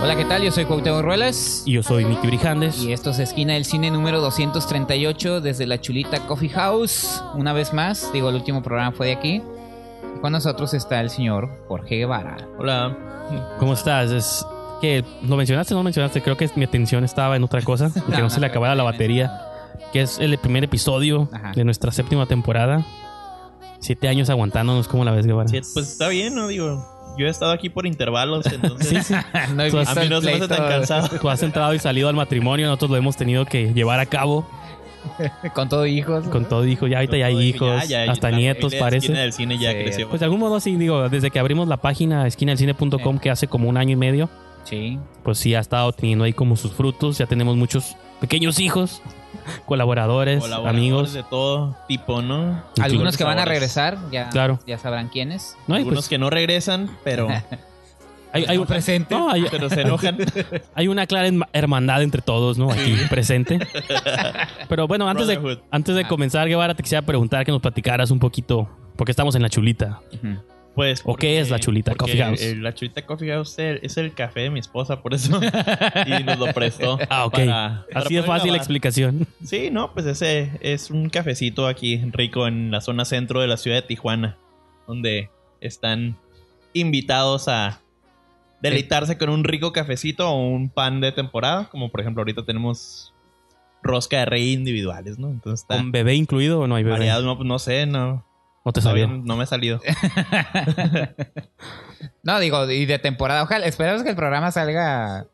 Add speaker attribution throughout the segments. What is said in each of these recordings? Speaker 1: Hola, ¿qué tal? Yo soy Cuauhtémoc Ruelas.
Speaker 2: Y yo soy Miki Brijandes.
Speaker 1: Y esto es Esquina del Cine número 238 desde la Chulita Coffee House. Una vez más, digo, el último programa fue de aquí. Y con nosotros está el señor Jorge Guevara.
Speaker 2: Hola. ¿Cómo estás? Es que lo mencionaste, no lo mencionaste. Creo que mi atención estaba en otra cosa, que no, no, se le acabara la batería. Que es el primer episodio Ajá. de nuestra séptima temporada. Siete años aguantándonos, ¿cómo la ves, Guevara?
Speaker 3: Sí, pues está bien, ¿no? Digo, yo he estado aquí por intervalos, entonces.
Speaker 2: Sí, sí.
Speaker 3: no he visto Pues, a mí no se me hace tan cansado.
Speaker 2: Tú has entrado y salido al matrimonio, nosotros lo hemos tenido que llevar a cabo.
Speaker 1: eh, Con todo hijos.
Speaker 2: Con todo hijos, ya ahorita ya hay hijos, ya, ya, hasta nietos parece.
Speaker 3: Esquina del cine ya sí. creció.
Speaker 2: Pues de algún modo sí, digo, desde que abrimos la página esquinadelcine.com que hace como un año y medio.
Speaker 1: Sí.
Speaker 2: Pues sí ha estado teniendo ahí como sus frutos, ya tenemos muchos pequeños hijos. Colaboradores, colaboradores, amigos
Speaker 3: de todo tipo, ¿no?
Speaker 1: Algunos que van a regresar, ya,
Speaker 2: claro.
Speaker 1: ya sabrán quiénes.
Speaker 3: No, Algunos pues, que no regresan, pero
Speaker 1: hay, hay un presente,
Speaker 3: no, hay, pero se enojan.
Speaker 2: Hay una clara hermandad entre todos, ¿no? Aquí presente. Pero bueno, antes de antes de ah. comenzar, Guevara te quisiera preguntar que nos platicaras un poquito porque estamos en la chulita. Uh -huh.
Speaker 3: Pues,
Speaker 2: porque, ¿O qué es la chulita Coffee House?
Speaker 3: El, la chulita Coffee House es el café de mi esposa, por eso. y nos lo prestó.
Speaker 2: Ah, ok. Para, para Así de fácil la explicación.
Speaker 3: Sí, no, pues ese es un cafecito aquí rico en la zona centro de la ciudad de Tijuana, donde están invitados a deleitarse con un rico cafecito o un pan de temporada, como por ejemplo ahorita tenemos rosca de rey individuales, ¿no?
Speaker 2: Entonces está ¿Con bebé incluido o no hay bebé?
Speaker 3: Ah. Variado, no, no sé, no.
Speaker 2: No te salió.
Speaker 3: No me ha salido.
Speaker 1: no, digo, y de temporada. Ojalá, esperamos que el programa salga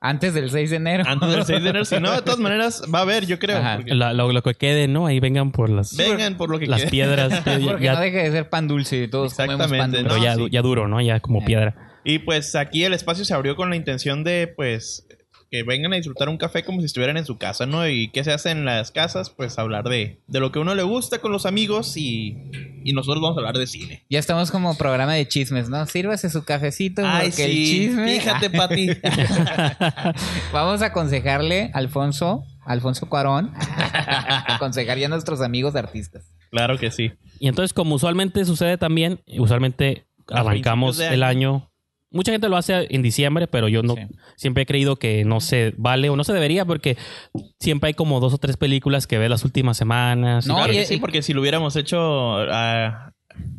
Speaker 1: antes del 6 de enero.
Speaker 3: Antes del 6 de enero, si no, de todas maneras va a haber, yo creo.
Speaker 2: Porque... Lo, lo, lo, que quede, ¿no? Ahí vengan por las...
Speaker 3: Vengan por lo que
Speaker 2: Las
Speaker 3: quede.
Speaker 2: piedras.
Speaker 1: Porque ya... no deje de ser pan dulce y todos Exactamente, comemos pan dulce.
Speaker 2: Pero ya,
Speaker 1: sí.
Speaker 2: ya, duro, ¿no? Ya como piedra.
Speaker 3: Y pues aquí el espacio se abrió con la intención de, pues, que vengan a disfrutar un café como si estuvieran en su casa, ¿no? Y qué se hace en las casas, pues hablar de, de lo que a uno le gusta con los amigos y y nosotros vamos a hablar de cine.
Speaker 1: Ya estamos como programa de chismes, ¿no? Sírvase su cafecito
Speaker 3: Ay,
Speaker 1: porque
Speaker 3: sí.
Speaker 1: el chisme. ah,
Speaker 3: Fíjate, Pati.
Speaker 1: vamos a aconsejarle a Alfonso, Alfonso Cuarón, aconsejar ya a nuestros amigos artistas.
Speaker 3: Claro que sí.
Speaker 2: Y entonces, como usualmente sucede también, usualmente arrancamos el año. Mucha gente lo hace en diciembre, pero yo no sí. siempre he creído que no se vale o no se debería porque siempre hay como dos o tres películas que ve las últimas semanas.
Speaker 3: No, claro y, que sí, porque si lo hubiéramos hecho a,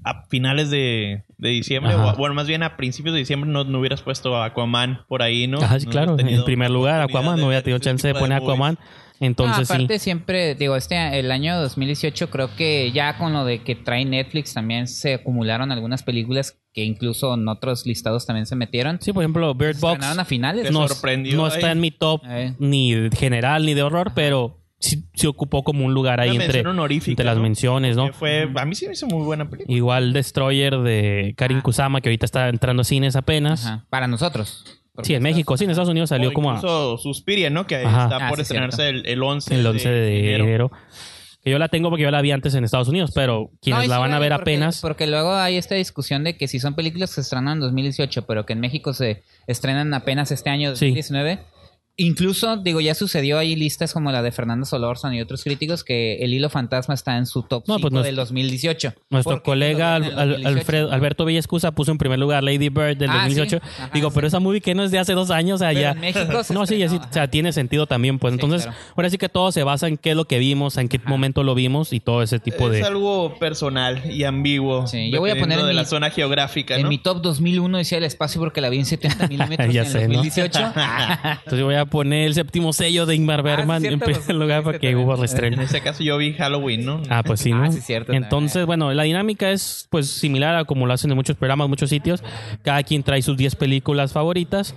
Speaker 3: a finales de, de diciembre, Ajá. o, bueno, más bien a principios de diciembre no, no hubieras puesto a Aquaman por ahí, ¿no?
Speaker 2: Ajá, Ah, sí,
Speaker 3: no
Speaker 2: claro. En primer lugar, Aquaman, no hubiera tenido chance de poner de Aquaman. Entonces,
Speaker 1: no, aparte
Speaker 2: sí.
Speaker 1: siempre, digo, este, el año 2018 creo que ya con lo de que trae Netflix también se acumularon algunas películas que incluso en otros listados también se metieron.
Speaker 2: Sí, por ejemplo, Bird Box.
Speaker 1: a finales.
Speaker 2: No, no está en mi top eh. ni general ni de horror, pero sí, sí ocupó como un lugar ahí entre, entre, las
Speaker 3: ¿no?
Speaker 2: menciones, ¿no?
Speaker 3: Fue, a mí sí me hizo muy buena película.
Speaker 2: Igual Destroyer de Karin ah. Kusama, que ahorita está entrando a cines apenas.
Speaker 1: Ajá. Para nosotros.
Speaker 2: Porque sí, en México, sí, en Estados Unidos salió como
Speaker 3: a... Suspiria, ¿no? Que Ajá. está por ah, sí, estrenarse el, el, 11
Speaker 2: el 11 de, de enero. enero. Que yo la tengo porque yo la vi antes en Estados Unidos, pero quienes no, la van sí, pues, a ver
Speaker 1: porque,
Speaker 2: apenas...
Speaker 1: Porque luego hay esta discusión de que si son películas que se estrenan en 2018, pero que en México se estrenan apenas este año 2019... Sí. Incluso, digo, ya sucedió ahí listas como la de Fernando Solórzano y otros críticos que El Hilo Fantasma está en su top no, 5 pues nos, del 2018.
Speaker 2: Nuestro colega al, al, Alfredo, Alberto Villescusa puso en primer lugar Lady Bird del ah, 2018. Sí. Ajá, digo, sí. pero esa movie que no es de hace dos años, o sea, ya...
Speaker 1: En México se
Speaker 2: no, sí, ya sí, o sea, tiene sentido también, pues. Entonces, claro. ahora sí que todo se basa en qué es lo que vimos, en qué Ajá. momento lo vimos y todo ese tipo de...
Speaker 3: Es algo personal y ambiguo.
Speaker 1: Sí, yo voy a poner...
Speaker 3: de
Speaker 1: mi,
Speaker 3: la zona geográfica,
Speaker 1: En
Speaker 3: ¿no?
Speaker 1: mi top 2001 decía el espacio porque la vi en 70 milímetros en sé, 2018. ¿no?
Speaker 2: Ah, Entonces yo voy a poner el séptimo sello de Ingmar Bergman ah, sí, en primer lugar para que hubo reestreno.
Speaker 3: En ese caso yo vi Halloween, ¿no?
Speaker 2: Ah, pues sí, ¿no?
Speaker 1: Ah, sí, cierto.
Speaker 2: Entonces, también. bueno, la dinámica es pues similar a como lo hacen en muchos programas, muchos sitios. Cada quien trae sus 10 películas favoritas.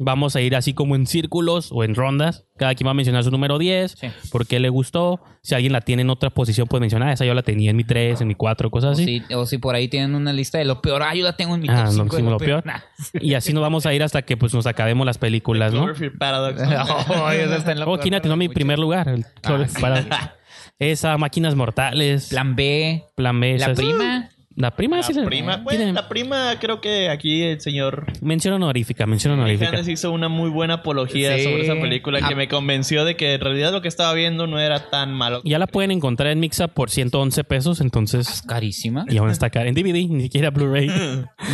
Speaker 2: Vamos a ir así como en círculos o en rondas. Cada quien va a mencionar su número 10, sí. por qué le gustó. Si alguien la tiene en otra posición, pues mencionar, ah, esa yo la tenía en mi 3, en mi 4, cosas
Speaker 1: o
Speaker 2: así.
Speaker 1: Si, o si por ahí tienen una lista de lo peor, ah, yo la tengo en mi top
Speaker 2: Ah, no,
Speaker 1: 5 de
Speaker 2: lo peor.
Speaker 1: Nah.
Speaker 2: Y así nos vamos a ir hasta que pues nos acabemos las películas, ¿no?
Speaker 3: Paradox.
Speaker 2: oh, está en la oh, Kina, no mi mucho. primer lugar. El ah, sí. Esa, Máquinas Mortales.
Speaker 1: Plan B.
Speaker 2: Plan B.
Speaker 1: La
Speaker 2: esas.
Speaker 1: prima.
Speaker 2: La prima
Speaker 3: La
Speaker 2: sí le-
Speaker 3: prima, bueno,
Speaker 2: tiene-
Speaker 3: la prima creo que aquí el señor
Speaker 2: Mención honorífica, mención honorífica.
Speaker 3: Fernández hizo una muy buena apología
Speaker 1: Sí.
Speaker 3: sobre esa película
Speaker 1: Ah.
Speaker 3: que me convenció de que en realidad lo que estaba viendo no era tan malo.
Speaker 2: Ya la pueden encontrar en Mixa por 111 pesos, entonces...
Speaker 1: Carísima.
Speaker 2: Y aún está cara en DVD, ni siquiera Blu-ray.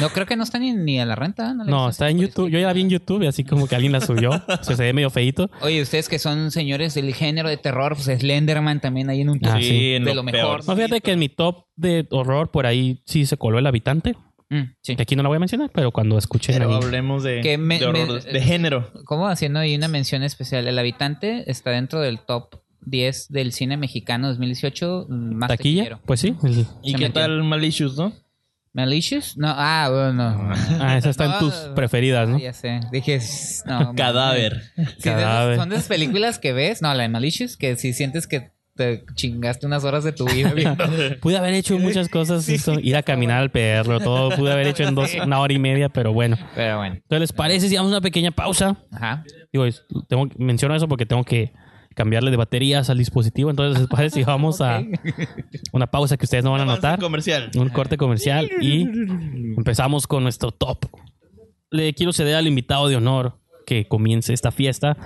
Speaker 1: No creo que no está ni, ni a la renta. la he visto.
Speaker 2: No, está en YouTube. Yo ya la vi en YouTube, así como que alguien la subió. O sea, se ve medio feíto.
Speaker 1: Oye, ustedes que son señores del género de terror, pues Slenderman también hay en un
Speaker 2: Ah,
Speaker 1: top.
Speaker 3: sí,
Speaker 2: sí.
Speaker 3: en
Speaker 1: De
Speaker 3: lo,
Speaker 1: lo
Speaker 3: peor.
Speaker 1: mejor.
Speaker 2: No, fíjate que en mi top de horror por ahí sí se coló el habitante.
Speaker 1: Mm, sí.
Speaker 2: Que aquí no la voy a mencionar, pero cuando escuchen
Speaker 3: Pero
Speaker 2: ahí-
Speaker 3: hablemos de,
Speaker 1: Que me-
Speaker 3: de, horror-
Speaker 1: me-
Speaker 3: de género.
Speaker 1: ¿Cómo? Haciendo ahí una mención especial. El habitante está dentro del top 10 del cine mexicano 2018 mm, más
Speaker 2: taquilla,
Speaker 1: taquillero.
Speaker 2: pues sí. el-
Speaker 3: ¿Y
Speaker 1: Se
Speaker 3: qué
Speaker 1: metió.
Speaker 3: tal Malicious, no?
Speaker 1: ¿Malicious? No, ah, bueno.
Speaker 2: Ah, esa está en
Speaker 1: No,
Speaker 2: tus preferidas, ¿no?
Speaker 1: Ya sé. Dije, "S- no.
Speaker 3: Cadáver.
Speaker 1: mames". Sí, de esas-
Speaker 2: Cadáver.
Speaker 1: son de esas películas que ves. No, la de Malicious, que si sientes que te chingaste unas horas de tu vida viendo.
Speaker 2: Pude haber hecho muchas cosas, eso, ir a caminar al perro, todo pude haber hecho en dos, una hora y media, pero bueno.
Speaker 1: Pero bueno.
Speaker 2: Entonces, ¿les parece si damos una pequeña pausa?
Speaker 1: Ajá.
Speaker 2: Digo, es- tengo, menciono eso porque tengo que cambiarle de baterías al dispositivo, entonces les parece si vamos a una pausa que ustedes no van a
Speaker 3: Avance
Speaker 2: notar,
Speaker 3: Comercial.
Speaker 2: un corte comercial y empezamos con nuestro top. Le quiero ceder al invitado de honor que comience esta fiesta.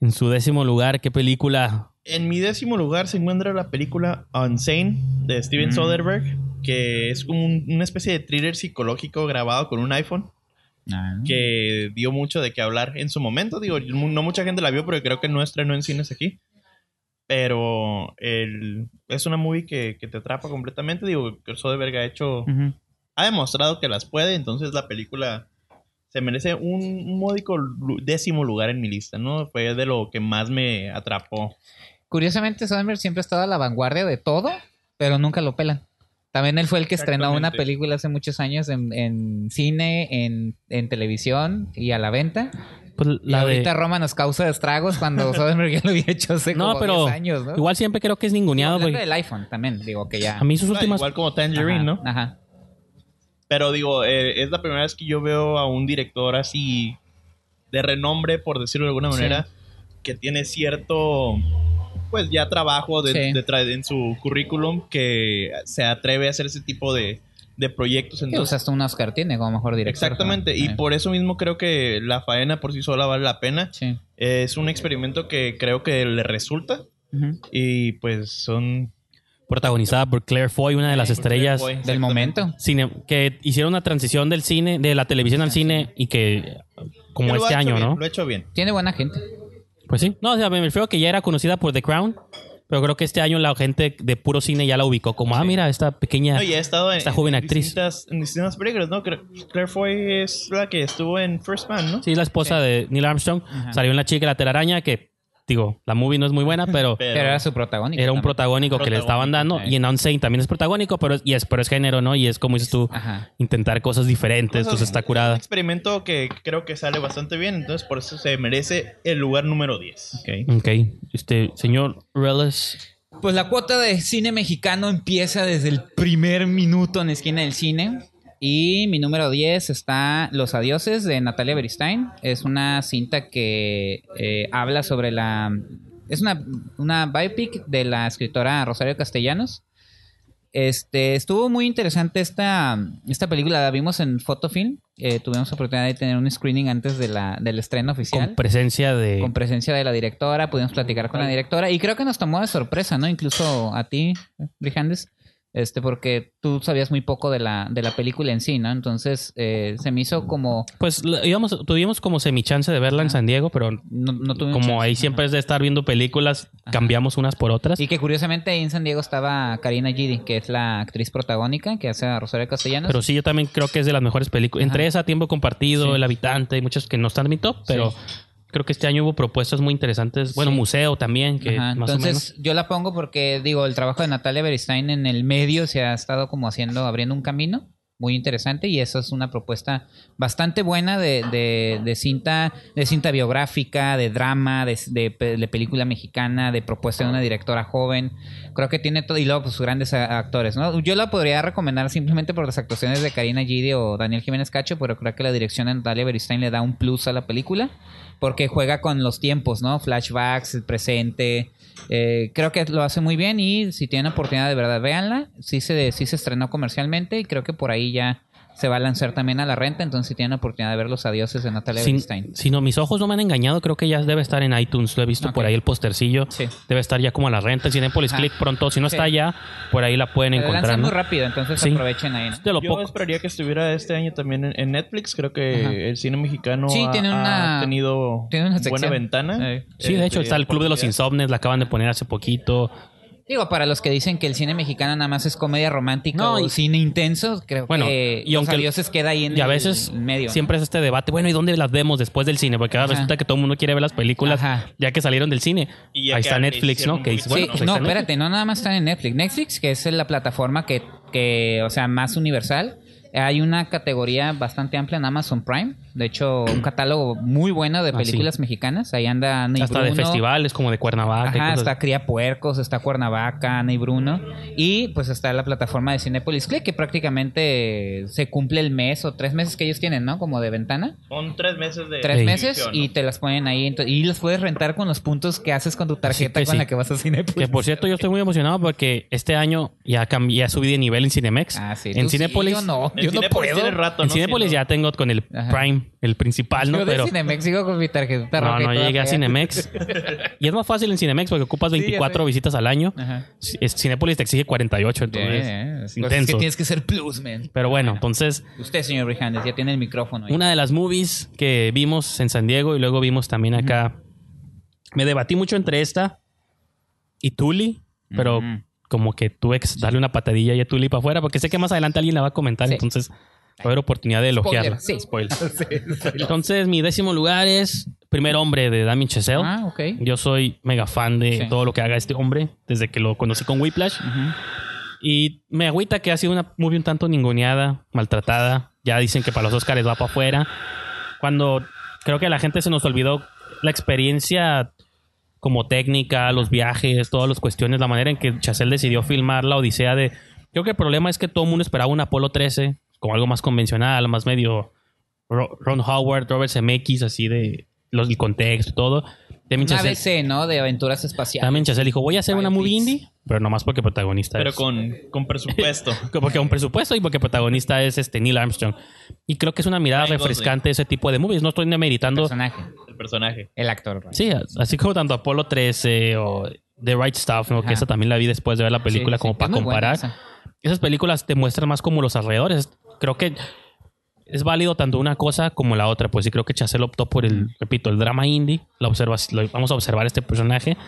Speaker 2: En su décimo lugar, ¿qué película
Speaker 3: En mi décimo lugar se encuentra la película Unsane de Steven
Speaker 1: Mm.
Speaker 3: Soderbergh, que es como un- una especie de thriller psicológico grabado con un iPhone
Speaker 1: Ah.
Speaker 3: Mm. que dio mucho de qué hablar en su momento. Digo, mu- no mucha gente la vio porque creo que no estrenó en cines aquí. Pero el- es una movie que, que te atrapa completamente. Digo, que Soderbergh ha hecho
Speaker 1: Ujú.
Speaker 3: ha demostrado que las puede, entonces la película se merece un un módico lu- décimo lugar en mi lista, ¿no? Fue de lo que más me atrapó.
Speaker 1: Curiosamente, Soderbergh siempre ha estado a la vanguardia de todo, pero nunca lo pelan. También él fue el que estrenó una
Speaker 3: Exactamente.
Speaker 1: película hace muchos años en, en cine, en, en televisión y a la venta.
Speaker 2: Pues
Speaker 1: y
Speaker 2: la de...
Speaker 1: ahorita Roma nos causa estragos cuando Soderbergh ya lo había hecho hace
Speaker 2: No,
Speaker 1: como
Speaker 2: pero
Speaker 1: 10 años, ¿no?
Speaker 2: Igual siempre creo que es ninguneado.
Speaker 1: Hablando
Speaker 2: porque
Speaker 1: del iPhone también, digo que ya...
Speaker 2: a mí sus
Speaker 3: Ah,
Speaker 2: últimas...
Speaker 3: Igual como Tangerine,
Speaker 1: Ajá,
Speaker 3: ¿no?
Speaker 1: Ajá.
Speaker 3: Pero digo, eh, es la primera vez que yo veo a un director así de renombre, por decirlo de alguna
Speaker 1: Sí.
Speaker 3: manera, que tiene cierto, pues ya trabajo de,
Speaker 1: Sí.
Speaker 3: de tra- en su currículum que se atreve a hacer ese tipo de, de proyectos.
Speaker 1: Que usaste un Oscar, tiene como mejor director.
Speaker 3: exactamente, y
Speaker 1: ¿no?
Speaker 3: por eso mismo creo que la faena por sí sola vale la pena.
Speaker 1: Sí.
Speaker 3: Es un experimento que creo que le resulta.
Speaker 1: Ujú.
Speaker 3: Y pues son. pues,
Speaker 2: Protagonizada por Claire Foy, una de las estrellas
Speaker 3: Fue-
Speaker 1: Del momento.
Speaker 2: cine- que hicieron una transición del cine, de la televisión al cine y que
Speaker 3: Que
Speaker 2: como
Speaker 3: lo ha
Speaker 2: este
Speaker 3: hecho
Speaker 2: año,
Speaker 3: bien,
Speaker 2: ¿no?
Speaker 3: Lo he hecho bien.
Speaker 1: Tiene buena gente.
Speaker 2: Pues sí. No, o sea, me refiero que ya era conocida por The Crown, pero creo que este año la gente de puro cine ya la ubicó como, ah, mira, esta pequeña...
Speaker 3: No, y ha estado en,
Speaker 2: Esta joven
Speaker 3: en
Speaker 2: actriz.
Speaker 3: Distintas, en distintas películas, ¿no? Cre- Claire Foy es la que estuvo en First Man, ¿no?
Speaker 2: Sí, es la esposa de Neil Armstrong.
Speaker 1: Ajá.
Speaker 2: Salió en La chica de la telaraña, que, digo, la movie no es muy buena, pero...
Speaker 1: Pero, era su protagónico.
Speaker 2: Era un
Speaker 1: también.
Speaker 2: protagónico que le estaban dando.
Speaker 1: Protagónico,
Speaker 2: Y en Unsane también es protagónico, pero es, y es, pero es género, ¿no? Y es como dices tú,
Speaker 1: Ajá.
Speaker 2: intentar cosas diferentes,
Speaker 3: Ah. Cosas-
Speaker 2: entonces está
Speaker 3: Un
Speaker 2: curada.
Speaker 3: experimento que creo que sale bastante bien, entonces por eso se merece el lugar número 10.
Speaker 2: Ok. Este, señor Reles.
Speaker 1: Pues la cuota de cine mexicano empieza desde el primer minuto en la esquina del cine. Y mi número 10 está Los Adioses de Natalia Beristain. Es una cinta que eh, habla sobre la... Es una, una biopic de la escritora Rosario Castellanos. Este, estuvo muy interesante esta, esta película. La vimos en Fotofilm. Eh, tuvimos oportunidad de tener un screening antes de la, del estreno oficial
Speaker 2: Con presencia de.
Speaker 1: con presencia de la directora, pudimos platicar con la directora y creo que nos tomó de sorpresa, ¿no? Incluso a ti, Brijandes, este, porque tú sabías muy poco de la, de la película en sí, ¿no? Entonces eh, se me hizo como...
Speaker 2: pues la- íbamos, tuvimos como semichance de verla en San Diego, pero
Speaker 1: No, no Ah. tuvimos
Speaker 2: como
Speaker 1: chance.
Speaker 2: ahí siempre es de estar viendo películas, cambiamos unas por otras.
Speaker 1: Y que curiosamente ahí en San Diego estaba Karina Gidi, que es la actriz protagónica que hace a Rosario Castellanos.
Speaker 2: Pero sí, yo también creo que es de las mejores películas. Entre
Speaker 1: Ajá.
Speaker 2: esa, Tiempo Compartido,
Speaker 1: Sí.
Speaker 2: El Habitante, y muchas que no están en mi top, pero
Speaker 1: Sí.
Speaker 2: creo que este año hubo propuestas muy interesantes. Bueno,
Speaker 1: Sí.
Speaker 2: Museo también, que
Speaker 1: Ajá,
Speaker 2: más o menos.
Speaker 1: entonces yo la pongo porque digo, el trabajo de Natalia Beristain en el medio se ha estado como haciendo, abriendo un camino. muy interesante y eso es una propuesta bastante buena de, de- de cinta de cinta biográfica, de drama, de, de pe- de película mexicana, de propuesta de una directora joven. Creo que tiene todo y luego pues grandes a- actores, ¿no? Yo la podría recomendar simplemente por las actuaciones de Karina Gidi o Daniel Jiménez Cacho, pero creo que la dirección de Natalia Beristain le da un plus a la película porque juega con los tiempos, ¿no? Flashbacks, el presente. Eh, creo que lo hace muy bien y si tienen oportunidad de verdad, véanla. Sí se, sí se estrenó comercialmente y creo que por ahí ya se va a lanzar también a la renta. Entonces, si tienen oportunidad de ver los adioses de Natalia
Speaker 2: Si,
Speaker 1: Bernstein.
Speaker 2: si no, mis ojos no me han engañado, creo que ya debe estar en iTunes. Lo he visto
Speaker 1: Ok.
Speaker 2: por ahí el postercillo.
Speaker 1: Sí.
Speaker 2: Debe estar ya como a la renta. Si Cinepolis
Speaker 1: Ajá.
Speaker 2: Click pronto. Si no
Speaker 1: Sí.
Speaker 2: está ya, por ahí la pueden
Speaker 1: Se lanzan
Speaker 2: encontrar. ¿no?
Speaker 1: muy rápido, entonces
Speaker 2: Sí.
Speaker 1: aprovechen ahí. ¿no?
Speaker 2: De lo
Speaker 3: Yo
Speaker 2: poco.
Speaker 3: esperaría que estuviera este año también en, en Netflix. Creo que
Speaker 1: Ajá.
Speaker 3: el cine mexicano
Speaker 1: Sí,
Speaker 3: ha,
Speaker 1: tiene una-
Speaker 3: ha tenido
Speaker 1: tiene una
Speaker 3: buena
Speaker 1: sección.
Speaker 3: ventana.
Speaker 1: Eh.
Speaker 2: Sí, de hecho,
Speaker 3: Este,
Speaker 2: está el Club de los
Speaker 3: oportunidad.
Speaker 2: Insomnes, la acaban de poner hace poquito.
Speaker 1: Digo, para los que dicen que el cine mexicano nada más es comedia romántica
Speaker 2: No,
Speaker 1: o
Speaker 2: y-
Speaker 1: cine intenso, creo
Speaker 2: Bueno,
Speaker 1: que
Speaker 2: y aunque-
Speaker 1: los adioses queda ahí en
Speaker 2: Y a
Speaker 1: el-
Speaker 2: veces
Speaker 1: en medio. ¿no?
Speaker 2: siempre es este debate, bueno, ¿y dónde las vemos después del cine? Porque ahora
Speaker 1: Ajá.
Speaker 2: resulta que todo el mundo quiere ver las películas
Speaker 1: Ajá.
Speaker 2: ya que salieron del cine.
Speaker 3: Y ya
Speaker 2: Ahí
Speaker 3: que
Speaker 2: está Netflix,
Speaker 3: hicieron
Speaker 2: ¿no? Que
Speaker 3: un
Speaker 2: dice,
Speaker 1: Sí,
Speaker 2: bueno, pues ahí
Speaker 1: no,
Speaker 2: está Netflix.
Speaker 1: espérate, no nada más están en Netflix. Netflix, que es la plataforma que, que, o sea, más universal. Hay una categoría bastante amplia en Amazon Prime. De hecho, un catálogo muy bueno de
Speaker 2: Ah,
Speaker 1: películas mexicanas. Ahí anda Ana y
Speaker 2: Hasta de
Speaker 1: Bruno.
Speaker 2: festivales como de Cuernavaca. y
Speaker 1: Ajá,
Speaker 2: cosas
Speaker 1: está Cría Puercos, está Cuernavaca, Ana y Bruno. Y pues está la plataforma de Cinepolis Click, que prácticamente se cumple el mes o tres meses que ellos tienen, ¿no? Como de ventana.
Speaker 3: Son tres meses de.
Speaker 1: Tres
Speaker 2: Sí.
Speaker 1: meses
Speaker 3: ¿no?
Speaker 1: y te las ponen ahí. ento- Y las puedes rentar con los puntos que haces con tu tarjeta
Speaker 2: que
Speaker 1: con
Speaker 2: sí.
Speaker 1: la que vas a Cinepolis.
Speaker 2: Que por cierto, yo estoy muy emocionado porque este año ya, cam- ya subí de nivel en Cinemex.
Speaker 1: Ah, sí.
Speaker 2: En
Speaker 1: Tú sí,
Speaker 2: Cinépolis.
Speaker 1: yo no,
Speaker 3: En
Speaker 1: yo no
Speaker 3: Cinépolis
Speaker 1: puedo.
Speaker 3: tiene rato,
Speaker 2: en
Speaker 3: ¿no?
Speaker 2: Cinepolis
Speaker 3: Sí, ¿no?
Speaker 2: ya tengo con el
Speaker 1: Ajá.
Speaker 2: Prime, el principal, ¿no?
Speaker 1: yo
Speaker 2: Pero
Speaker 1: de Cinemex sigo con mi tarjetita
Speaker 2: no,
Speaker 1: roja. y
Speaker 2: no
Speaker 1: toda
Speaker 2: llegué a
Speaker 1: fea.
Speaker 2: Cinemex. y es más fácil en Cinemex porque ocupas
Speaker 1: Sí, ya
Speaker 2: 24
Speaker 1: sé. Ah.
Speaker 2: visitas al año.
Speaker 1: Ajá.
Speaker 2: C- es- Cinépolis te exige 48, entonces.
Speaker 1: Eh, eh, cosas
Speaker 2: es
Speaker 1: que
Speaker 2: intenso.
Speaker 1: tienes que ser plus, man.
Speaker 2: Pero bueno, entonces,
Speaker 1: Usted, señor Brijandes, ya tiene el micrófono. ahí.
Speaker 2: una de las movies que vimos en San Diego y luego vimos también acá. Me debatí mucho entre esta y Tuli, pero
Speaker 1: Ujú.
Speaker 2: como que tuve que darle una patadilla y a Tuli para afuera, porque sé que más adelante alguien la va a comentar,
Speaker 1: Sí.
Speaker 2: entonces va a haber oportunidad de elogiarla.
Speaker 1: Spoiler, sí.
Speaker 2: Spoiler. Entonces, mi décimo lugar es Primer Hombre de Damien Chazelle.
Speaker 1: Ah, ok.
Speaker 2: Yo soy mega fan de
Speaker 1: Sí.
Speaker 2: todo lo que haga este hombre, desde que lo conocí con Whiplash.
Speaker 1: Ujú.
Speaker 2: Y me agüita que ha sido una movie un tanto ninguneada, maltratada. Ya dicen que para los Oscars va para afuera. Cuando creo que a la gente se nos olvidó la experiencia como técnica, los viajes, todas las cuestiones, la manera en que Chazelle decidió filmar la odisea de... Creo que el problema es que todo el mundo esperaba un Apolo 13 como algo más convencional, más medio Ro- Ron Howard, Robert Zemeckis, así de los, el contexto, todo. Damien
Speaker 1: Una
Speaker 2: Chazelle,
Speaker 1: ABC, ¿no? De aventuras espaciales.
Speaker 2: Damien Chazelle dijo, voy a hacer una
Speaker 1: Five
Speaker 2: movie
Speaker 1: Beats.
Speaker 2: indie, pero nomás porque protagonista
Speaker 3: Pero
Speaker 2: es-
Speaker 3: con, con presupuesto.
Speaker 2: que Porque un presupuesto y porque el protagonista es este Neil Armstrong. Y creo que es una mirada
Speaker 3: Ryan Gosling.
Speaker 2: refrescante ese tipo de movies. No estoy meditando.
Speaker 1: Personaje.
Speaker 3: el personaje.
Speaker 1: El actor.
Speaker 2: Sí, así como tanto Apolo 13 o The Right Stuff, ¿no?
Speaker 1: Ajá.
Speaker 2: que esa también la vi después de ver la película
Speaker 1: Sí,
Speaker 2: como
Speaker 1: sí,
Speaker 2: para
Speaker 1: es muy buena
Speaker 2: comparar.
Speaker 1: esa.
Speaker 2: Esas películas te muestran más como los alrededores. Creo que es válido tanto una cosa como la otra. Pues sí, creo que Chazelle optó por el, repito, el drama indie. La observa, lo- vamos a observar este personaje.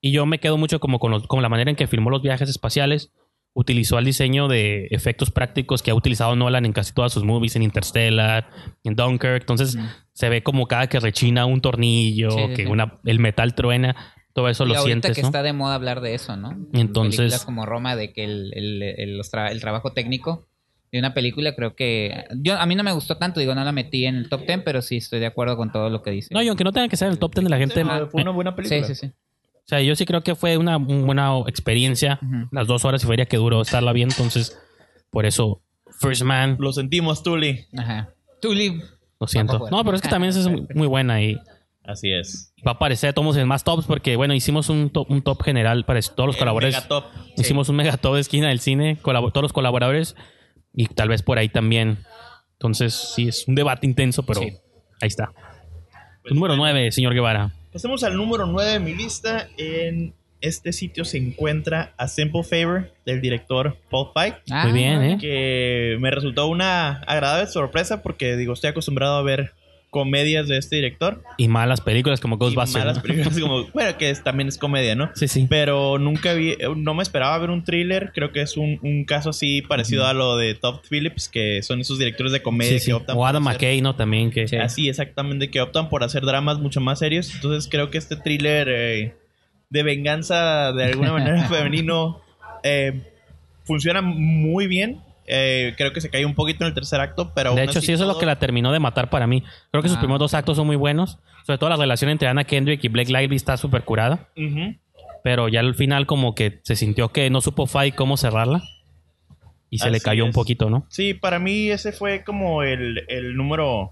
Speaker 2: Y yo me quedo mucho como con, los- con la manera en que filmó los viajes espaciales. Utilizó el diseño de efectos prácticos que ha utilizado Nolan en casi todas sus movies, en Interstellar, en Dunkirk. Entonces
Speaker 1: Ujú.
Speaker 2: se ve como cada que rechina un tornillo,
Speaker 1: Sí, sí,
Speaker 2: que
Speaker 1: sí.
Speaker 2: una, el metal truena. Todo eso
Speaker 1: Y
Speaker 2: lo
Speaker 1: ahorita
Speaker 2: sientes,
Speaker 1: que
Speaker 2: ¿no?
Speaker 1: está de moda hablar de eso, ¿no?
Speaker 2: Entonces-
Speaker 1: Películas como Roma, de que el, el- el- los tra- el trabajo técnico de una película, creo que. yo A mí no me gustó tanto, digo, no la metí en el top 10, pero sí estoy de acuerdo con todo lo que dice.
Speaker 2: No, y aunque no tenga que ser el top 10 de la gente,
Speaker 3: Pero fue una buena
Speaker 1: sí,
Speaker 3: película.
Speaker 1: sí, sí.
Speaker 2: O sea, yo sí creo que fue una un- buena experiencia.
Speaker 1: Ujú.
Speaker 2: Las dos horas y feria que duró estarla bien. Entonces, por eso, First Man,
Speaker 3: Lo sentimos, Tuli.
Speaker 1: Ajá. Tulip.
Speaker 2: lo siento. No, pero es que también esa es muy buena y
Speaker 3: Así es.
Speaker 2: va a aparecer todos en más tops porque, bueno, hicimos un top, un top general para todos los
Speaker 3: El
Speaker 2: colaboradores.
Speaker 3: megatop.
Speaker 2: Hicimos un mega top de esquina del cine, colabo- todos los colaboradores y tal vez por ahí también. Entonces, sí, es un debate intenso, pero
Speaker 1: Sí.
Speaker 2: ahí está. Número 9, señor Guevara.
Speaker 3: Pasemos al número 9 de mi lista. En este sitio se encuentra A Simple Favor del director Paul Pike.
Speaker 1: Ah,
Speaker 2: Muy bien, ¿eh?
Speaker 3: Que me resultó una agradable sorpresa porque, digo, estoy acostumbrado a ver comedias de este director.
Speaker 2: Y malas películas como
Speaker 3: y
Speaker 2: Ghostbusters.
Speaker 3: malas
Speaker 2: ¿no?
Speaker 3: películas como, bueno, que es- también es comedia, ¿no?
Speaker 2: Sí, sí.
Speaker 3: Pero nunca vi, eh, no me esperaba ver un thriller. Creo que es un, un caso así parecido a lo de Todd Phillips, que son esos directores de comedia
Speaker 2: Sí, sí.
Speaker 3: que optan
Speaker 2: O Adam
Speaker 3: por hacer-
Speaker 2: McKay, ¿no? También que...
Speaker 1: Sí.
Speaker 3: Así, exactamente, que optan por hacer dramas mucho más serios. Entonces creo que este thriller eh, de venganza de alguna manera femenino eh, funciona muy bien. Eh, creo que se cae un poquito en el tercer acto, pero.
Speaker 2: De
Speaker 3: aún
Speaker 2: hecho,
Speaker 3: así
Speaker 2: sí, eso es lo
Speaker 3: todo-
Speaker 2: que la terminó de matar para mí. Creo que sus
Speaker 1: Ah.
Speaker 2: primeros dos actos son muy buenos. Sobre todo la relación entre Anna Kendrick y Blake Lively está súper curada.
Speaker 3: Ujú.
Speaker 2: Pero ya al final como que se sintió que no supo Fai cómo cerrarla. Y se le
Speaker 3: Así
Speaker 2: cayó un
Speaker 3: es.
Speaker 2: poquito, ¿no?
Speaker 3: Sí, para mí ese fue como el, el número.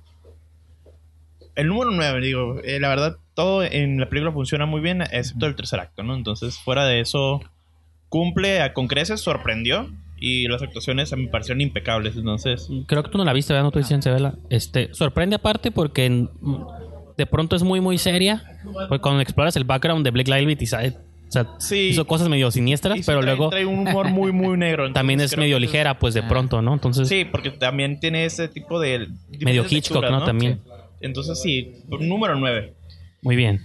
Speaker 3: El número 9, digo. Eh, la verdad, todo en la película funciona muy bien, excepto el tercer acto, ¿no? Entonces, fuera de eso, cumple a- con creces, sorprendió. Y las actuaciones me parecieron impecables. Entonces,
Speaker 2: Creo que tú no la viste, ¿verdad? No tuviste chance de verla. Este, sorprende aparte porque en- de pronto es muy, muy seria. Porque cuando exploras el background de Blake Lively, y sabe- o sea,
Speaker 3: Sí.
Speaker 2: hizo cosas medio siniestras,
Speaker 3: y sí
Speaker 2: pero
Speaker 3: trae-
Speaker 2: luego
Speaker 3: Trae un humor muy, muy negro. entonces
Speaker 2: también es
Speaker 3: creo
Speaker 2: medio
Speaker 3: que- Ah.
Speaker 2: ligera, pues de pronto, ¿no? Entonces,
Speaker 3: Sí, porque también tiene ese tipo de.
Speaker 2: medio
Speaker 3: diferentes
Speaker 2: Hitchcock,
Speaker 3: lecturas,
Speaker 2: ¿no? También.
Speaker 3: Entonces, sí, número 9.
Speaker 2: Muy bien.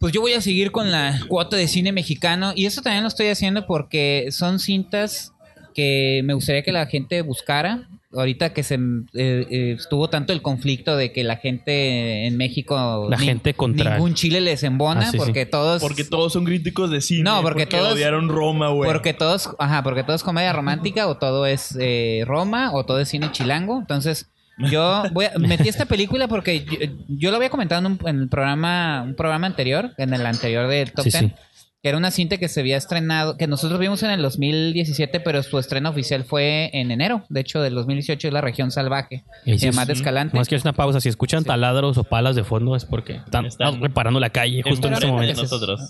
Speaker 1: Pues yo voy a seguir con la cuota de cine mexicano y eso también lo estoy haciendo porque son cintas que me gustaría que la gente buscara. Ahorita que se eh, eh, estuvo tanto el conflicto de que la gente en México
Speaker 2: La gente contra-
Speaker 1: ningún chile les embona
Speaker 2: Ah, sí, sí.
Speaker 1: porque todos
Speaker 3: Porque todos son críticos de cine.
Speaker 1: No, porque todos-
Speaker 3: odiaron Roma, güey.
Speaker 1: Porque todos, ajá, porque todo es comedia romántica o todo es eh, Roma o todo es cine chilango. Entonces, yo voy a- metí esta película porque yo, yo lo había comentado en, un, en el programa, un programa anterior, en el anterior del Top
Speaker 2: Sí,
Speaker 1: 10,
Speaker 2: sí.
Speaker 1: que era una cinta que se había estrenado, que nosotros vimos en el 2017, pero su estreno oficial fue en enero, de hecho, del 2018, es La Región Salvaje,
Speaker 2: Y
Speaker 1: de
Speaker 3: Eh,
Speaker 2: sí,
Speaker 1: Matt
Speaker 2: sí.
Speaker 1: Escalante.
Speaker 2: Más que es una pausa. Si escuchan taladros o palas de fondo es porque están,
Speaker 3: Están
Speaker 2: ah, reparando la calle justo en
Speaker 1: Enfrente
Speaker 2: este
Speaker 1: de
Speaker 2: momento.
Speaker 3: nosotros.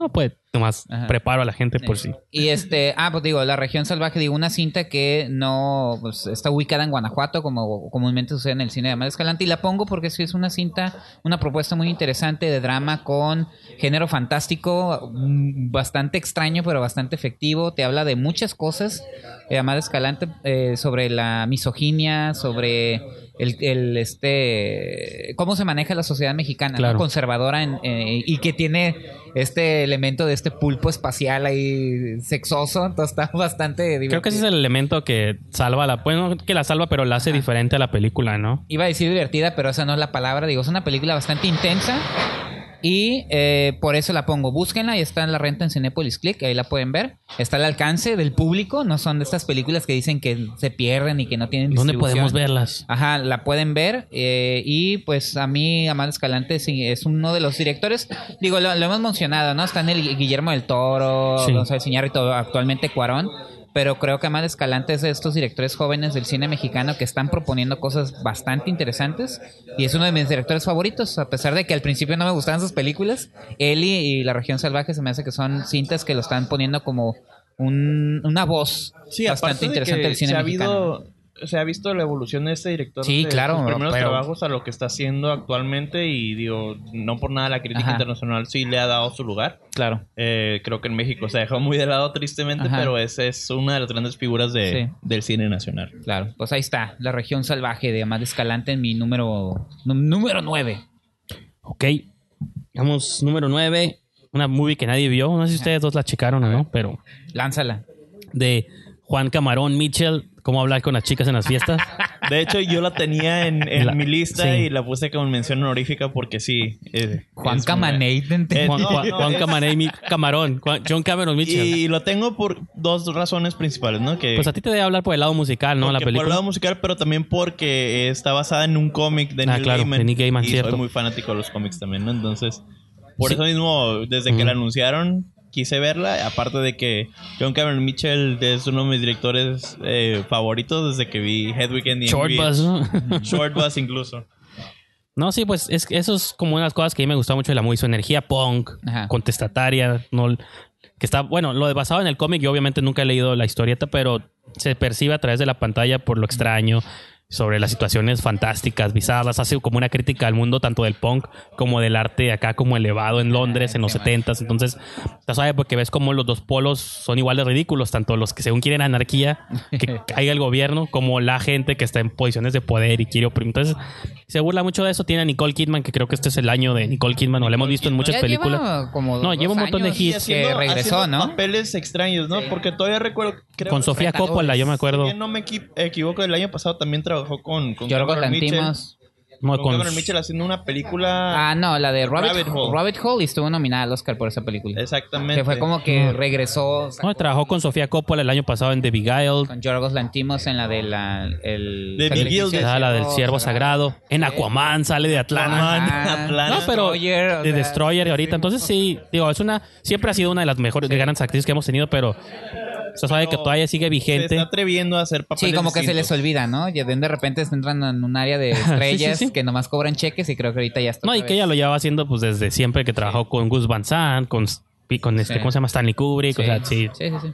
Speaker 2: No, pues, nomás
Speaker 1: Ajá.
Speaker 2: preparo a la gente por si.
Speaker 1: Y este, ah, pues digo, La Región Salvaje, digo, una cinta que no pues, está ubicada en Guanajuato, como comúnmente sucede en el cine de Amal Escalante, y la pongo porque sí es una cinta, una propuesta muy interesante de drama con género fantástico, mm, bastante extraño, pero bastante efectivo. Te habla de muchas cosas, eh, Amal Escalante, eh, sobre la misoginia, sobre el, el, este, cómo se maneja la sociedad mexicana, ¿no?
Speaker 2: Claro.
Speaker 1: conservadora en- eh, y que tiene este elemento de este pulpo espacial ahí sexoso, entonces está bastante divertido.
Speaker 2: Creo que ese es el elemento que salva la. Bueno, que la salva, pero la hace diferente a la película, ¿no?
Speaker 1: Iba a decir divertida, pero esa no es la palabra. Digo, es una película bastante intensa y eh, por eso la pongo. Búsquenla y está en la renta en Cinepolis Click, ahí la pueden ver. Está al alcance del público, no son de estas películas que dicen que se pierden y que no tienen
Speaker 2: ¿Dónde
Speaker 1: distribución.
Speaker 2: podemos verlas?
Speaker 1: Ajá, la pueden ver. eh, y pues a mí, Amal Escalante sí, es uno de los directores. Digo, lo, lo hemos mencionado, ¿no? Están el Guillermo del Toro,
Speaker 2: Sí.
Speaker 1: González Iñárritu, actualmente Cuarón. Pero creo que Amal Escalante es de estos directores jóvenes del cine mexicano que están proponiendo cosas bastante interesantes. Y es uno de mis directores favoritos, a pesar de que al principio no me gustaban sus películas. Él y, y La Región Salvaje se me hace que son cintas que lo están poniendo como un- una voz
Speaker 3: Sí, aparte
Speaker 1: bastante
Speaker 3: de
Speaker 1: interesante
Speaker 3: que
Speaker 1: del cine
Speaker 3: se ha
Speaker 1: mexicano.
Speaker 3: habido- se ha visto la evolución de este director.
Speaker 1: Sí,
Speaker 3: de
Speaker 1: claro,
Speaker 3: Sus primeros
Speaker 1: pero-
Speaker 3: trabajos a lo que está haciendo actualmente y digo, no por nada la crítica
Speaker 1: Ajá.
Speaker 3: internacional sí le ha dado su lugar.
Speaker 1: Claro.
Speaker 3: Eh, creo que en México se ha dejado muy de lado tristemente,
Speaker 1: Ajá.
Speaker 3: pero esa es una de las grandes figuras de,
Speaker 1: Sí.
Speaker 3: del cine nacional.
Speaker 1: Claro, pues ahí está, la región salvaje de Amad Escalante en mi número nú- número 9.
Speaker 2: Ok. Vamos, número 9. Una movie que nadie vio. No sé si ustedes dos la checaron o no, pero.
Speaker 1: Lánzala.
Speaker 2: De Juan Camarón Mitchell. ¿Cómo hablar con las chicas en las fiestas?
Speaker 3: De hecho, yo la tenía en, en
Speaker 2: La-
Speaker 3: mi lista
Speaker 2: sí.
Speaker 3: y la puse como mención honorífica porque sí. eh,
Speaker 1: Juan
Speaker 3: es una-
Speaker 1: Camaney.
Speaker 3: Eh,
Speaker 2: Juan,
Speaker 3: no,
Speaker 2: Juan-
Speaker 3: no,
Speaker 2: Juan
Speaker 3: es-
Speaker 2: Camarón Mi- Camarón. Juan- John Cameron Mitchell.
Speaker 3: Y lo tengo por dos razones principales, ¿no? Que,
Speaker 2: Pues a ti te debe hablar por el lado musical, ¿no? La
Speaker 3: Porque Por el
Speaker 2: película.
Speaker 3: lado musical, pero también porque eh, está basada en un cómic de
Speaker 2: Ah,
Speaker 3: Neil
Speaker 2: claro,
Speaker 3: Gaiman.
Speaker 2: de Neil Gaiman,
Speaker 3: y
Speaker 2: cierto.
Speaker 3: soy muy fanático de los cómics también, ¿no? Entonces, por
Speaker 2: Sí.
Speaker 3: eso mismo, desde que
Speaker 2: Ujú.
Speaker 3: la anunciaron, quise verla. Aparte de que John Cameron Mitchell es uno de mis directores eh, favoritos desde que vi Hedwig and the
Speaker 2: Short
Speaker 3: Angry
Speaker 2: Bus, ¿no?
Speaker 3: Inch. Short Bus incluso.
Speaker 2: No, sí, pues es, eso es como una de las cosas que a mí me gustaba mucho de la movie, su energía punk,
Speaker 1: Ajá.
Speaker 2: contestataria, no, que está, bueno, lo de basado en el cómic, yo obviamente nunca he leído la historieta, pero se percibe a través de la pantalla por lo extraño, sobre las situaciones fantásticas, bizarras, hace como una crítica al mundo tanto del punk como del arte acá como elevado en Londres en los
Speaker 1: Ah, qué
Speaker 2: 70s, entonces ya sabes porque ves como los dos polos son igual de ridículos, tanto los que según quieren anarquía, que caiga el gobierno, como la gente que está en posiciones de poder y quiere oprimir. Entonces, se burla mucho de eso. Tiene a Nicole Kidman, que creo que este es el año de Nicole Kidman, o la hemos visto en muchas
Speaker 1: Ya
Speaker 2: películas.
Speaker 1: lleva como
Speaker 2: No,
Speaker 1: dos
Speaker 2: lleva un montón de
Speaker 1: años
Speaker 2: hits.
Speaker 1: que
Speaker 3: Haciendo-
Speaker 1: regresó,
Speaker 3: haciendo
Speaker 1: ¿no?
Speaker 3: Papeles extraños, ¿no? Porque todavía recuerdo... creo
Speaker 2: Con
Speaker 3: que-
Speaker 2: Sofía
Speaker 1: Retadores.
Speaker 2: Coppola, yo me
Speaker 3: Si
Speaker 2: acuerdo.
Speaker 3: bien no me equi- equivoco, el año pasado también trabajó con... con
Speaker 1: Yorgo
Speaker 3: Cameron Mitchell.
Speaker 1: Lantimos.
Speaker 2: No,
Speaker 3: Con
Speaker 2: con-
Speaker 3: Cameron Mitchell haciendo una película.
Speaker 1: Ah, no, la de Rabbit,
Speaker 3: Rabbit
Speaker 1: Hole.
Speaker 3: Hole.
Speaker 1: Rabbit Hole estuvo nominada al Oscar por esa película.
Speaker 3: Exactamente.
Speaker 1: Que fue como que regresó
Speaker 2: no,
Speaker 1: sacó-
Speaker 2: trabajó con Sofía Coppola el año pasado en The Beguiled,
Speaker 1: con Yorgos Lantimos en la de la el
Speaker 3: De
Speaker 1: sacrificio
Speaker 3: Big Deal,
Speaker 2: ah, la del Siervo Sagrado, en
Speaker 1: Sí.
Speaker 2: Aquaman sale de Atlanta.
Speaker 1: Ajá.
Speaker 3: Atlanta.
Speaker 2: No, pero
Speaker 1: Destroyer, o
Speaker 2: de
Speaker 1: sea,
Speaker 2: Destroyer ahorita. Entonces sí, digo, es una siempre ha sido una de las mejores grandes actrices que hemos tenido, pero se sabe que todavía sigue
Speaker 3: Se
Speaker 2: vigente.
Speaker 3: está atreviendo a hacer papeles.
Speaker 1: Sí, como que se les
Speaker 3: distintos.
Speaker 1: olvida, ¿no? Y de de repente se entran en un área de estrellas
Speaker 2: sí.
Speaker 1: que nomás cobran cheques y creo que ahorita ya está.
Speaker 2: No, y
Speaker 1: otra
Speaker 2: que
Speaker 1: vez.
Speaker 2: ella lo llevaba haciendo pues desde siempre que trabajó con Gus Van Sant, con, y con este,
Speaker 1: Sí.
Speaker 2: ¿cómo se llama? Stanley Kubrick, o sea, sí.
Speaker 1: sí, sí, sí.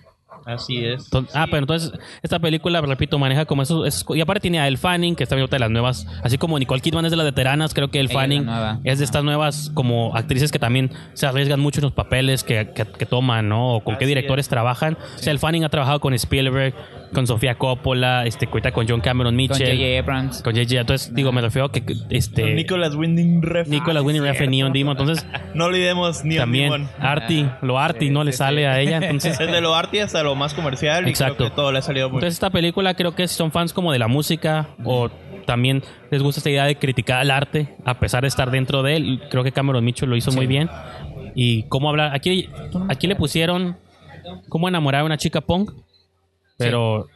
Speaker 3: Así es.
Speaker 2: Entonces- ah, pero entonces esta película, repito, maneja como eso. y aparte tiene a El Fanning, que está ahorita de las nuevas. Así como Nicole Kidman es de las veteranas, creo que El
Speaker 1: Ella es la
Speaker 2: Fanning
Speaker 1: nueva.
Speaker 2: es de estas nuevas como actrices que también se arriesgan mucho en los papeles que, que- que toman, ¿no? O con qué
Speaker 3: Así
Speaker 2: directores trabajan. O sea, El Fanning ha trabajado con Spielberg, con Sofía Coppola, este, ahorita con John Cameron
Speaker 1: Con
Speaker 2: Mitchell,
Speaker 1: J.J. Abrams.
Speaker 2: con J.J. Entonces, digo, me refiero a que este, Nicolas, Ah,
Speaker 3: Nicolas Winding Refn.
Speaker 2: Winning Refn, Neon Demon. Entonces,
Speaker 3: No olvidemos ni
Speaker 2: también Arti, lo Arti no le sale a ella. Entonces,
Speaker 3: Desde lo arty hasta lo más comercial. Y
Speaker 2: Exacto.
Speaker 3: creo que todo le ha salido muy
Speaker 2: Entonces esta película creo que si son fans como de la música o también les gusta esta idea de criticar al arte a pesar de estar dentro de él. Creo que Cameron Mitchell lo hizo muy bien. Y cómo hablar, aquí, aquí le pusieron cómo enamorar a una chica punk, pero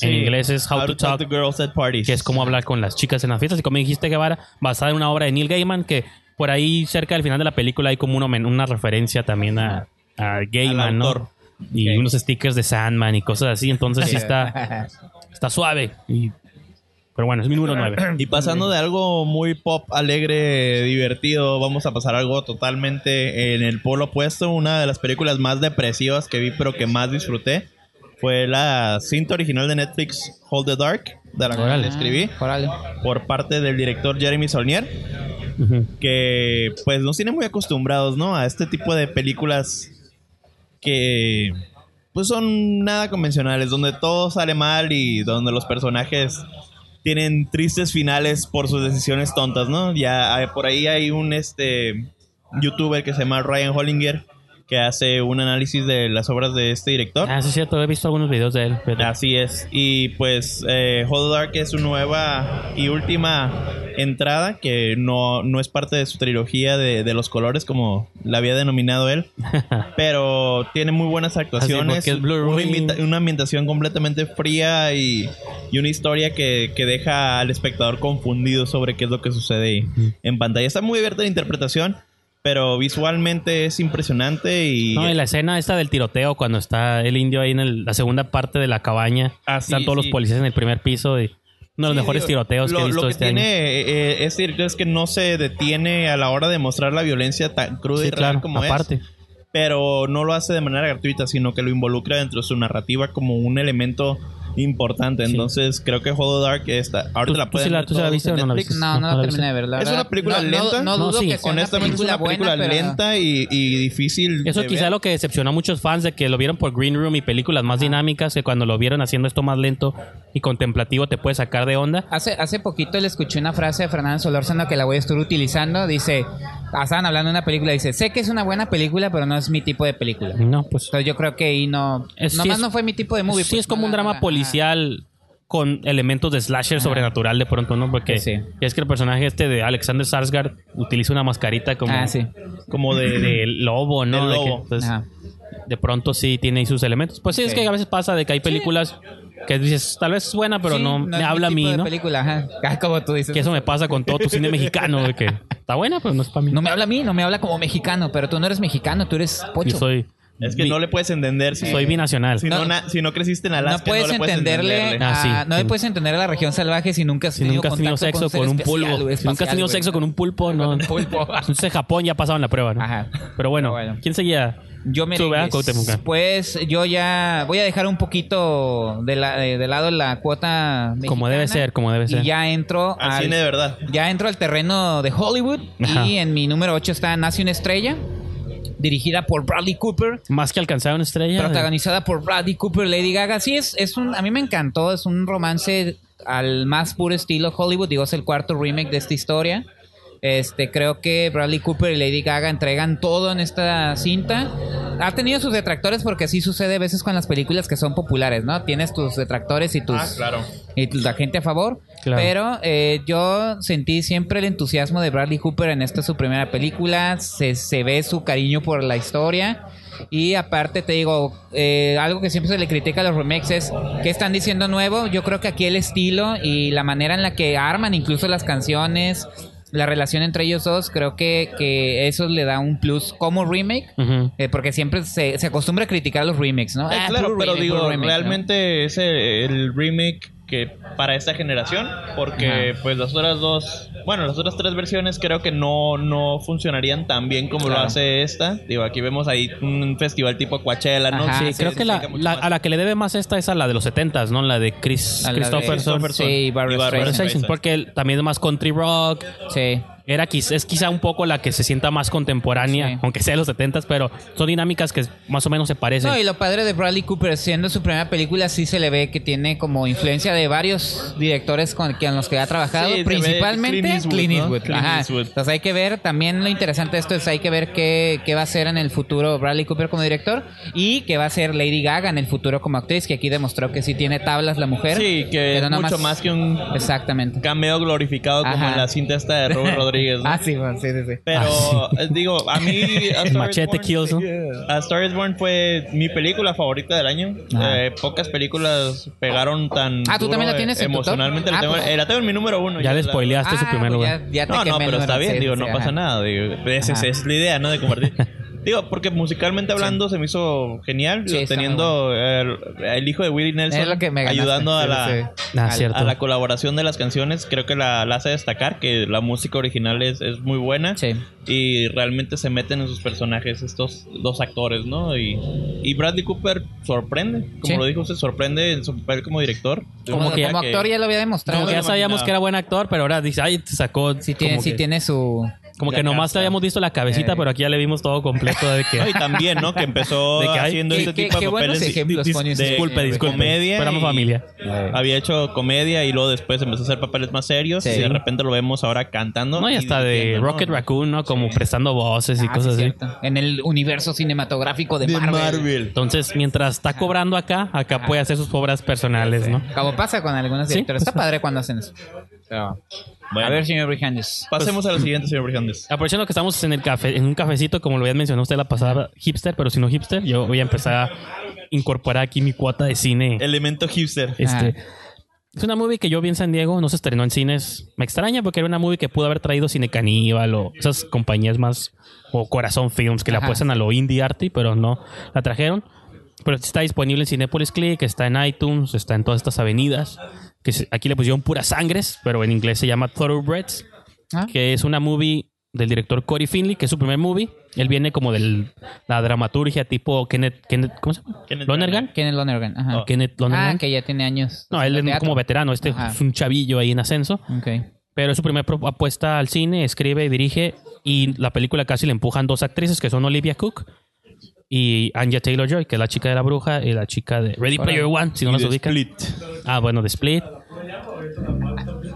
Speaker 2: en
Speaker 3: Sí.
Speaker 2: inglés es How, to Talk,
Speaker 3: to Girls at Parties.
Speaker 2: que es cómo hablar con las chicas en las fiestas. Y como dijiste, Guevara, basada en una obra de Neil Gaiman, que por ahí cerca del final de la película hay como un homen- una referencia también a, a Gaiman,
Speaker 3: autor.
Speaker 2: ¿no? Y
Speaker 3: Ok.
Speaker 2: unos stickers de Sandman y cosas así. Entonces sí está, está suave. Y- pero bueno, es mi número 9.
Speaker 3: Y pasando de algo muy pop, alegre, divertido, vamos a pasar a algo totalmente en el polo opuesto. Una de las películas más depresivas que vi, pero que más disfruté, fue la cinta original de Netflix, Hold the Dark, de la cual
Speaker 2: Órale.
Speaker 3: le escribí,
Speaker 1: Ah, Órale.
Speaker 3: por parte del director Jeremy Solnier, que pues nos tiene muy acostumbrados, ¿no? A este tipo de películas que pues son nada convencionales, donde todo sale mal y donde los personajes tienen tristes finales por sus decisiones tontas, ¿no? Ya hay- por ahí hay un este youtuber que se llama Ryan Hollinger que hace un análisis de las obras de este director.
Speaker 2: Ah, sí, es cierto, he visto algunos videos de él. fíjate.
Speaker 3: Así es. Y pues eh, Hold Dark es su nueva y última entrada que no, no es parte de su trilogía de, de los colores como la había denominado él. pero tiene muy buenas actuaciones.
Speaker 2: porque es Blue
Speaker 3: una,
Speaker 2: Ruin.
Speaker 3: invita- una ambientación completamente fría y, y una historia que, que deja al espectador confundido sobre qué es lo que sucede ahí en pantalla. Está muy abierta la interpretación. Pero visualmente es impresionante y...
Speaker 2: No, y la escena esta del tiroteo cuando está el indio ahí en el- la segunda parte de la cabaña.
Speaker 3: Ah, sí,
Speaker 2: están todos
Speaker 3: sí.
Speaker 2: los policías en el primer piso. Y uno de los
Speaker 3: Sí,
Speaker 2: mejores
Speaker 3: digo,
Speaker 2: tiroteos que he
Speaker 3: lo-
Speaker 2: visto
Speaker 3: lo que
Speaker 2: este
Speaker 3: tiene,
Speaker 2: año.
Speaker 3: eh, eh, este director es que no se detiene a la hora de mostrar la violencia tan cruda
Speaker 2: Sí,
Speaker 3: y real
Speaker 2: claro,
Speaker 3: como
Speaker 2: aparte.
Speaker 3: es. Pero no lo hace de manera gratuita, sino que lo involucra dentro de su narrativa como un elemento importante.
Speaker 2: Sí.
Speaker 3: Entonces creo que Hollow Dark está. Ahorita
Speaker 2: ¿Tú-
Speaker 3: la
Speaker 2: tú
Speaker 3: pueden
Speaker 2: sí la-
Speaker 3: ver
Speaker 2: tú sí la
Speaker 3: todos
Speaker 2: viste
Speaker 3: en
Speaker 2: o no la
Speaker 3: Netflix.
Speaker 2: viste?
Speaker 1: No, no,
Speaker 2: la
Speaker 1: la
Speaker 2: viste.
Speaker 1: terminé de ver, la
Speaker 3: ¿Es
Speaker 1: verdad.
Speaker 3: una película
Speaker 1: No- no-
Speaker 3: lenta?
Speaker 1: No,
Speaker 2: No,
Speaker 1: dudo
Speaker 2: sí.
Speaker 1: que sea una
Speaker 3: Honestamente
Speaker 1: película
Speaker 3: es una película
Speaker 1: buena, pero-
Speaker 3: lenta y, y difícil.
Speaker 2: Eso
Speaker 3: de
Speaker 2: quizá
Speaker 3: ver.
Speaker 2: lo que decepcionó a muchos fans de que lo vieron por Green Room y películas más dinámicas, que cuando lo vieron haciendo esto más lento y contemplativo te puede sacar de onda.
Speaker 1: Hace, hace poquito le escuché una frase de Fernando Solórzano que la voy a estar utilizando. Dice, ah, estaban hablando de una película, dice, sé que es una buena película, pero no es mi tipo de película.
Speaker 2: No, pues
Speaker 1: Entonces yo creo que ahí no...
Speaker 2: Es- sí
Speaker 1: nomás
Speaker 2: es-
Speaker 1: no fue mi tipo de movie.
Speaker 2: sí
Speaker 1: pues,
Speaker 2: es como
Speaker 1: no,
Speaker 2: un
Speaker 1: la-
Speaker 2: drama
Speaker 1: ajá.
Speaker 2: policial con elementos de slasher sobrenatural de pronto, ¿no? Porque
Speaker 1: Sí.
Speaker 2: es que el personaje este de Alexander Sarsgaard utiliza una mascarita como
Speaker 1: Ah, sí.
Speaker 3: Como de.
Speaker 2: de, de lobo, ¿no?
Speaker 3: De
Speaker 2: que,
Speaker 3: lobo.
Speaker 2: entonces,
Speaker 1: Ajá.
Speaker 2: de pronto sí tiene ahí sus elementos. Pues sí, es
Speaker 1: Ok.
Speaker 2: que a veces pasa de que hay películas que dices, tal vez es buena, pero
Speaker 1: Sí,
Speaker 2: no,
Speaker 1: es
Speaker 2: me
Speaker 1: mi
Speaker 2: habla a
Speaker 1: tipo
Speaker 2: mí,
Speaker 1: de
Speaker 2: ¿no?
Speaker 1: película, ajá. Ah, Como tú dices.
Speaker 2: Que eso me pasa con todo tu cine mexicano, de que está buena, pero no es para mí.
Speaker 1: No me habla a mí, no me habla como mexicano, pero tú no eres mexicano, tú eres
Speaker 2: Y
Speaker 1: pocho.
Speaker 2: soy,
Speaker 3: Es que
Speaker 2: bi-
Speaker 3: no le puedes entender si,
Speaker 2: soy binacional.
Speaker 3: si, no,
Speaker 1: No.
Speaker 3: na- si no creciste en Alaska.
Speaker 1: no puedes
Speaker 3: le
Speaker 1: entenderle,
Speaker 2: Ah, sí.
Speaker 1: a- no le puedes entender a la región salvaje si nunca has
Speaker 2: Si nunca has tenido
Speaker 1: contacto
Speaker 2: sexo con
Speaker 1: ser
Speaker 2: un
Speaker 1: especial,
Speaker 2: pulpo.
Speaker 1: güey,
Speaker 2: Si nunca has
Speaker 1: espacial,
Speaker 2: tenido
Speaker 1: güey.
Speaker 2: sexo con un pulpo, no.
Speaker 1: un pulpo.
Speaker 2: Entonces Japón ya pasaban la prueba, ¿no?
Speaker 1: Ajá.
Speaker 2: Pero bueno,
Speaker 1: Pero bueno.
Speaker 2: ¿quién seguía?
Speaker 1: Yo me
Speaker 2: Tú, ¿verdad, Cuauhtémoc?
Speaker 1: Pues yo ya voy a dejar un poquito de, la- de- de lado la cuota mexicana
Speaker 2: Como debe ser, como debe ser.
Speaker 1: Y ya entro
Speaker 3: Al
Speaker 1: al,
Speaker 3: cine de verdad.
Speaker 1: ya entro al terreno de Hollywood
Speaker 2: Ajá.
Speaker 1: y en mi número 8 está Nace una estrella, dirigida por Bradley Cooper,
Speaker 2: Más que alcanzar una estrella. eh.
Speaker 1: protagonizada por Bradley Cooper, Lady Gaga. Sí, es, es un, a mí me encantó, es un romance al más puro estilo Hollywood, digo, es el cuarto remake de esta historia. Este, creo que Bradley Cooper y Lady Gaga entregan todo en esta cinta. ha tenido sus detractores porque sí sucede a veces con las películas que son populares, ¿no? Tienes tus detractores y tus
Speaker 3: Ah, claro.
Speaker 1: y tu- la gente a favor.
Speaker 2: Claro.
Speaker 1: Pero eh, yo sentí siempre el entusiasmo de Bradley Cooper en esta su primera película. Se, se ve su cariño por la historia. Y aparte te digo, eh, algo que siempre se le critica a los remakes es que están diciendo nuevo. Yo creo que aquí el estilo y la manera en la que arman incluso las canciones, la relación entre ellos dos, creo que, que eso le da un plus como remake.
Speaker 2: Ujú.
Speaker 1: eh, porque siempre se, se acostumbra a criticar los remakes, ¿no?
Speaker 3: Eh,
Speaker 1: Ah,
Speaker 3: claro,
Speaker 1: puro
Speaker 3: pero
Speaker 1: remake,
Speaker 3: digo,
Speaker 1: puro remake, ¿no?
Speaker 3: realmente es el, el remake que para esta generación, porque pues las otras dos, bueno, las otras tres versiones creo que no, no funcionarían tan bien como lo
Speaker 1: Claro.
Speaker 3: hace esta. Digo, aquí vemos ahí un festival tipo Coachella, ¿no?
Speaker 1: Ajá,
Speaker 2: Sí,
Speaker 1: sí,
Speaker 2: creo que la,
Speaker 3: significa mucho
Speaker 2: la-
Speaker 3: más.
Speaker 2: a la que le debe más esta es a la de los 70s, ¿no? La de Chris,
Speaker 1: A la de
Speaker 2: Christopherson.
Speaker 1: Christopherson. Sí, y Barbra Streisand.
Speaker 2: Christopherson, Porque él también es más country rock.
Speaker 1: Sí.
Speaker 2: Era, quiz- es quizá un poco la que se sienta más contemporánea,
Speaker 1: Sí.
Speaker 2: aunque sea de los 70s, pero son dinámicas que más o menos se parecen.
Speaker 1: No, y lo padre de Bradley Cooper, siendo su primera película, sí se le ve que tiene como influencia de varios directores con, con los que ha trabajado,
Speaker 3: Sí, se ve
Speaker 1: principalmente
Speaker 3: Clint
Speaker 1: Clint
Speaker 3: Eastwood,
Speaker 1: Eastwood.
Speaker 3: ¿no? Clint
Speaker 1: Ajá.
Speaker 3: Eastwood.
Speaker 1: Entonces hay que ver, también lo interesante de esto es hay que ver qué, qué va a ser en el futuro Bradley Cooper como director y qué va a ser Lady Gaga en el futuro como actriz, que aquí demostró que sí tiene tablas la mujer.
Speaker 3: Sí, que es
Speaker 1: pero nada
Speaker 3: mucho
Speaker 1: más-
Speaker 3: más que un
Speaker 1: Exactamente.
Speaker 3: cameo glorificado como
Speaker 1: Ajá.
Speaker 3: en la cinta esta de Robert Rodríguez. ¿no?
Speaker 1: Ah, sí, bueno, sí, sí, sí.
Speaker 3: Pero
Speaker 2: Ah,
Speaker 3: eh, digo, a mí A Star is
Speaker 2: Machete
Speaker 3: Born- eh,
Speaker 2: Kills, ¿no?
Speaker 3: A Star is Born fue mi película favorita del año.
Speaker 1: Ah.
Speaker 3: Eh, pocas películas pegaron tan
Speaker 1: Ah, ¿tú
Speaker 3: duro,
Speaker 1: también la
Speaker 3: eh,
Speaker 1: tienes en tu top?
Speaker 3: emocionalmente. la,
Speaker 1: Ah,
Speaker 3: tengo,
Speaker 1: pues-
Speaker 3: eh, la tengo en mi número uno.
Speaker 2: ya
Speaker 3: yo
Speaker 2: le
Speaker 3: la-
Speaker 2: spoileaste su
Speaker 1: Ah,
Speaker 2: primer
Speaker 1: pues
Speaker 2: lugar.
Speaker 1: ya- ya te
Speaker 3: No,
Speaker 1: quemé
Speaker 3: no,
Speaker 1: el
Speaker 3: pero
Speaker 1: número,
Speaker 3: está bien,
Speaker 1: sí,
Speaker 3: digo,
Speaker 1: sí,
Speaker 3: no
Speaker 1: sí,
Speaker 3: pasa
Speaker 1: ajá.
Speaker 3: nada. Digo, esa esa
Speaker 1: Ajá.
Speaker 3: es la idea, ¿no? De compartir. digo, porque musicalmente hablando se me hizo genial.
Speaker 1: Sí,
Speaker 3: digo,
Speaker 1: está muy
Speaker 3: teniendo eh, el, el hijo de Willie Nelson
Speaker 1: Es lo que me ganaste,
Speaker 3: ayudando a
Speaker 1: sí,
Speaker 3: la,
Speaker 1: sí.
Speaker 2: Ah,
Speaker 1: al-
Speaker 2: cierto.
Speaker 3: a la colaboración de las canciones, creo que la, la hace destacar, que la música original es, es muy buena
Speaker 1: Sí.
Speaker 3: y realmente se meten en sus personajes estos dos actores, ¿no? Y, y Bradley Cooper sorprende, como
Speaker 1: Sí.
Speaker 3: lo dijo, se sorprende en su papel como director.
Speaker 1: Como,
Speaker 2: Como que-
Speaker 1: como actor ya lo había demostrado.
Speaker 2: Como que ya
Speaker 3: no me
Speaker 2: sabíamos
Speaker 3: imaginaba.
Speaker 2: que era buen actor, pero ahora dice, ay, te sacó.
Speaker 1: Sí tiene,
Speaker 2: como
Speaker 1: sí
Speaker 2: que,
Speaker 1: tiene su...
Speaker 2: como que
Speaker 3: la
Speaker 2: nomás
Speaker 3: casta.
Speaker 2: te habíamos visto la cabecita,
Speaker 1: Eh.
Speaker 2: pero aquí ya le vimos todo completo de que.
Speaker 3: No, y también, ¿no? Que empezó
Speaker 2: De que hay-
Speaker 3: haciendo
Speaker 1: Qué-
Speaker 3: este
Speaker 1: qué-
Speaker 3: tipo de
Speaker 1: qué buenos
Speaker 3: papeles.
Speaker 1: ejemplos este
Speaker 3: dis-
Speaker 1: pone ese
Speaker 3: de-
Speaker 2: disculpe,
Speaker 1: de
Speaker 2: disculpe.
Speaker 3: comedia
Speaker 2: Pero éramos
Speaker 3: y-
Speaker 2: familia.
Speaker 3: Había hecho comedia y luego después empezó a hacer papeles más serios
Speaker 1: Sí.
Speaker 3: y de repente lo vemos ahora cantando.
Speaker 2: No, y hasta de
Speaker 3: dirigiendo, ¿no?
Speaker 2: Rocket Raccoon, ¿no? Como prestando voces y
Speaker 1: Ah,
Speaker 2: cosas
Speaker 1: sí,
Speaker 2: así.
Speaker 1: cierto. En el universo cinematográfico de, Marvel.
Speaker 2: Entonces, mientras está cobrando acá, acá puede hacer sus obras personales, ¿no?
Speaker 1: Como pasa con algunos
Speaker 2: Sí,
Speaker 1: directores. Está padre cuando hacen eso.
Speaker 3: Bueno,
Speaker 1: A ver, pues, señor Brijandes.
Speaker 3: pasemos a la siguiente, señor Brijandes.
Speaker 2: Aprovechando que estamos en el café, en un cafecito, como lo habían mencionado usted la pasada, hipster, pero si no hipster, yo voy a empezar a incorporar aquí mi cuota de cine.
Speaker 3: Elemento hipster.
Speaker 2: Este, Es una movie que yo vi en San Diego, no se estrenó en cines. Me extraña porque era una movie que pudo haber traído Cine Caníbal o esas compañías más, o Corazón Films, que la
Speaker 1: Ajá.
Speaker 2: apuestan a lo indie arty, pero no la trajeron. Pero sí está disponible en Cinepolis Click, está en iTunes, está en todas estas avenidas. Que se- aquí le pusieron puras sangres, pero en inglés se llama Thoroughbreds
Speaker 1: Ah.
Speaker 2: que es una movie del director Corey Finley, que es su primer movie. Él viene como de la dramaturgia tipo Kenneth, Kenneth ¿cómo se llama?
Speaker 3: Kenneth
Speaker 2: Lonergan.
Speaker 1: Kenneth Lonergan. Ajá.
Speaker 3: Oh.
Speaker 2: Kenneth Lonergan.
Speaker 1: Ah, que ya tiene años. Pues,
Speaker 2: No, él es
Speaker 1: Teatro.
Speaker 2: como veterano, este
Speaker 1: Ajá.
Speaker 2: es un chavillo ahí en ascenso,
Speaker 1: Ok.
Speaker 2: pero es su primera pro- apuesta al cine, escribe, dirige y la película casi le empujan dos actrices que son Olivia Cook y Anja Taylor-Joy, que es la chica de La Bruja y la chica de Ready
Speaker 1: Órale.
Speaker 2: Player One, si no
Speaker 3: Y
Speaker 2: las
Speaker 3: de
Speaker 2: ubican.
Speaker 3: Split.
Speaker 2: Ah, bueno, de Split.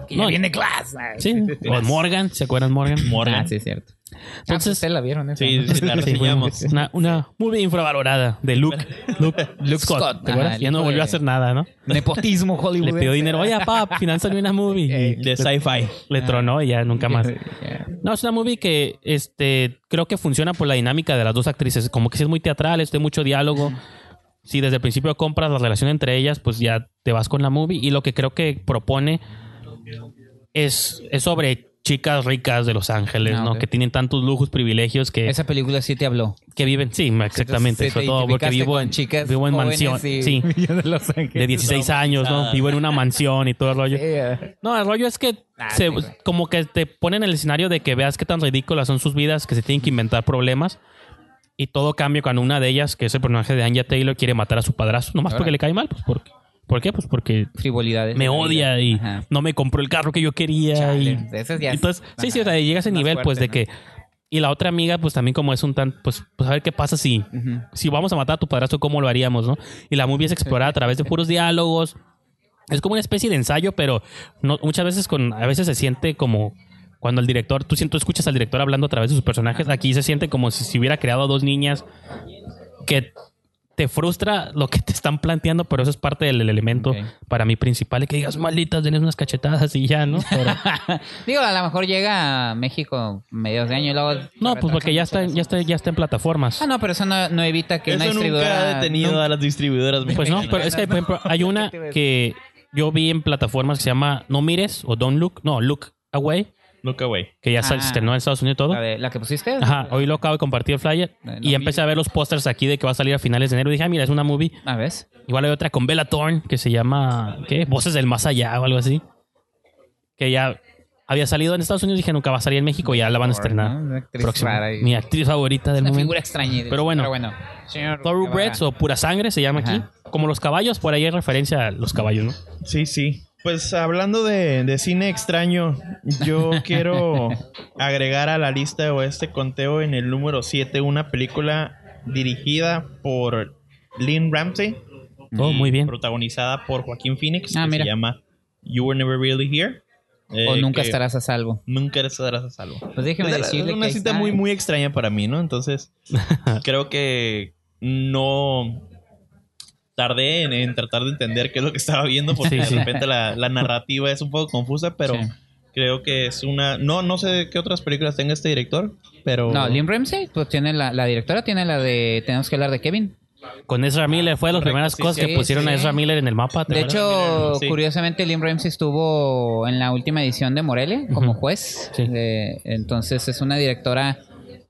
Speaker 1: Que ya
Speaker 2: No,
Speaker 1: viene Glass. Ah,
Speaker 2: Sí, o Morgan, ¿se acuerdan Morgan?
Speaker 3: Morgan.
Speaker 1: Ah, sí, es cierto.
Speaker 2: Entonces-
Speaker 1: Entonces, ¿ustedes la vieron ¿eh? esa?
Speaker 3: Sí, sí, la
Speaker 2: Sí,
Speaker 3: reseñamos.
Speaker 2: bueno, una, una movie infravalorada de Luke, Luke, Luke Scott.
Speaker 1: Scott,
Speaker 2: ¿te acuerdas?
Speaker 1: ajá, el
Speaker 2: ya no
Speaker 1: hijo
Speaker 2: volvió
Speaker 1: de-
Speaker 2: a hacer nada, ¿no?
Speaker 1: Nepotismo
Speaker 2: Le
Speaker 1: Hollywood.
Speaker 2: pidió dinero, oye, pap, finanzame una movie.
Speaker 1: Eh,
Speaker 2: Y
Speaker 3: De sci-fi.
Speaker 2: le tronó y ya nunca más. Eh,
Speaker 1: Ya.
Speaker 2: No, es una movie que este, creo que funciona por la dinámica de las dos actrices. Como que sí es muy teatral, es de mucho diálogo. Si desde el principio compras la relación entre ellas, pues ya te vas con la movie. Y lo que creo que propone es, es sobre chicas ricas de Los Ángeles,
Speaker 1: Ah,
Speaker 2: ¿no?
Speaker 1: ok.
Speaker 2: Que tienen tantos lujos, privilegios que,
Speaker 1: Esa película sí te habló.
Speaker 2: que viven. Sí, exactamente.
Speaker 1: Entonces, sí
Speaker 2: sobre
Speaker 1: te
Speaker 2: todo porque
Speaker 1: identificaste
Speaker 2: vivo
Speaker 1: con
Speaker 2: en,
Speaker 1: chicas
Speaker 2: vivo en
Speaker 1: jóvenes
Speaker 2: mansión.
Speaker 1: y-
Speaker 2: Sí,
Speaker 1: de Los
Speaker 2: de
Speaker 1: Ángeles.
Speaker 2: 16 años, ¿no? Vivo en una mansión y todo el rollo.
Speaker 1: Sí, ya.
Speaker 2: No, el rollo es que
Speaker 1: Ah,
Speaker 2: se-
Speaker 1: sí, güey.
Speaker 2: como que te ponen el escenario de que veas qué tan ridículas son sus vidas, que se tienen que inventar problemas. Y todo cambia cuando una de ellas, que es el personaje de Anja Taylor, quiere matar a su padrazo, nomás
Speaker 1: Ahora.
Speaker 2: porque le cae mal. Pues, ¿por, qué? ¿Por qué? Pues porque
Speaker 1: Frivolidades.
Speaker 2: me
Speaker 1: de la
Speaker 2: odia
Speaker 1: vida.
Speaker 2: y
Speaker 1: Ajá.
Speaker 2: no me compró el carro que yo quería.
Speaker 1: Chale,
Speaker 2: y,
Speaker 1: esas ya es-
Speaker 2: entonces, sí, sí, o
Speaker 1: ajá,
Speaker 2: sea, llega a ese
Speaker 1: más
Speaker 2: nivel, pues, de
Speaker 1: fuerte,
Speaker 2: que... Y la otra amiga, pues también como es un tan... Pues, pues a ver qué pasa si
Speaker 1: Ujú.
Speaker 2: si vamos a matar a tu padrastro, ¿cómo lo haríamos, no? Y la movie es explorada a través de puros diálogos. Es como una especie de ensayo, pero no- muchas veces con, a veces se siente como cuando el director, tú, siento- escuchas al director hablando a través de sus personajes, aquí se siente como si, si hubiera creado a dos niñas que te frustra lo que te están planteando, pero eso es parte del elemento
Speaker 1: Ok.
Speaker 2: para mí principal, es que digas, malditas, denles unas cachetadas y ya, ¿no? Pero-
Speaker 1: Digo, a lo mejor llega a México mediados de año y luego.
Speaker 2: no, pues porque ya está, ya está, ya está en plataformas.
Speaker 1: Ah, no, pero eso no, no evita que una
Speaker 3: Eso
Speaker 1: distribuidora.
Speaker 3: nunca ha detenido
Speaker 1: nunca-
Speaker 3: a las distribuidoras
Speaker 2: Pues no,
Speaker 3: mexicanas.
Speaker 2: pero es que, por ejemplo, hay una que yo vi en plataformas que se llama No Mires o Don't Look, no, Look Away,
Speaker 3: Look away.
Speaker 2: que ya se
Speaker 1: Ah.
Speaker 2: estrenó en Estados Unidos y todo.
Speaker 1: La, de- la que pusiste.
Speaker 2: Ajá, hoy lo acabo de compartir el flyer
Speaker 1: No, no
Speaker 2: y empecé a ver los pósters aquí de que va a salir a finales de enero. Y dije, ah, mira, es una movie.
Speaker 1: A ver.
Speaker 2: Igual hay otra con Bella Thorne que se llama, ¿qué? Voces del Más Allá o algo así. Que ya había salido en Estados Unidos y dije, nunca va a salir en México, ya la van a estrenar.
Speaker 1: Una actriz
Speaker 2: Próximo.
Speaker 1: rara y-
Speaker 2: Mi actriz favorita del
Speaker 1: Una
Speaker 2: momento.
Speaker 1: figura extraña.
Speaker 2: Pero bueno.
Speaker 1: Señor
Speaker 2: Thoroughbreds
Speaker 1: Guevara.
Speaker 2: o Pura Sangre se llama
Speaker 1: Ajá.
Speaker 2: aquí. Como los caballos, por ahí hay referencia a los caballos, ¿no?
Speaker 3: Sí, sí. Pues hablando de, de cine extraño, yo quiero agregar a la lista o a este conteo en el número 7 una película dirigida por Lynn Ramsey.
Speaker 2: Oh,
Speaker 1: Mm,
Speaker 3: y
Speaker 2: muy bien.
Speaker 3: Protagonizada por Joaquín Phoenix,
Speaker 1: Ah,
Speaker 3: que
Speaker 1: mira.
Speaker 3: se llama You Were Never Really Here.
Speaker 1: O
Speaker 3: eh,
Speaker 1: nunca
Speaker 3: que
Speaker 1: estarás a salvo.
Speaker 3: Nunca estarás a salvo.
Speaker 1: Pues déjeme
Speaker 3: Es la-
Speaker 1: decirle.
Speaker 3: es una
Speaker 1: que ahí
Speaker 3: cita
Speaker 1: está.
Speaker 3: muy, muy extraña para mí, ¿no? Entonces, creo que no tardé en, en tratar de entender qué es lo que estaba viendo, porque
Speaker 2: Sí, sí.
Speaker 3: de repente la, la narrativa es un poco confusa, pero
Speaker 1: Sí.
Speaker 3: creo que es una. No, no sé qué otras películas tenga este director, pero.
Speaker 1: No, Lynn Ramsey, pues tiene la, la directora, tiene la de Tenemos que hablar de Kevin.
Speaker 2: Con Ezra Miller fue de las
Speaker 3: Correcto,
Speaker 2: primeras
Speaker 3: sí,
Speaker 2: cosas
Speaker 1: Ah, sí,
Speaker 2: que pusieron
Speaker 1: sí.
Speaker 2: a Ezra Miller en el mapa. ¿te
Speaker 1: De
Speaker 2: acuerdas?
Speaker 1: hecho,
Speaker 3: Sí.
Speaker 1: curiosamente, Lynn Ramsey estuvo en la última edición de Morelia como
Speaker 2: Ujú.
Speaker 1: juez.
Speaker 2: Sí.
Speaker 1: Eh, entonces es una directora.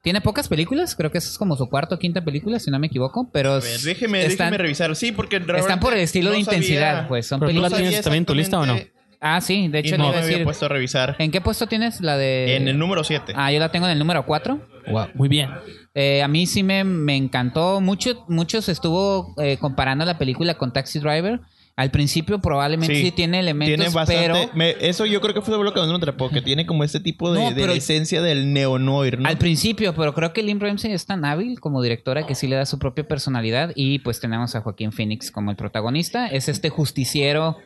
Speaker 1: Tiene pocas películas, creo que esa es como su cuarta o quinta película, si no me equivoco, pero
Speaker 3: A ver, déjeme,
Speaker 1: están,
Speaker 3: déjeme revisar. Sí, porque.
Speaker 1: están por el estilo de intensidad, pues son
Speaker 2: Pero tú la
Speaker 1: películas.
Speaker 2: tienes también en tu lista o no?
Speaker 1: Ah, sí, de
Speaker 3: De
Speaker 1: hecho
Speaker 3: hecho,
Speaker 1: le
Speaker 3: no
Speaker 1: iba
Speaker 3: me
Speaker 1: a
Speaker 3: había
Speaker 1: decir.
Speaker 3: puesto a revisar.
Speaker 1: ¿En qué puesto tienes la de.?
Speaker 3: En el número 7.
Speaker 1: Ah, yo la tengo en el número 4.
Speaker 2: Wow, muy bien.
Speaker 1: Eh, a mí sí me, me encantó. Mucho, muchos estuvo eh, comparando la película con Taxi Driver. Al principio probablemente sí,
Speaker 3: Sí,
Speaker 1: tiene elementos,
Speaker 3: Tiene bastante.
Speaker 1: pero
Speaker 3: me- eso yo creo que fue lo que me atrapó, que tiene como este tipo de,
Speaker 1: No,
Speaker 3: de
Speaker 1: pero-
Speaker 3: la esencia del neo-noir, ¿no?
Speaker 1: al principio, pero creo que Lynn Ramsey es tan hábil como directora que sí le da su propia personalidad y pues tenemos a Joaquín Phoenix como el protagonista. Es este justiciero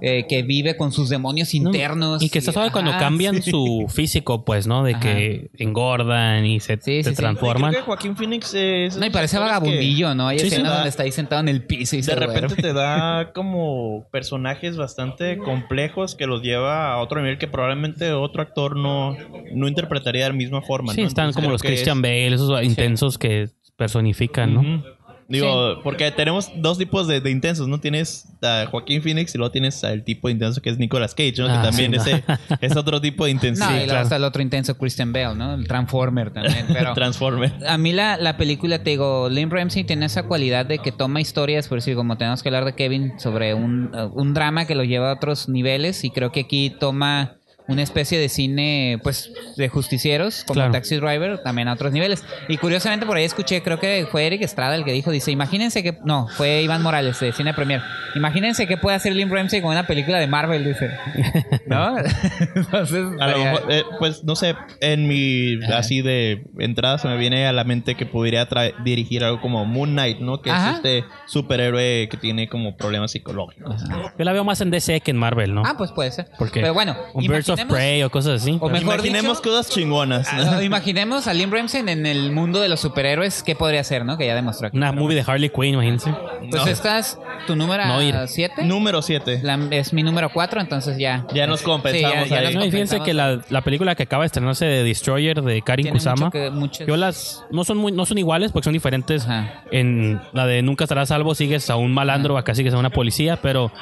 Speaker 1: eh, que vive con sus demonios
Speaker 2: No,
Speaker 1: internos.
Speaker 2: Y que está suave
Speaker 1: Oh, ajá,
Speaker 2: cuando cambian su físico, pues, ¿no? De que engordan y se,
Speaker 1: Sí, sí,
Speaker 2: se
Speaker 1: sí.
Speaker 2: transforman.
Speaker 3: Creo que Joaquín Phoenix es.
Speaker 1: No, y parece
Speaker 3: actores que
Speaker 1: vagabundillo, ¿no? Hay
Speaker 2: Sí, sí,
Speaker 1: escenas
Speaker 3: da-
Speaker 1: donde está ahí sentado en el piso y se
Speaker 3: De repente
Speaker 1: duerme.
Speaker 3: te da como personajes bastante complejos que los lleva a otro nivel que probablemente otro actor no, no interpretaría de la misma forma.
Speaker 2: Sí,
Speaker 3: ¿no?
Speaker 2: están
Speaker 3: Entonces,
Speaker 2: como
Speaker 3: creo
Speaker 2: los
Speaker 3: que es-
Speaker 2: Christian Bale, esos intensos que personifican, ¿no?
Speaker 3: Ujú. Digo, porque tenemos dos tipos de, de intensos, ¿no? Tienes a Joaquín Phoenix y luego tienes al tipo de intenso que es Nicolas Cage, ¿no?
Speaker 2: Ah,
Speaker 3: que
Speaker 2: sí,
Speaker 3: también
Speaker 2: no.
Speaker 3: ese, es otro tipo de intensidad.
Speaker 1: No, y
Speaker 3: Sí,
Speaker 1: luego
Speaker 3: claro.
Speaker 1: está el otro intenso Christian Bale, ¿no? El Transformer también. Pero
Speaker 3: Transformer.
Speaker 1: a mí la, la película, te digo, Lynn Ramsey tiene esa cualidad de que toma historias, por decir, como tenemos que hablar de Kevin, sobre un, eh, un drama que lo lleva a otros niveles y creo que aquí toma una especie de cine, pues, de justicieros, como
Speaker 2: Claro.
Speaker 1: Taxi Driver, también a otros niveles. Y curiosamente por ahí escuché, creo que fue Eric Estrada el que dijo, dice, imagínense que, no, fue Iván Morales de Cine Premier, imagínense que puede hacer Lynn Ramsey con una película de Marvel, dice. ¿No? Entonces,
Speaker 3: A lo
Speaker 1: estaría-
Speaker 3: mejor, eh, pues no sé, en mi así de entrada se me viene a la mente que podría tra- dirigir algo como Moon Knight, ¿no? Que
Speaker 1: Ajá.
Speaker 3: es este superhéroe que tiene como problemas psicológicos.
Speaker 2: Yo la veo más en DC que en Marvel, ¿no?
Speaker 1: Ah, pues puede ser.
Speaker 2: Porque
Speaker 1: Pero bueno,
Speaker 2: un Birds of
Speaker 1: imaginemos-
Speaker 2: Prey o cosas así.
Speaker 1: O mejor
Speaker 3: Imaginemos
Speaker 1: dicho-
Speaker 3: cosas chingonas. ¿no?
Speaker 1: Ah, no, imaginemos a Lynn Ramsey en el mundo de los superhéroes, ¿qué podría ser, no? Que ya demostró. aquí.
Speaker 2: Una movie de Harley Quinn, imagínense.
Speaker 1: Pues
Speaker 3: No.
Speaker 1: esta es tu número
Speaker 2: No ir.
Speaker 1: 7.
Speaker 3: Número 7.
Speaker 1: es mi número 4, entonces ya.
Speaker 3: Ya nos
Speaker 1: Es-
Speaker 3: compensamos ahí.
Speaker 1: nos
Speaker 2: No, y fíjense
Speaker 1: compensamos.
Speaker 2: que la, la película que acaba de estrenarse de Destroyer de Karin
Speaker 1: Tiene mucho
Speaker 2: Kusama,
Speaker 1: que- muchas-
Speaker 2: yo las no son muy, no son iguales porque son diferentes.
Speaker 1: Ajá.
Speaker 2: En la de Nunca estarás salvo sigues a un malandro, acá sigues a una policía, pero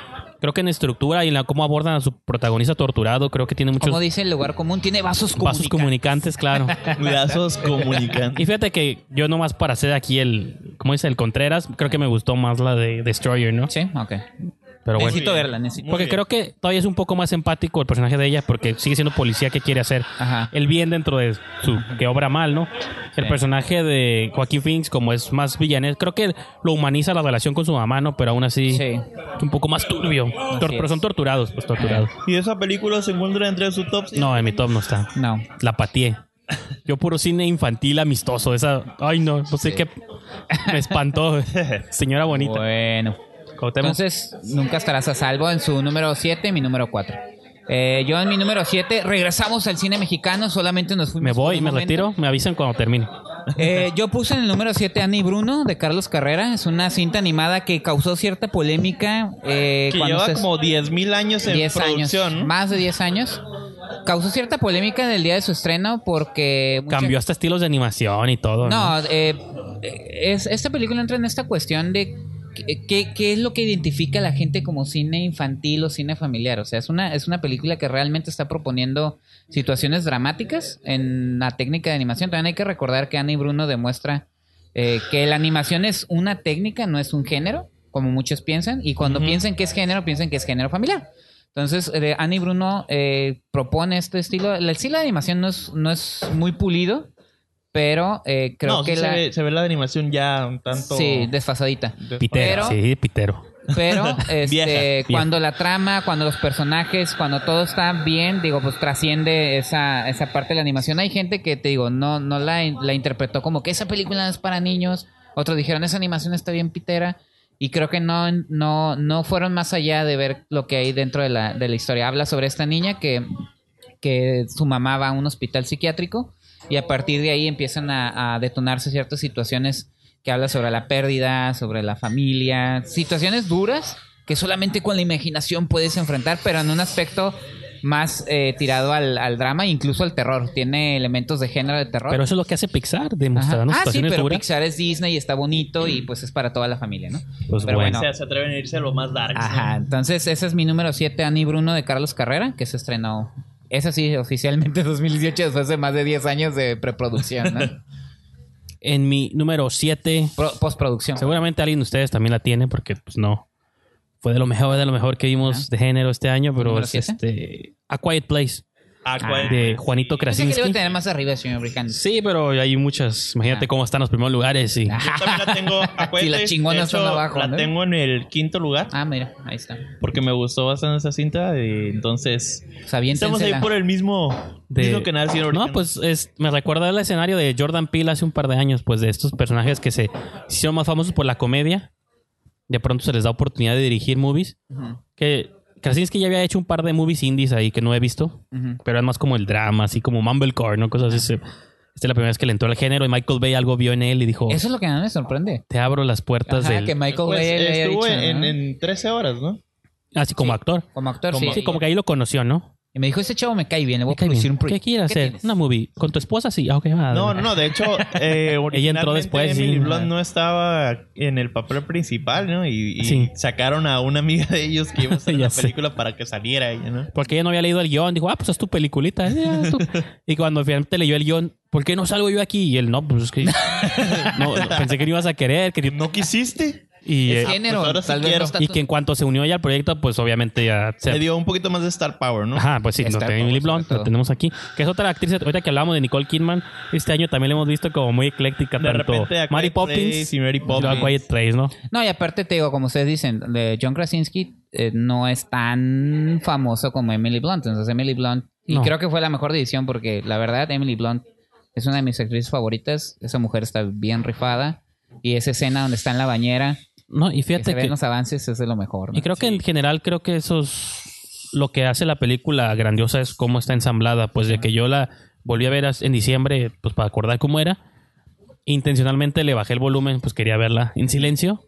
Speaker 2: creo que en estructura y en la cómo abordan a su protagonista torturado, creo que tiene muchos
Speaker 1: Como dice el lugar común, tiene vasos
Speaker 2: pasos
Speaker 1: comunicantes.
Speaker 2: comunicantes, claro.
Speaker 3: Lazos comunicantes.
Speaker 2: Y fíjate que yo nomás para hacer aquí el, ¿cómo dice? El Contreras, creo que me gustó más la de Destroyer, ¿no?
Speaker 1: Sí, ok.
Speaker 2: Pero bueno.
Speaker 1: necesito
Speaker 3: Muy bien.
Speaker 1: verla, necesito.
Speaker 3: Muy
Speaker 2: Porque
Speaker 3: bien.
Speaker 2: creo que todavía es un poco más empático el personaje de ella, porque sigue siendo policía que quiere hacer
Speaker 1: Ajá.
Speaker 2: el bien dentro de su que obra mal, ¿no? El
Speaker 1: Sí.
Speaker 2: personaje de Joaquín Phoenix, como es más villanes, creo que lo humaniza la relación con su mamá, ¿no? Pero aún así
Speaker 1: Sí.
Speaker 2: es un poco más turbio. Tor-
Speaker 1: es.
Speaker 2: pero son torturados, pues torturados.
Speaker 3: ¿Y esa película se encuentra entre sus tops?
Speaker 2: No, en mi top no está.
Speaker 1: No.
Speaker 2: La pateé. Yo puro cine infantil amistoso. Esa, ay no, no sé qué. Me espantó. Señora bonita.
Speaker 1: Bueno.
Speaker 2: Cuauhtémoc.
Speaker 1: Entonces, nunca estarás a salvo en su número 7, mi número 4. yo en mi número 7, regresamos al cine mexicano, solamente nos fuimos.
Speaker 2: me
Speaker 1: por
Speaker 2: voy,
Speaker 1: un
Speaker 2: me
Speaker 1: momento.
Speaker 2: retiro, me avisan cuando termine.
Speaker 1: Eh, yo puse en el número 7 Annie Bruno de Carlos Carrera. Es una cinta animada que causó cierta polémica. eh,
Speaker 3: que
Speaker 1: cuando
Speaker 3: lleva
Speaker 1: se-
Speaker 3: como 10.000 años en
Speaker 1: 10 años,
Speaker 3: producción. ¿no?
Speaker 1: más de 10 años. Causó cierta polémica en el día de su estreno porque... mucha-
Speaker 2: Cambió hasta estilos de animación y todo. No.
Speaker 1: No, eh, es, esta película entra en esta cuestión de qué- qué, qué es lo que identifica a la gente como cine infantil o cine familiar. O sea, es una, es una película que realmente está proponiendo situaciones dramáticas en la técnica de animación. También hay que recordar que Ana y Bruno demuestra eh, que la animación es una técnica, no es un género, como muchos piensan. Y cuando
Speaker 3: Ujú.
Speaker 1: piensan que es género, piensan que es género familiar. Entonces, eh, Ana y Bruno eh, propone este estilo. El estilo de animación no es, no es muy pulido, pero eh, creo
Speaker 3: no, sí
Speaker 1: que
Speaker 3: se,
Speaker 1: la...
Speaker 3: ve, se ve la animación ya un tanto...
Speaker 1: Sí, desfasadita.
Speaker 2: Pitero,
Speaker 1: Pero-
Speaker 2: sí, Pitero.
Speaker 1: Pero este,
Speaker 3: Vieja.
Speaker 1: cuando la trama, cuando los personajes, cuando todo está bien, digo, pues trasciende esa, esa parte de la animación. Hay gente que, te digo, no, no la, in- la interpretó como que esa película no es para niños. Otros dijeron, esa animación está bien pitera. Y creo que no, no, no fueron más allá de ver lo que hay dentro de la, de la historia. Habla sobre esta niña que, que su mamá va a un hospital psiquiátrico y a partir de ahí empiezan a, a detonarse ciertas situaciones que habla sobre la pérdida, sobre la familia, situaciones duras que solamente con la imaginación puedes enfrentar, pero en un aspecto más eh, tirado al, al drama, incluso al terror. Tiene elementos de género de terror.
Speaker 2: Pero eso es lo que hace Pixar,
Speaker 1: Ajá.
Speaker 2: demostrarnos
Speaker 1: Ah, sí,
Speaker 2: situaciones
Speaker 1: pero
Speaker 2: duras.
Speaker 1: Pixar es Disney y está bonito y pues es para toda la familia, ¿no?
Speaker 2: Pues
Speaker 1: pero
Speaker 2: bueno.
Speaker 3: O sea, este, se atreven a irse a lo más dark. ¿no?
Speaker 1: Ajá, entonces ese es mi número 7, Annie Bruno de Carlos Carrera, que se estrenó, esa sí, oficialmente 2018, después de más de 10 años de preproducción, ¿no?
Speaker 2: En mi número 7,
Speaker 1: Pro- postproducción.
Speaker 2: seguramente alguien de ustedes también la tiene, porque pues no. Fue de lo mejor, de lo mejor que vimos de género este año, pero
Speaker 1: ¿Número
Speaker 2: es
Speaker 1: siete?
Speaker 2: este. A Quiet Place,
Speaker 3: Ah, ¿cuál?
Speaker 2: de Juanito
Speaker 1: Pensé que le iba a
Speaker 2: Krasinski.
Speaker 1: tener más arriba, señor Brijandes.
Speaker 2: Sí, pero hay muchas. Imagínate
Speaker 1: Ah.
Speaker 2: cómo están los primeros lugares y.
Speaker 1: Ah.
Speaker 3: Yo también la tengo. acuérdate,
Speaker 1: Si las chingonas
Speaker 3: de hecho,
Speaker 1: son abajo,
Speaker 3: La
Speaker 1: ¿no?
Speaker 3: tengo en el quinto lugar
Speaker 1: Ah, mira, ahí está.
Speaker 3: porque me gustó bastante esa cinta. Y entonces,
Speaker 1: O sea, bien
Speaker 3: estamos ahí
Speaker 1: ténsela.
Speaker 3: por el mismo.
Speaker 2: De-
Speaker 3: mismo canal, señor ahorita,
Speaker 2: No, pues es, me recuerda el escenario de Jordan Peele hace un par de años, pues de estos personajes que se hicieron más famosos por la comedia. De pronto se les da oportunidad de dirigir movies.
Speaker 1: Ujú,
Speaker 2: Que Krasinski ya había hecho un par de movies indies ahí que no he visto,
Speaker 1: ujú.
Speaker 2: pero eran más como el drama, así como Mumblecore, ¿no? Cosas así. Esta es la primera vez que le entró al género y Michael Bay algo vio en él y dijo:
Speaker 1: Eso es lo que a mí me sorprende.
Speaker 2: Te abro las puertas
Speaker 1: Ajá,
Speaker 2: del.
Speaker 1: que Michael
Speaker 3: Pues,
Speaker 1: Bay le haya
Speaker 3: estuvo
Speaker 1: dicho,
Speaker 3: en,
Speaker 1: ¿no?
Speaker 3: en 13 horas, ¿no?
Speaker 2: Así Ah, como actor.
Speaker 1: Como actor,
Speaker 2: Sí,
Speaker 1: sí.
Speaker 2: como que ahí lo conoció, ¿no?
Speaker 1: Y me dijo, ese chavo me cae bien, le voy a
Speaker 2: Me cae
Speaker 1: producir
Speaker 2: bien.
Speaker 1: un
Speaker 2: ¿Qué
Speaker 1: proyecto.
Speaker 2: quiere hacer?
Speaker 1: tienes?
Speaker 2: Una movie. ¿Con tu esposa? Sí. Ah, ok, va.
Speaker 3: No, no, no. De hecho, eh,
Speaker 2: Ella entró
Speaker 3: originalmente
Speaker 2: después, sí.
Speaker 3: Emily Blunt no estaba en el papel principal, ¿no? Y, y
Speaker 2: Sí.
Speaker 3: sacaron a una amiga de ellos que iba a hacer
Speaker 2: Ya
Speaker 3: la
Speaker 2: sé.
Speaker 3: película para que saliera ella, ¿no?
Speaker 2: Porque ella no había leído el guión. Dijo, ah, pues es tu peliculita. eh, ya, es tu-". Y cuando finalmente leyó el guión, ¿por qué no salgo yo aquí? Y él, no, pues es que... No, no, pensé que no ibas a querer. que-
Speaker 3: ¿No quisiste?
Speaker 2: Y, eh,
Speaker 1: Es género,
Speaker 3: pues ahora sí
Speaker 1: tal vez no
Speaker 3: quiero.
Speaker 1: está
Speaker 2: y
Speaker 1: tu-
Speaker 2: que en cuanto se unió ella al proyecto, pues obviamente ya... se-
Speaker 3: Le dio un poquito más de star power, ¿no?
Speaker 2: Ajá, pues sí, no
Speaker 1: Está
Speaker 2: tenía
Speaker 1: todo,
Speaker 2: Emily
Speaker 1: sobre
Speaker 2: Blunt, la
Speaker 1: todo.
Speaker 2: tenemos aquí. Que es otra actriz, ahorita que hablamos de Nicole Kidman, este año también la hemos visto como muy ecléctica.
Speaker 3: De
Speaker 2: tanto
Speaker 3: repente a
Speaker 2: Mary
Speaker 3: Quiet
Speaker 2: Poppins
Speaker 3: Place y Mary
Speaker 2: y luego a
Speaker 3: Poppins.
Speaker 2: Quiet Place, ¿no?
Speaker 1: No, y aparte te digo, como ustedes dicen, de John Krasinski eh, no es tan famoso como Emily Blunt. Entonces, Emily Blunt, y
Speaker 2: No.
Speaker 1: creo que fue la mejor decisión porque la verdad, Emily Blunt es una de mis actrices favoritas. Esa mujer está bien rifada. Y esa escena donde está en la bañera,
Speaker 2: No, y
Speaker 1: que
Speaker 2: fíjate
Speaker 1: se
Speaker 2: que...
Speaker 1: ven los avances, es de lo mejor. ¿no?
Speaker 2: Y creo que en general, creo que eso es lo que hace la película grandiosa es cómo está ensamblada. Pues de que yo la volví a ver as- en diciembre, pues para acordar cómo era. Intencionalmente le bajé el volumen, pues quería verla en silencio.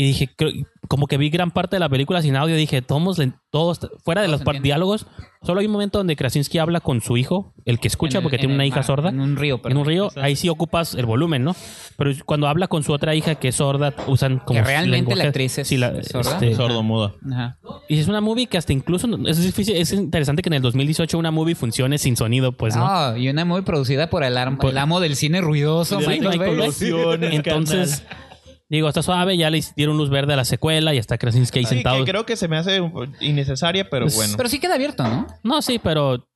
Speaker 2: Y dije, creo- como que vi gran parte de la película sin audio. Dije, todos, le- todos fuera de
Speaker 1: Todos
Speaker 2: los par-
Speaker 1: entienden.
Speaker 2: diálogos, solo hay un momento donde Krasinski habla con su hijo, el que
Speaker 1: En
Speaker 2: escucha
Speaker 1: el-
Speaker 2: porque
Speaker 1: en
Speaker 2: tiene
Speaker 1: el
Speaker 2: una hija
Speaker 1: mar,
Speaker 2: sorda
Speaker 1: En un río, pero
Speaker 2: en un río, ahí sí ocupas el volumen, ¿no? Pero cuando habla con su otra hija que es sorda, usan como.
Speaker 1: Que realmente la
Speaker 2: lenguaje-
Speaker 1: actriz es sorda.
Speaker 2: este,
Speaker 3: Sordo mudo.
Speaker 1: Ajá.
Speaker 2: y es una movie que hasta incluso. Es, difícil, es interesante que en el 2018 una movie funcione sin sonido, pues, ¿no?
Speaker 1: No, y una muy producida por el, ar-
Speaker 2: Por-
Speaker 1: el amo del cine ruidoso,
Speaker 2: Sí,
Speaker 1: Michael,
Speaker 2: Michael
Speaker 1: Bay.
Speaker 2: Bay.
Speaker 3: Explosiones,
Speaker 2: Entonces, digo, está suave, ya le dieron luz verde a la secuela y está Krasinski ahí
Speaker 3: Sí,
Speaker 2: sentado.
Speaker 3: que creo que se me hace un po- innecesaria, pero
Speaker 2: Pues,
Speaker 3: bueno.
Speaker 1: Pero sí queda abierto, ¿no?
Speaker 2: No, sí, pero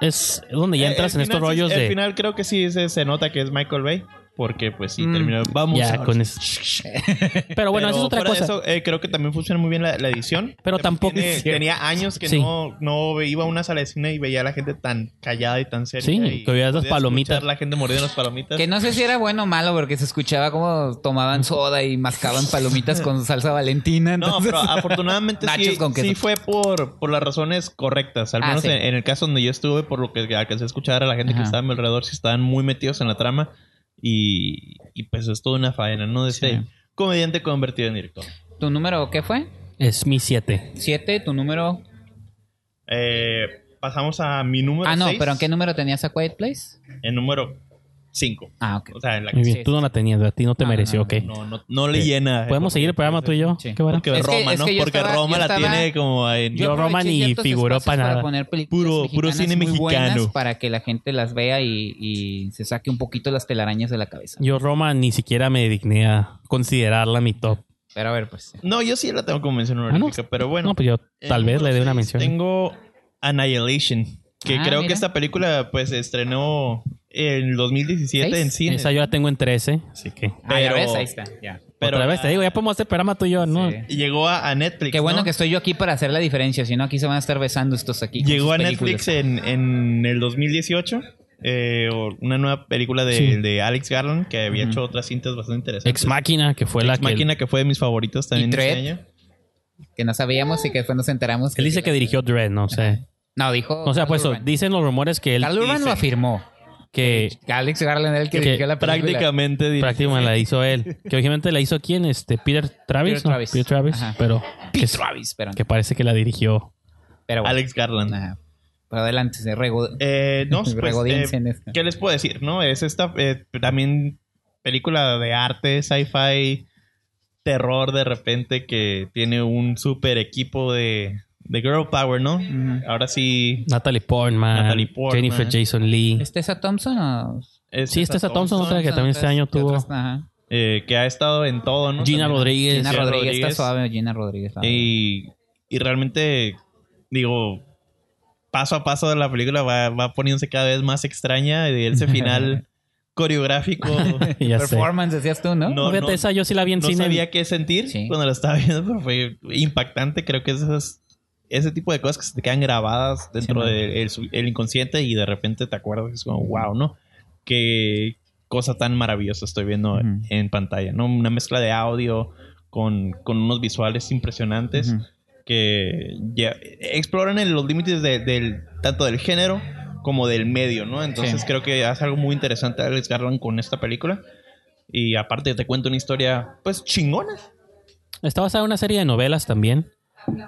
Speaker 2: es donde ya entras en
Speaker 3: El
Speaker 2: estos
Speaker 3: final sí-
Speaker 2: rollos
Speaker 3: Eh, el
Speaker 2: de.
Speaker 3: final creo que sí se, se nota que es Michael Bay. Porque, pues sí,
Speaker 1: Mm.
Speaker 3: terminó. Vamos.
Speaker 2: Ya,
Speaker 3: ahora
Speaker 2: con
Speaker 3: sí.
Speaker 2: eso. Pero bueno, eso es otra
Speaker 3: fuera de
Speaker 2: cosa.
Speaker 3: eso, eh, creo que también funciona muy bien la, la edición.
Speaker 2: Pero tampoco-
Speaker 3: Tiene- tenía años que
Speaker 2: Sí.
Speaker 3: no, no iba a una sala de cine y veía a la gente tan callada y tan seria.
Speaker 2: Sí,
Speaker 3: y
Speaker 2: que veías las
Speaker 3: podía
Speaker 2: palomitas.
Speaker 3: escuchar La gente mordiendo las palomitas.
Speaker 1: Que no sé si era bueno o malo, porque se escuchaba como tomaban soda y mascaban palomitas con salsa valentina.
Speaker 3: No,
Speaker 1: Entonces,
Speaker 3: pero ah, afortunadamente sí,
Speaker 1: Nachos con queso.
Speaker 3: sí fue por, por las razones correctas. Al
Speaker 1: Ah,
Speaker 3: menos
Speaker 1: sí.
Speaker 3: en, en el caso donde yo estuve, por lo que alcancé a escuchar a la gente
Speaker 1: Ajá.
Speaker 3: que estaba a mi alrededor, sí estaban muy metidos en la trama. Y, y pues es toda una faena, ¿no? De este
Speaker 1: Sí.
Speaker 3: comediante convertido en director.
Speaker 1: ¿Tu número qué fue?
Speaker 2: Es mi 7.
Speaker 1: ¿Siete? ¿Tu número?
Speaker 3: Eh, pasamos a mi número
Speaker 1: Ah, no,
Speaker 3: seis,
Speaker 1: pero ¿en qué número tenías a Quiet Place?
Speaker 3: El número 5.
Speaker 1: Ah, ok.
Speaker 3: O sea, en la
Speaker 2: Muy bien,
Speaker 1: Sí,
Speaker 2: tú
Speaker 1: sí,
Speaker 2: no la tenías, a ti no te
Speaker 1: No, no,
Speaker 2: mereció,
Speaker 1: no,
Speaker 2: ok.
Speaker 3: No, no, no le
Speaker 2: Sí.
Speaker 3: llena.
Speaker 2: ¿Podemos seguir el programa tú y yo?
Speaker 1: Sí.
Speaker 2: Qué bueno.
Speaker 3: Porque
Speaker 1: Es que-
Speaker 3: Roma,
Speaker 1: es
Speaker 3: ¿no?
Speaker 1: que yo
Speaker 3: Porque
Speaker 1: estaba-
Speaker 3: Roma
Speaker 1: yo
Speaker 3: la
Speaker 1: estaba-
Speaker 3: tiene como en...
Speaker 2: Yo Roman
Speaker 1: aproveché
Speaker 2: y
Speaker 1: ciertos
Speaker 2: figuró
Speaker 1: espacios
Speaker 2: para nada.
Speaker 1: poner películas
Speaker 3: Puro- puro
Speaker 1: mexicanas
Speaker 3: cine
Speaker 1: muy buenas
Speaker 3: mexicano.
Speaker 1: Para que la gente las vea y, y se saque un poquito las telarañas de la cabeza.
Speaker 2: Yo Roma ni siquiera me digné a considerarla mi top.
Speaker 1: Pero a ver, pues.
Speaker 3: No, yo sí la tengo como mención
Speaker 1: Ah,
Speaker 3: honorífica, pero bueno.
Speaker 2: no, pues yo
Speaker 3: El
Speaker 2: tal vez
Speaker 3: número
Speaker 2: le dé una
Speaker 3: seis,
Speaker 2: mención.
Speaker 3: Eh, Tengo Annihilation, que
Speaker 1: Ah,
Speaker 3: creo
Speaker 1: mira.
Speaker 3: que esta película pues estrenó en 2017
Speaker 1: ¿Seis?
Speaker 3: en cine.
Speaker 2: Esa yo la tengo en 13, así que...
Speaker 1: Ah, ya
Speaker 3: Pero-
Speaker 1: ves, ahí está. ya.
Speaker 3: pero
Speaker 2: Otra vez ¿eh? te digo, ya podemos hacer programa tú y yo, ¿no?
Speaker 1: Sí.
Speaker 3: llegó a, a Netflix.
Speaker 1: Qué bueno
Speaker 3: ¿no?
Speaker 1: que estoy yo aquí para hacer la diferencia, si no aquí se van a estar besando estos aquí. con
Speaker 3: llegó
Speaker 1: sus
Speaker 3: a
Speaker 1: películas.
Speaker 3: Netflix en, en el 2018. eh, o una nueva película de,
Speaker 2: Sí.
Speaker 3: de Alex Garland que había
Speaker 1: Ujú.
Speaker 3: hecho otras cintas bastante interesantes.
Speaker 2: Ex Máquina, que fue la
Speaker 3: Ex
Speaker 2: que...
Speaker 3: Máquina que fue de mis favoritos también
Speaker 1: Dredd?
Speaker 3: este año.
Speaker 1: Que no sabíamos y que después nos enteramos.
Speaker 2: Él dice que dirigió Dread, no sé.
Speaker 1: No, dijo.
Speaker 2: O sea,
Speaker 1: Carl
Speaker 2: pues eso,
Speaker 1: Urban.
Speaker 2: dicen los rumores que él...
Speaker 1: Carl Urban lo
Speaker 3: dice.
Speaker 1: afirmó.
Speaker 2: Que
Speaker 1: Que Alex Garland era el que,
Speaker 2: que
Speaker 1: dirigió la película.
Speaker 3: Prácticamente dir-
Speaker 2: prácticamente la hizo él. Que obviamente la hizo quién, este, Peter Travis.
Speaker 1: Peter
Speaker 2: ¿no?
Speaker 1: Travis.
Speaker 2: Peter Travis,
Speaker 1: Ajá.
Speaker 2: pero...
Speaker 1: Pete
Speaker 2: Que,
Speaker 1: Travis, pero,
Speaker 2: que parece que la dirigió.
Speaker 1: pero bueno.
Speaker 3: Alex Garland.
Speaker 1: Ajá. Pero adelante, se rego...
Speaker 3: Eh, no, pues, eh,
Speaker 1: regodíense en esto.
Speaker 3: ¿Qué les puedo decir? ¿No? Es esta eh, también película de arte, sci-fi, terror de repente que tiene un super equipo de, de Girl Power, ¿no?
Speaker 1: Ujú.
Speaker 3: Ahora sí.
Speaker 2: Natalie Portman,
Speaker 3: Natalie Portman.
Speaker 2: Jennifer Jason Lee.
Speaker 1: ¿Este ¿Es Tessa Thompson o...?
Speaker 3: es
Speaker 2: Sí, esta es a Thompson, otra que también este año
Speaker 1: ¿Qué
Speaker 2: tuvo.
Speaker 1: otras? Ajá.
Speaker 3: eh, que ha estado en todo, ¿no?
Speaker 2: Gina
Speaker 3: También.
Speaker 2: Rodríguez.
Speaker 1: Gina
Speaker 3: Gina
Speaker 1: Rodríguez,
Speaker 3: Rodríguez.
Speaker 1: está suave, Gina Rodríguez. la
Speaker 3: Y, y realmente, digo, paso a paso de la película va, va poniéndose cada vez más extraña y ese final coreográfico.
Speaker 2: Ya
Speaker 1: verdad.
Speaker 2: sé.
Speaker 1: Performance, decías tú, ¿no?
Speaker 3: No,
Speaker 2: Fíjate,
Speaker 3: no,
Speaker 2: esa yo sí la vi en
Speaker 3: no
Speaker 2: cine.
Speaker 3: sabía qué sentir
Speaker 1: Sí.
Speaker 3: cuando lo estaba viendo, pero fue impactante. Creo que es esas- ese tipo de cosas que se te quedan grabadas dentro
Speaker 1: Sí,
Speaker 3: del el sub- el inconsciente y de repente te acuerdas y es como, wow, ¿no? Qué cosa tan maravillosa estoy viendo
Speaker 1: Ujú.
Speaker 3: en pantalla, ¿no? Una mezcla de audio con, con unos visuales impresionantes
Speaker 1: Ujú.
Speaker 3: que ya- exploran el- los límites de- del tanto del género como del medio, ¿no? Entonces
Speaker 1: Sí.
Speaker 3: creo que hace algo muy interesante Alex Garland con esta película. Y aparte te cuento una historia, pues, chingona.
Speaker 2: Está basada en una serie de novelas también.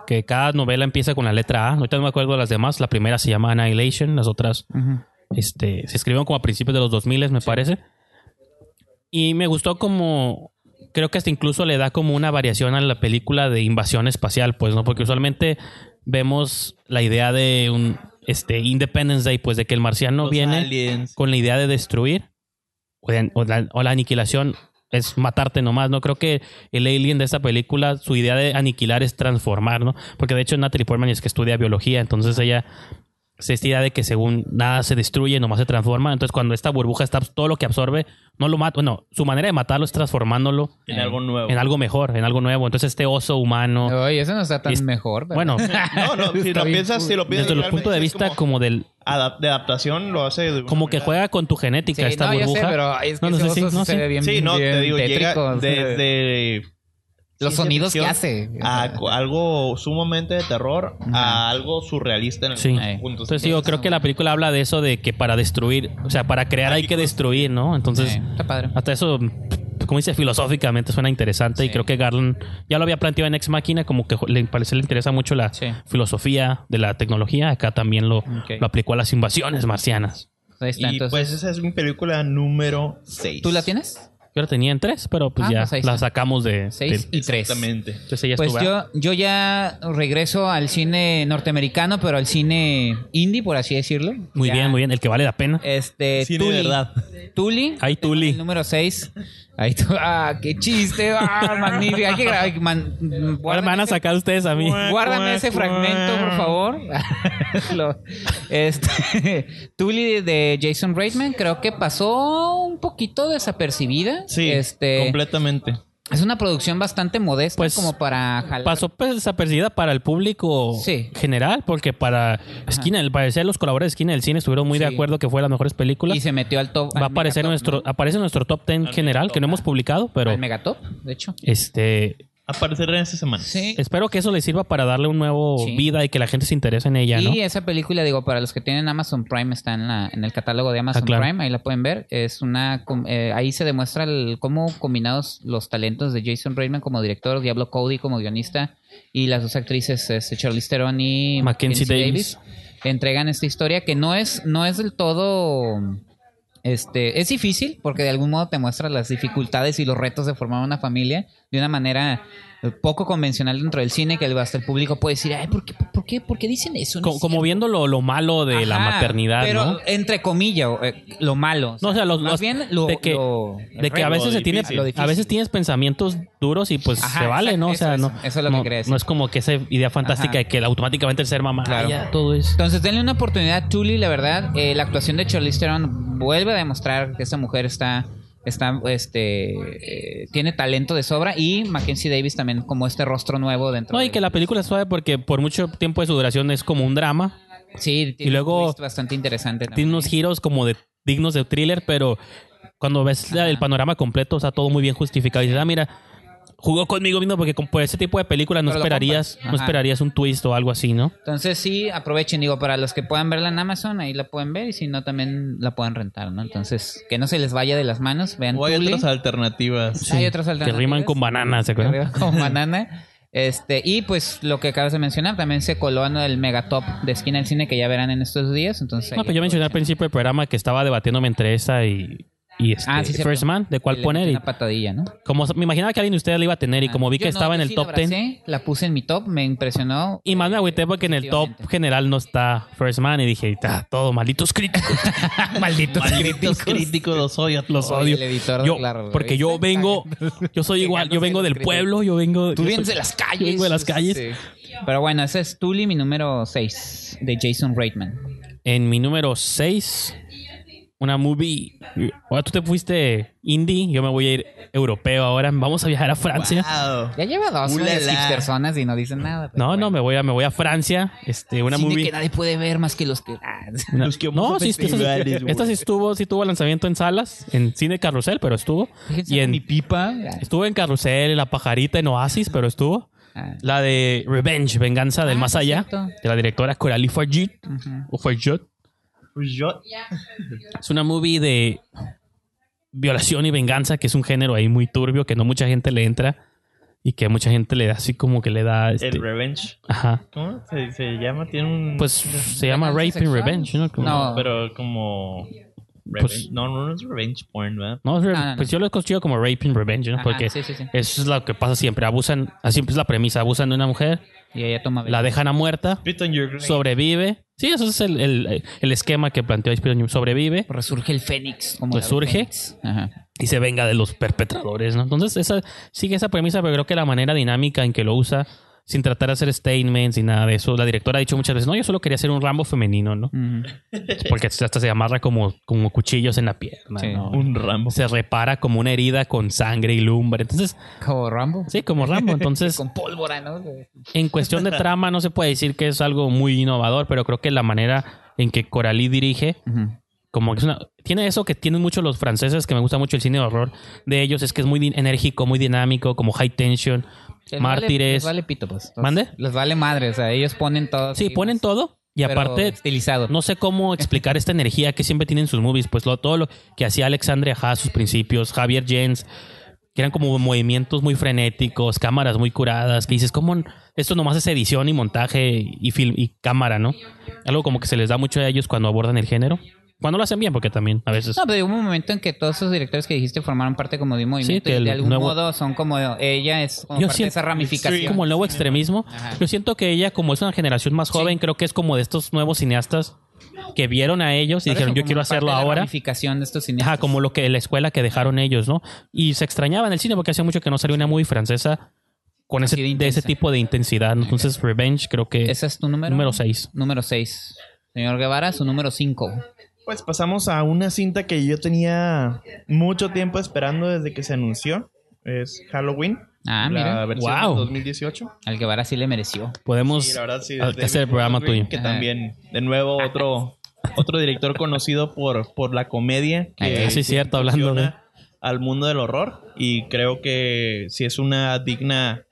Speaker 2: Que cada novela empieza con la letra A. Ahorita no me acuerdo de las demás. La primera se llama Annihilation. Las otras
Speaker 1: Ujú.
Speaker 2: este, se escribieron como a principios de los 2000, me parece. Y me gustó como... Creo que hasta incluso le da como una variación a la película de invasión espacial, pues, ¿no? Porque usualmente vemos la idea de un este, Independence Day, pues, de que el marciano
Speaker 3: Los
Speaker 2: viene...
Speaker 3: aliens.
Speaker 2: con la idea de destruir o, de- o la, o la aniquilación es matarte nomás, ¿no? Creo que el alien de esta película, su idea de aniquilar es transformar, ¿no? Porque de hecho Natalie Portman es que estudia biología, entonces ella se esta idea de que según nada se destruye, nomás se transforma, entonces cuando esta burbuja está todo lo que absorbe, no lo mata, bueno, su manera de matarlo es transformándolo
Speaker 1: Eh,
Speaker 3: en algo nuevo.
Speaker 2: en algo mejor, en algo nuevo, entonces este oso humano,
Speaker 1: Oye, eso no está tan
Speaker 2: Es-
Speaker 1: mejor. ¿verdad?
Speaker 2: bueno,
Speaker 3: No, no, si
Speaker 1: Está
Speaker 3: lo
Speaker 1: bien
Speaker 3: piensas,
Speaker 1: cool.
Speaker 3: si lo piensas.
Speaker 2: desde el
Speaker 3: realmente
Speaker 2: punto de
Speaker 3: es
Speaker 2: vista
Speaker 3: como,
Speaker 2: como del
Speaker 3: adap- de adaptación lo hace. de una
Speaker 2: como que
Speaker 3: manera-
Speaker 2: juega con tu genética
Speaker 1: Sí,
Speaker 2: esta
Speaker 1: no, ya sé,
Speaker 2: burbuja.
Speaker 1: pero ay, es que
Speaker 2: No, no
Speaker 1: ese
Speaker 2: sé, sí,
Speaker 1: oso sí
Speaker 2: no,
Speaker 1: se
Speaker 2: sí.
Speaker 1: ve bien,
Speaker 3: Sí, no, te
Speaker 1: bien
Speaker 3: digo,
Speaker 1: tétrico,
Speaker 3: llega
Speaker 1: o sea,
Speaker 3: desde
Speaker 1: los
Speaker 3: ciencia
Speaker 1: sonidos que
Speaker 3: ficción Ah,
Speaker 1: hace.
Speaker 3: a cu- algo sumamente de terror a algo surrealista en el
Speaker 2: Sí.
Speaker 3: punto.
Speaker 2: Entonces digo, creo que la película habla de eso de que para destruir, o sea, para crear hay que destruir, ¿no? Entonces, ah,
Speaker 1: Sí, está padre.
Speaker 2: hasta eso, como dice, filosóficamente suena interesante y
Speaker 1: Sí.
Speaker 2: creo que Garland ya lo había planteado en Ex Máquina, como que le parece le interesa mucho la
Speaker 1: Sí.
Speaker 2: filosofía de la tecnología, acá también lo,
Speaker 1: Ok.
Speaker 2: lo aplicó a las invasiones marcianas.
Speaker 1: Ahí está,
Speaker 3: Y
Speaker 1: entonces,
Speaker 3: pues esa es mi película número 6.
Speaker 1: ¿Tú la tienes?
Speaker 2: Yo la tenía en tres, pero pues
Speaker 1: Ah,
Speaker 2: ya
Speaker 1: pues ahí
Speaker 2: la
Speaker 1: está.
Speaker 2: sacamos de...
Speaker 1: Seis
Speaker 2: de-
Speaker 1: y tres.
Speaker 3: Exactamente.
Speaker 2: entonces ya
Speaker 1: Pues
Speaker 2: estuvo-
Speaker 1: yo, yo ya regreso al cine norteamericano, pero al cine indie, por así decirlo.
Speaker 2: Muy
Speaker 1: Ya, Eh,
Speaker 2: bien, muy bien, el que vale la pena.
Speaker 1: Este,
Speaker 3: Cine de verdad.
Speaker 1: Tuli.
Speaker 2: Ay, Tuli.
Speaker 1: El número 6. Ahí tú, ah, qué chiste, ah, magnífico. Hay que grabar. man-
Speaker 2: Ahora me van a
Speaker 1: ese-
Speaker 2: sacar ustedes a mí.
Speaker 1: Guárdame ese fragmento, por favor. Lo- este, Tully de Jason Reitman creo que pasó un poquito desapercibida.
Speaker 3: Sí,
Speaker 1: Este,
Speaker 3: completamente.
Speaker 1: es una producción bastante modesta
Speaker 2: Pues,
Speaker 1: como para jalar.
Speaker 2: Pasó pues, desapercibida para el público
Speaker 1: Sí.
Speaker 2: general, porque para Esquina, al parecer los colaboradores de Esquina del Cine estuvieron muy de
Speaker 1: Sí.
Speaker 2: acuerdo que fue de las mejores películas.
Speaker 1: y se metió al top.
Speaker 2: Va a
Speaker 1: al
Speaker 2: aparecer
Speaker 1: megatop,
Speaker 2: nuestro,
Speaker 1: ¿no?
Speaker 2: aparece en nuestro top 10 general, que no hemos publicado, pero
Speaker 1: Al megatop, de hecho.
Speaker 2: este
Speaker 3: Aparecerá en esta semana.
Speaker 1: Sí.
Speaker 2: espero que eso le sirva para darle un nuevo
Speaker 1: Sí.
Speaker 2: vida y que la gente se interese en ella, ¿no?
Speaker 1: Y esa película, digo, para los que tienen Amazon Prime, está en, la, en el catálogo de Amazon
Speaker 2: Ah, claro.
Speaker 1: Prime, ahí la pueden ver. Es una com- eh, ahí se demuestra el- cómo combinados los talentos de Jason Reitman como director, Diablo Cody como guionista y las dos actrices, este, Charlize Theron y
Speaker 2: Mackenzie
Speaker 1: entregan esta historia que no es no es del todo este es difícil porque de algún modo te muestra las dificultades y los retos de formar una familia de una manera eh, poco convencional dentro del cine que hasta el público puede decir ay por qué por qué por qué dicen eso No
Speaker 2: Co-
Speaker 1: es
Speaker 2: como viendo lo, lo malo de la
Speaker 1: Ajá,
Speaker 2: maternidad,
Speaker 1: pero,
Speaker 2: ¿no?
Speaker 1: entre comillas, o, eh, lo malo.
Speaker 2: No, o sea, los-
Speaker 1: más
Speaker 2: los-
Speaker 1: bien lo,
Speaker 2: de que-
Speaker 1: lo-
Speaker 2: De que a
Speaker 1: lo
Speaker 2: veces se tiene,
Speaker 1: difícil, lo difícil.
Speaker 2: a veces tienes pensamientos duros y pues
Speaker 1: Ajá,
Speaker 2: se vale, ¿no? O
Speaker 1: exacto,
Speaker 2: sea,
Speaker 1: eso,
Speaker 2: no,
Speaker 1: eso es lo que
Speaker 2: no-
Speaker 1: quería decir.
Speaker 2: no es como que esa idea fantástica
Speaker 1: Ajá.
Speaker 2: de que automáticamente el ser mamá
Speaker 1: Claro.
Speaker 2: ya, todo es.
Speaker 1: Entonces denle una oportunidad a Tully, la verdad. eh, la actuación de Charlize Theron vuelve a demostrar que esta mujer está, está este, eh, tiene talento de sobra y Mackenzie Davis también como este rostro nuevo dentro.
Speaker 2: No, y
Speaker 1: del-
Speaker 2: que la película es suave porque por mucho tiempo de su duración es como un drama.
Speaker 1: sí, tiene
Speaker 2: y luego-
Speaker 1: un twist bastante interesante.
Speaker 2: Tiene
Speaker 1: también.
Speaker 2: unos giros como de dignos de thriller, pero cuando ves la- el panorama completo, está todo muy bien justificado. Y dices, ah, mira, jugó conmigo mismo porque con, por ese tipo de películas no
Speaker 1: Pero lo
Speaker 2: esperarías,
Speaker 1: compras.
Speaker 2: no
Speaker 1: Ajá.
Speaker 2: esperarías un twist o algo así, ¿no?
Speaker 1: Entonces sí, aprovechen, digo, para los que puedan verla en Amazon, ahí la pueden ver y si no también la puedan rentar, ¿no? Entonces, que no se les vaya de las manos, vean
Speaker 3: O hay
Speaker 1: Tully.
Speaker 3: otras alternativas.
Speaker 1: Hay otras
Speaker 2: que
Speaker 1: alternativas.
Speaker 2: riman con bananas, ¿se
Speaker 1: Que
Speaker 2: acuerdan?
Speaker 1: riman con banana. Este, y pues lo que acabas de mencionar, también se coló en el megatop de esquina del cine que ya verán en estos días. Entonces, ahí
Speaker 2: No, pero yo mencioné al
Speaker 1: aprovechan.
Speaker 2: principio del programa que estaba debatiéndome entre esa y, y este,
Speaker 1: Ah, sí, cierto.
Speaker 2: First Man, de cuál
Speaker 1: Le
Speaker 2: poner.
Speaker 1: metí
Speaker 2: Y
Speaker 1: Una patadilla, ¿no?
Speaker 2: como me imaginaba que alguien de ustedes la iba a tener y como vi
Speaker 1: Ah, Yo
Speaker 2: que
Speaker 1: no,
Speaker 2: estaba en
Speaker 1: yo
Speaker 2: el
Speaker 1: sí la
Speaker 2: top 10.
Speaker 1: abracé, La puse en mi top, me impresionó.
Speaker 2: Y más me agüité porque en el top
Speaker 1: Efectivamente.
Speaker 2: general no está First Man y dije, está todo, malditos críticos. malditos
Speaker 3: Malditos
Speaker 2: críticos.
Speaker 3: críticos, los odio. a todos.
Speaker 2: Los
Speaker 1: Oye,
Speaker 2: odio.
Speaker 1: el editor
Speaker 2: Yo-
Speaker 1: de la
Speaker 2: porque yo
Speaker 1: revista.
Speaker 2: vengo, yo soy igual, yo
Speaker 1: Quejándose
Speaker 2: vengo
Speaker 1: de los
Speaker 2: del
Speaker 1: críticos.
Speaker 2: pueblo, yo vengo.
Speaker 1: Tú
Speaker 2: yo
Speaker 1: vienes
Speaker 2: soy-
Speaker 1: de las calles. Este.
Speaker 2: yo vengo de las calles.
Speaker 1: Sí. Pero bueno, ese es Tully, mi número 6 de Jason Reitman.
Speaker 2: En mi número 6, una movie. Ahora tú te fuiste indie, yo me voy a ir europeo ahora. Vamos a viajar a Francia.
Speaker 3: Wow.
Speaker 1: Ya lleva dos
Speaker 3: Ulala.
Speaker 1: de las personas y no dicen nada. pero
Speaker 2: No,
Speaker 1: bueno.
Speaker 2: no, me voy a, me voy a Francia. Este, una
Speaker 1: Cine
Speaker 2: movie.
Speaker 1: que nadie puede ver más que los que... Ah,
Speaker 2: una-
Speaker 3: Los que vamos
Speaker 2: no,
Speaker 3: a
Speaker 2: sí, esta,
Speaker 3: festivales, güey.
Speaker 2: esta sí estuvo, sí tuvo lanzamiento en salas, en cine carrusel, pero estuvo.
Speaker 1: fíjense,
Speaker 2: Y
Speaker 1: mi
Speaker 2: en,
Speaker 1: pipa.
Speaker 2: estuvo en carrusel, en la pajarita, en Oasis, pero estuvo.
Speaker 1: Ah,
Speaker 2: La de Revenge, Venganza del
Speaker 1: Ah,
Speaker 2: Más
Speaker 1: sí,
Speaker 2: Allá,
Speaker 1: cierto.
Speaker 2: de la directora Coralie Farjit.
Speaker 1: ujú.
Speaker 2: o Farjot.
Speaker 3: Pues yo-
Speaker 2: Es una movie de violación y venganza, que es un género ahí muy turbio, que no mucha gente le entra y que mucha gente le da así como que le da. este,
Speaker 3: El Revenge.
Speaker 2: ajá.
Speaker 3: ¿Cómo se, se llama? Tiene un.
Speaker 2: Pues se llama Rape
Speaker 1: ¿Venganza
Speaker 2: and
Speaker 1: sexual?
Speaker 2: Revenge, ¿no? Como-
Speaker 1: No.
Speaker 3: Pero como.
Speaker 2: Pues-
Speaker 3: revenge- no, no, no es Revenge porn, ¿verdad?
Speaker 2: No, es re-
Speaker 1: No, no, no.
Speaker 2: pues yo lo considero como rape and revenge, ¿no?
Speaker 1: Ajá,
Speaker 2: Porque
Speaker 1: sí, sí, sí.
Speaker 2: eso es lo que pasa siempre. Abusan, así es la premisa, abusan de una mujer,
Speaker 1: Y ella toma...
Speaker 2: la dejan a muerta,
Speaker 3: Spit on your grave.
Speaker 2: sobrevive. Sí, eso es el, el- el esquema que planteó Spielberg. Sobrevive
Speaker 1: Resurge el Fénix. Como
Speaker 2: Resurge.
Speaker 1: la del Fénix. Ajá.
Speaker 2: y se venga de los perpetradores, ¿no? Entonces, esa, sigue esa premisa, pero creo que la manera dinámica en que lo usa, sin tratar de hacer statements y nada de eso. La directora ha dicho muchas veces, no, yo solo quería hacer un Rambo femenino, ¿no?
Speaker 1: Ujú.
Speaker 2: Porque hasta se amarra como, como cuchillos en la pierna,
Speaker 1: Sí.
Speaker 2: ¿no?
Speaker 3: Un Rambo.
Speaker 2: Se repara como una herida con sangre y lumbre. Entonces,
Speaker 1: Como Rambo.
Speaker 2: sí, como Rambo. Entonces,
Speaker 1: Con pólvora, ¿no?
Speaker 2: En cuestión de trama, no se puede decir que es algo muy innovador, pero creo que la manera en que Coralie dirige,
Speaker 1: Ujú.
Speaker 2: como que es una. Tiene eso que tienen mucho los franceses, que me gusta mucho el cine de horror de ellos, es que es muy din- enérgico, muy dinámico, como high tension,
Speaker 1: Les vale-
Speaker 2: mártires.
Speaker 1: les vale pito, pues. Entonces,
Speaker 2: ¿Mande?
Speaker 1: Les vale madre. O sea, ellos ponen todo.
Speaker 2: sí,
Speaker 1: así,
Speaker 2: ponen
Speaker 1: más-
Speaker 2: todo. Y
Speaker 1: pero
Speaker 2: aparte,
Speaker 1: Estilizado.
Speaker 2: no sé cómo explicar esta energía que siempre tienen sus movies, pues lo- todo lo que hacía Alexandre Aja a sus principios, Javier Jens, que eran como movimientos muy frenéticos, cámaras muy curadas, que dices, ¿cómo esto nomás es edición y montaje y film y cámara, ¿no? Algo como que se les da mucho a ellos cuando abordan el género. Cuando lo hacen bien, porque también a veces.
Speaker 1: No, pero hubo un momento en que todos esos directores que dijiste formaron parte como de un movimiento
Speaker 2: Sí,
Speaker 1: y
Speaker 2: del
Speaker 1: de algún
Speaker 2: nuevo-
Speaker 1: modo son como ella es como
Speaker 2: Yo
Speaker 1: parte de
Speaker 2: siento-
Speaker 1: esa
Speaker 2: es
Speaker 1: ramificación.
Speaker 2: como el nuevo extremismo.
Speaker 1: Ajá.
Speaker 2: Yo siento que ella, como es una generación más joven, creo que es como de estos nuevos cineastas que vieron a ellos y
Speaker 1: Por eso,
Speaker 2: dijeron, yo
Speaker 1: como
Speaker 2: quiero
Speaker 1: parte
Speaker 2: hacerlo
Speaker 1: de la
Speaker 2: ahora.
Speaker 1: ramificación de estos cineastas.
Speaker 2: Ajá, como lo que la escuela que dejaron ellos, ¿no? Y se extrañaba en el cine porque hacía mucho que no salía una movie francesa con ese,
Speaker 1: Así de
Speaker 2: de,
Speaker 1: intensa.
Speaker 2: ese tipo de intensidad. ¿no? Entonces, Revenge creo que es
Speaker 1: Ese es tu número.
Speaker 2: número 6.
Speaker 1: Número 6. Señor Guevara, su número 5.
Speaker 3: Pues pasamos a una cinta que yo tenía mucho tiempo esperando desde que se anunció. Es Halloween,
Speaker 1: Ah,
Speaker 3: la
Speaker 1: mira.
Speaker 3: versión
Speaker 2: Wow.
Speaker 3: 2018
Speaker 1: Al Guevara sí le mereció.
Speaker 2: Podemos...
Speaker 3: Sí, la verdad, sí.
Speaker 2: al-
Speaker 3: de
Speaker 2: que hacer el
Speaker 3: David
Speaker 2: programa
Speaker 3: Cronenberg,
Speaker 2: tuyo.
Speaker 3: Que
Speaker 1: Ajá.
Speaker 3: también, de nuevo, otro, otro director conocido por, por la comedia.
Speaker 1: Eh,
Speaker 3: Que,
Speaker 2: Ah, sí,
Speaker 3: que
Speaker 2: cierto, hablando de-
Speaker 3: funciona Al mundo del horror. Y creo que sí es una digna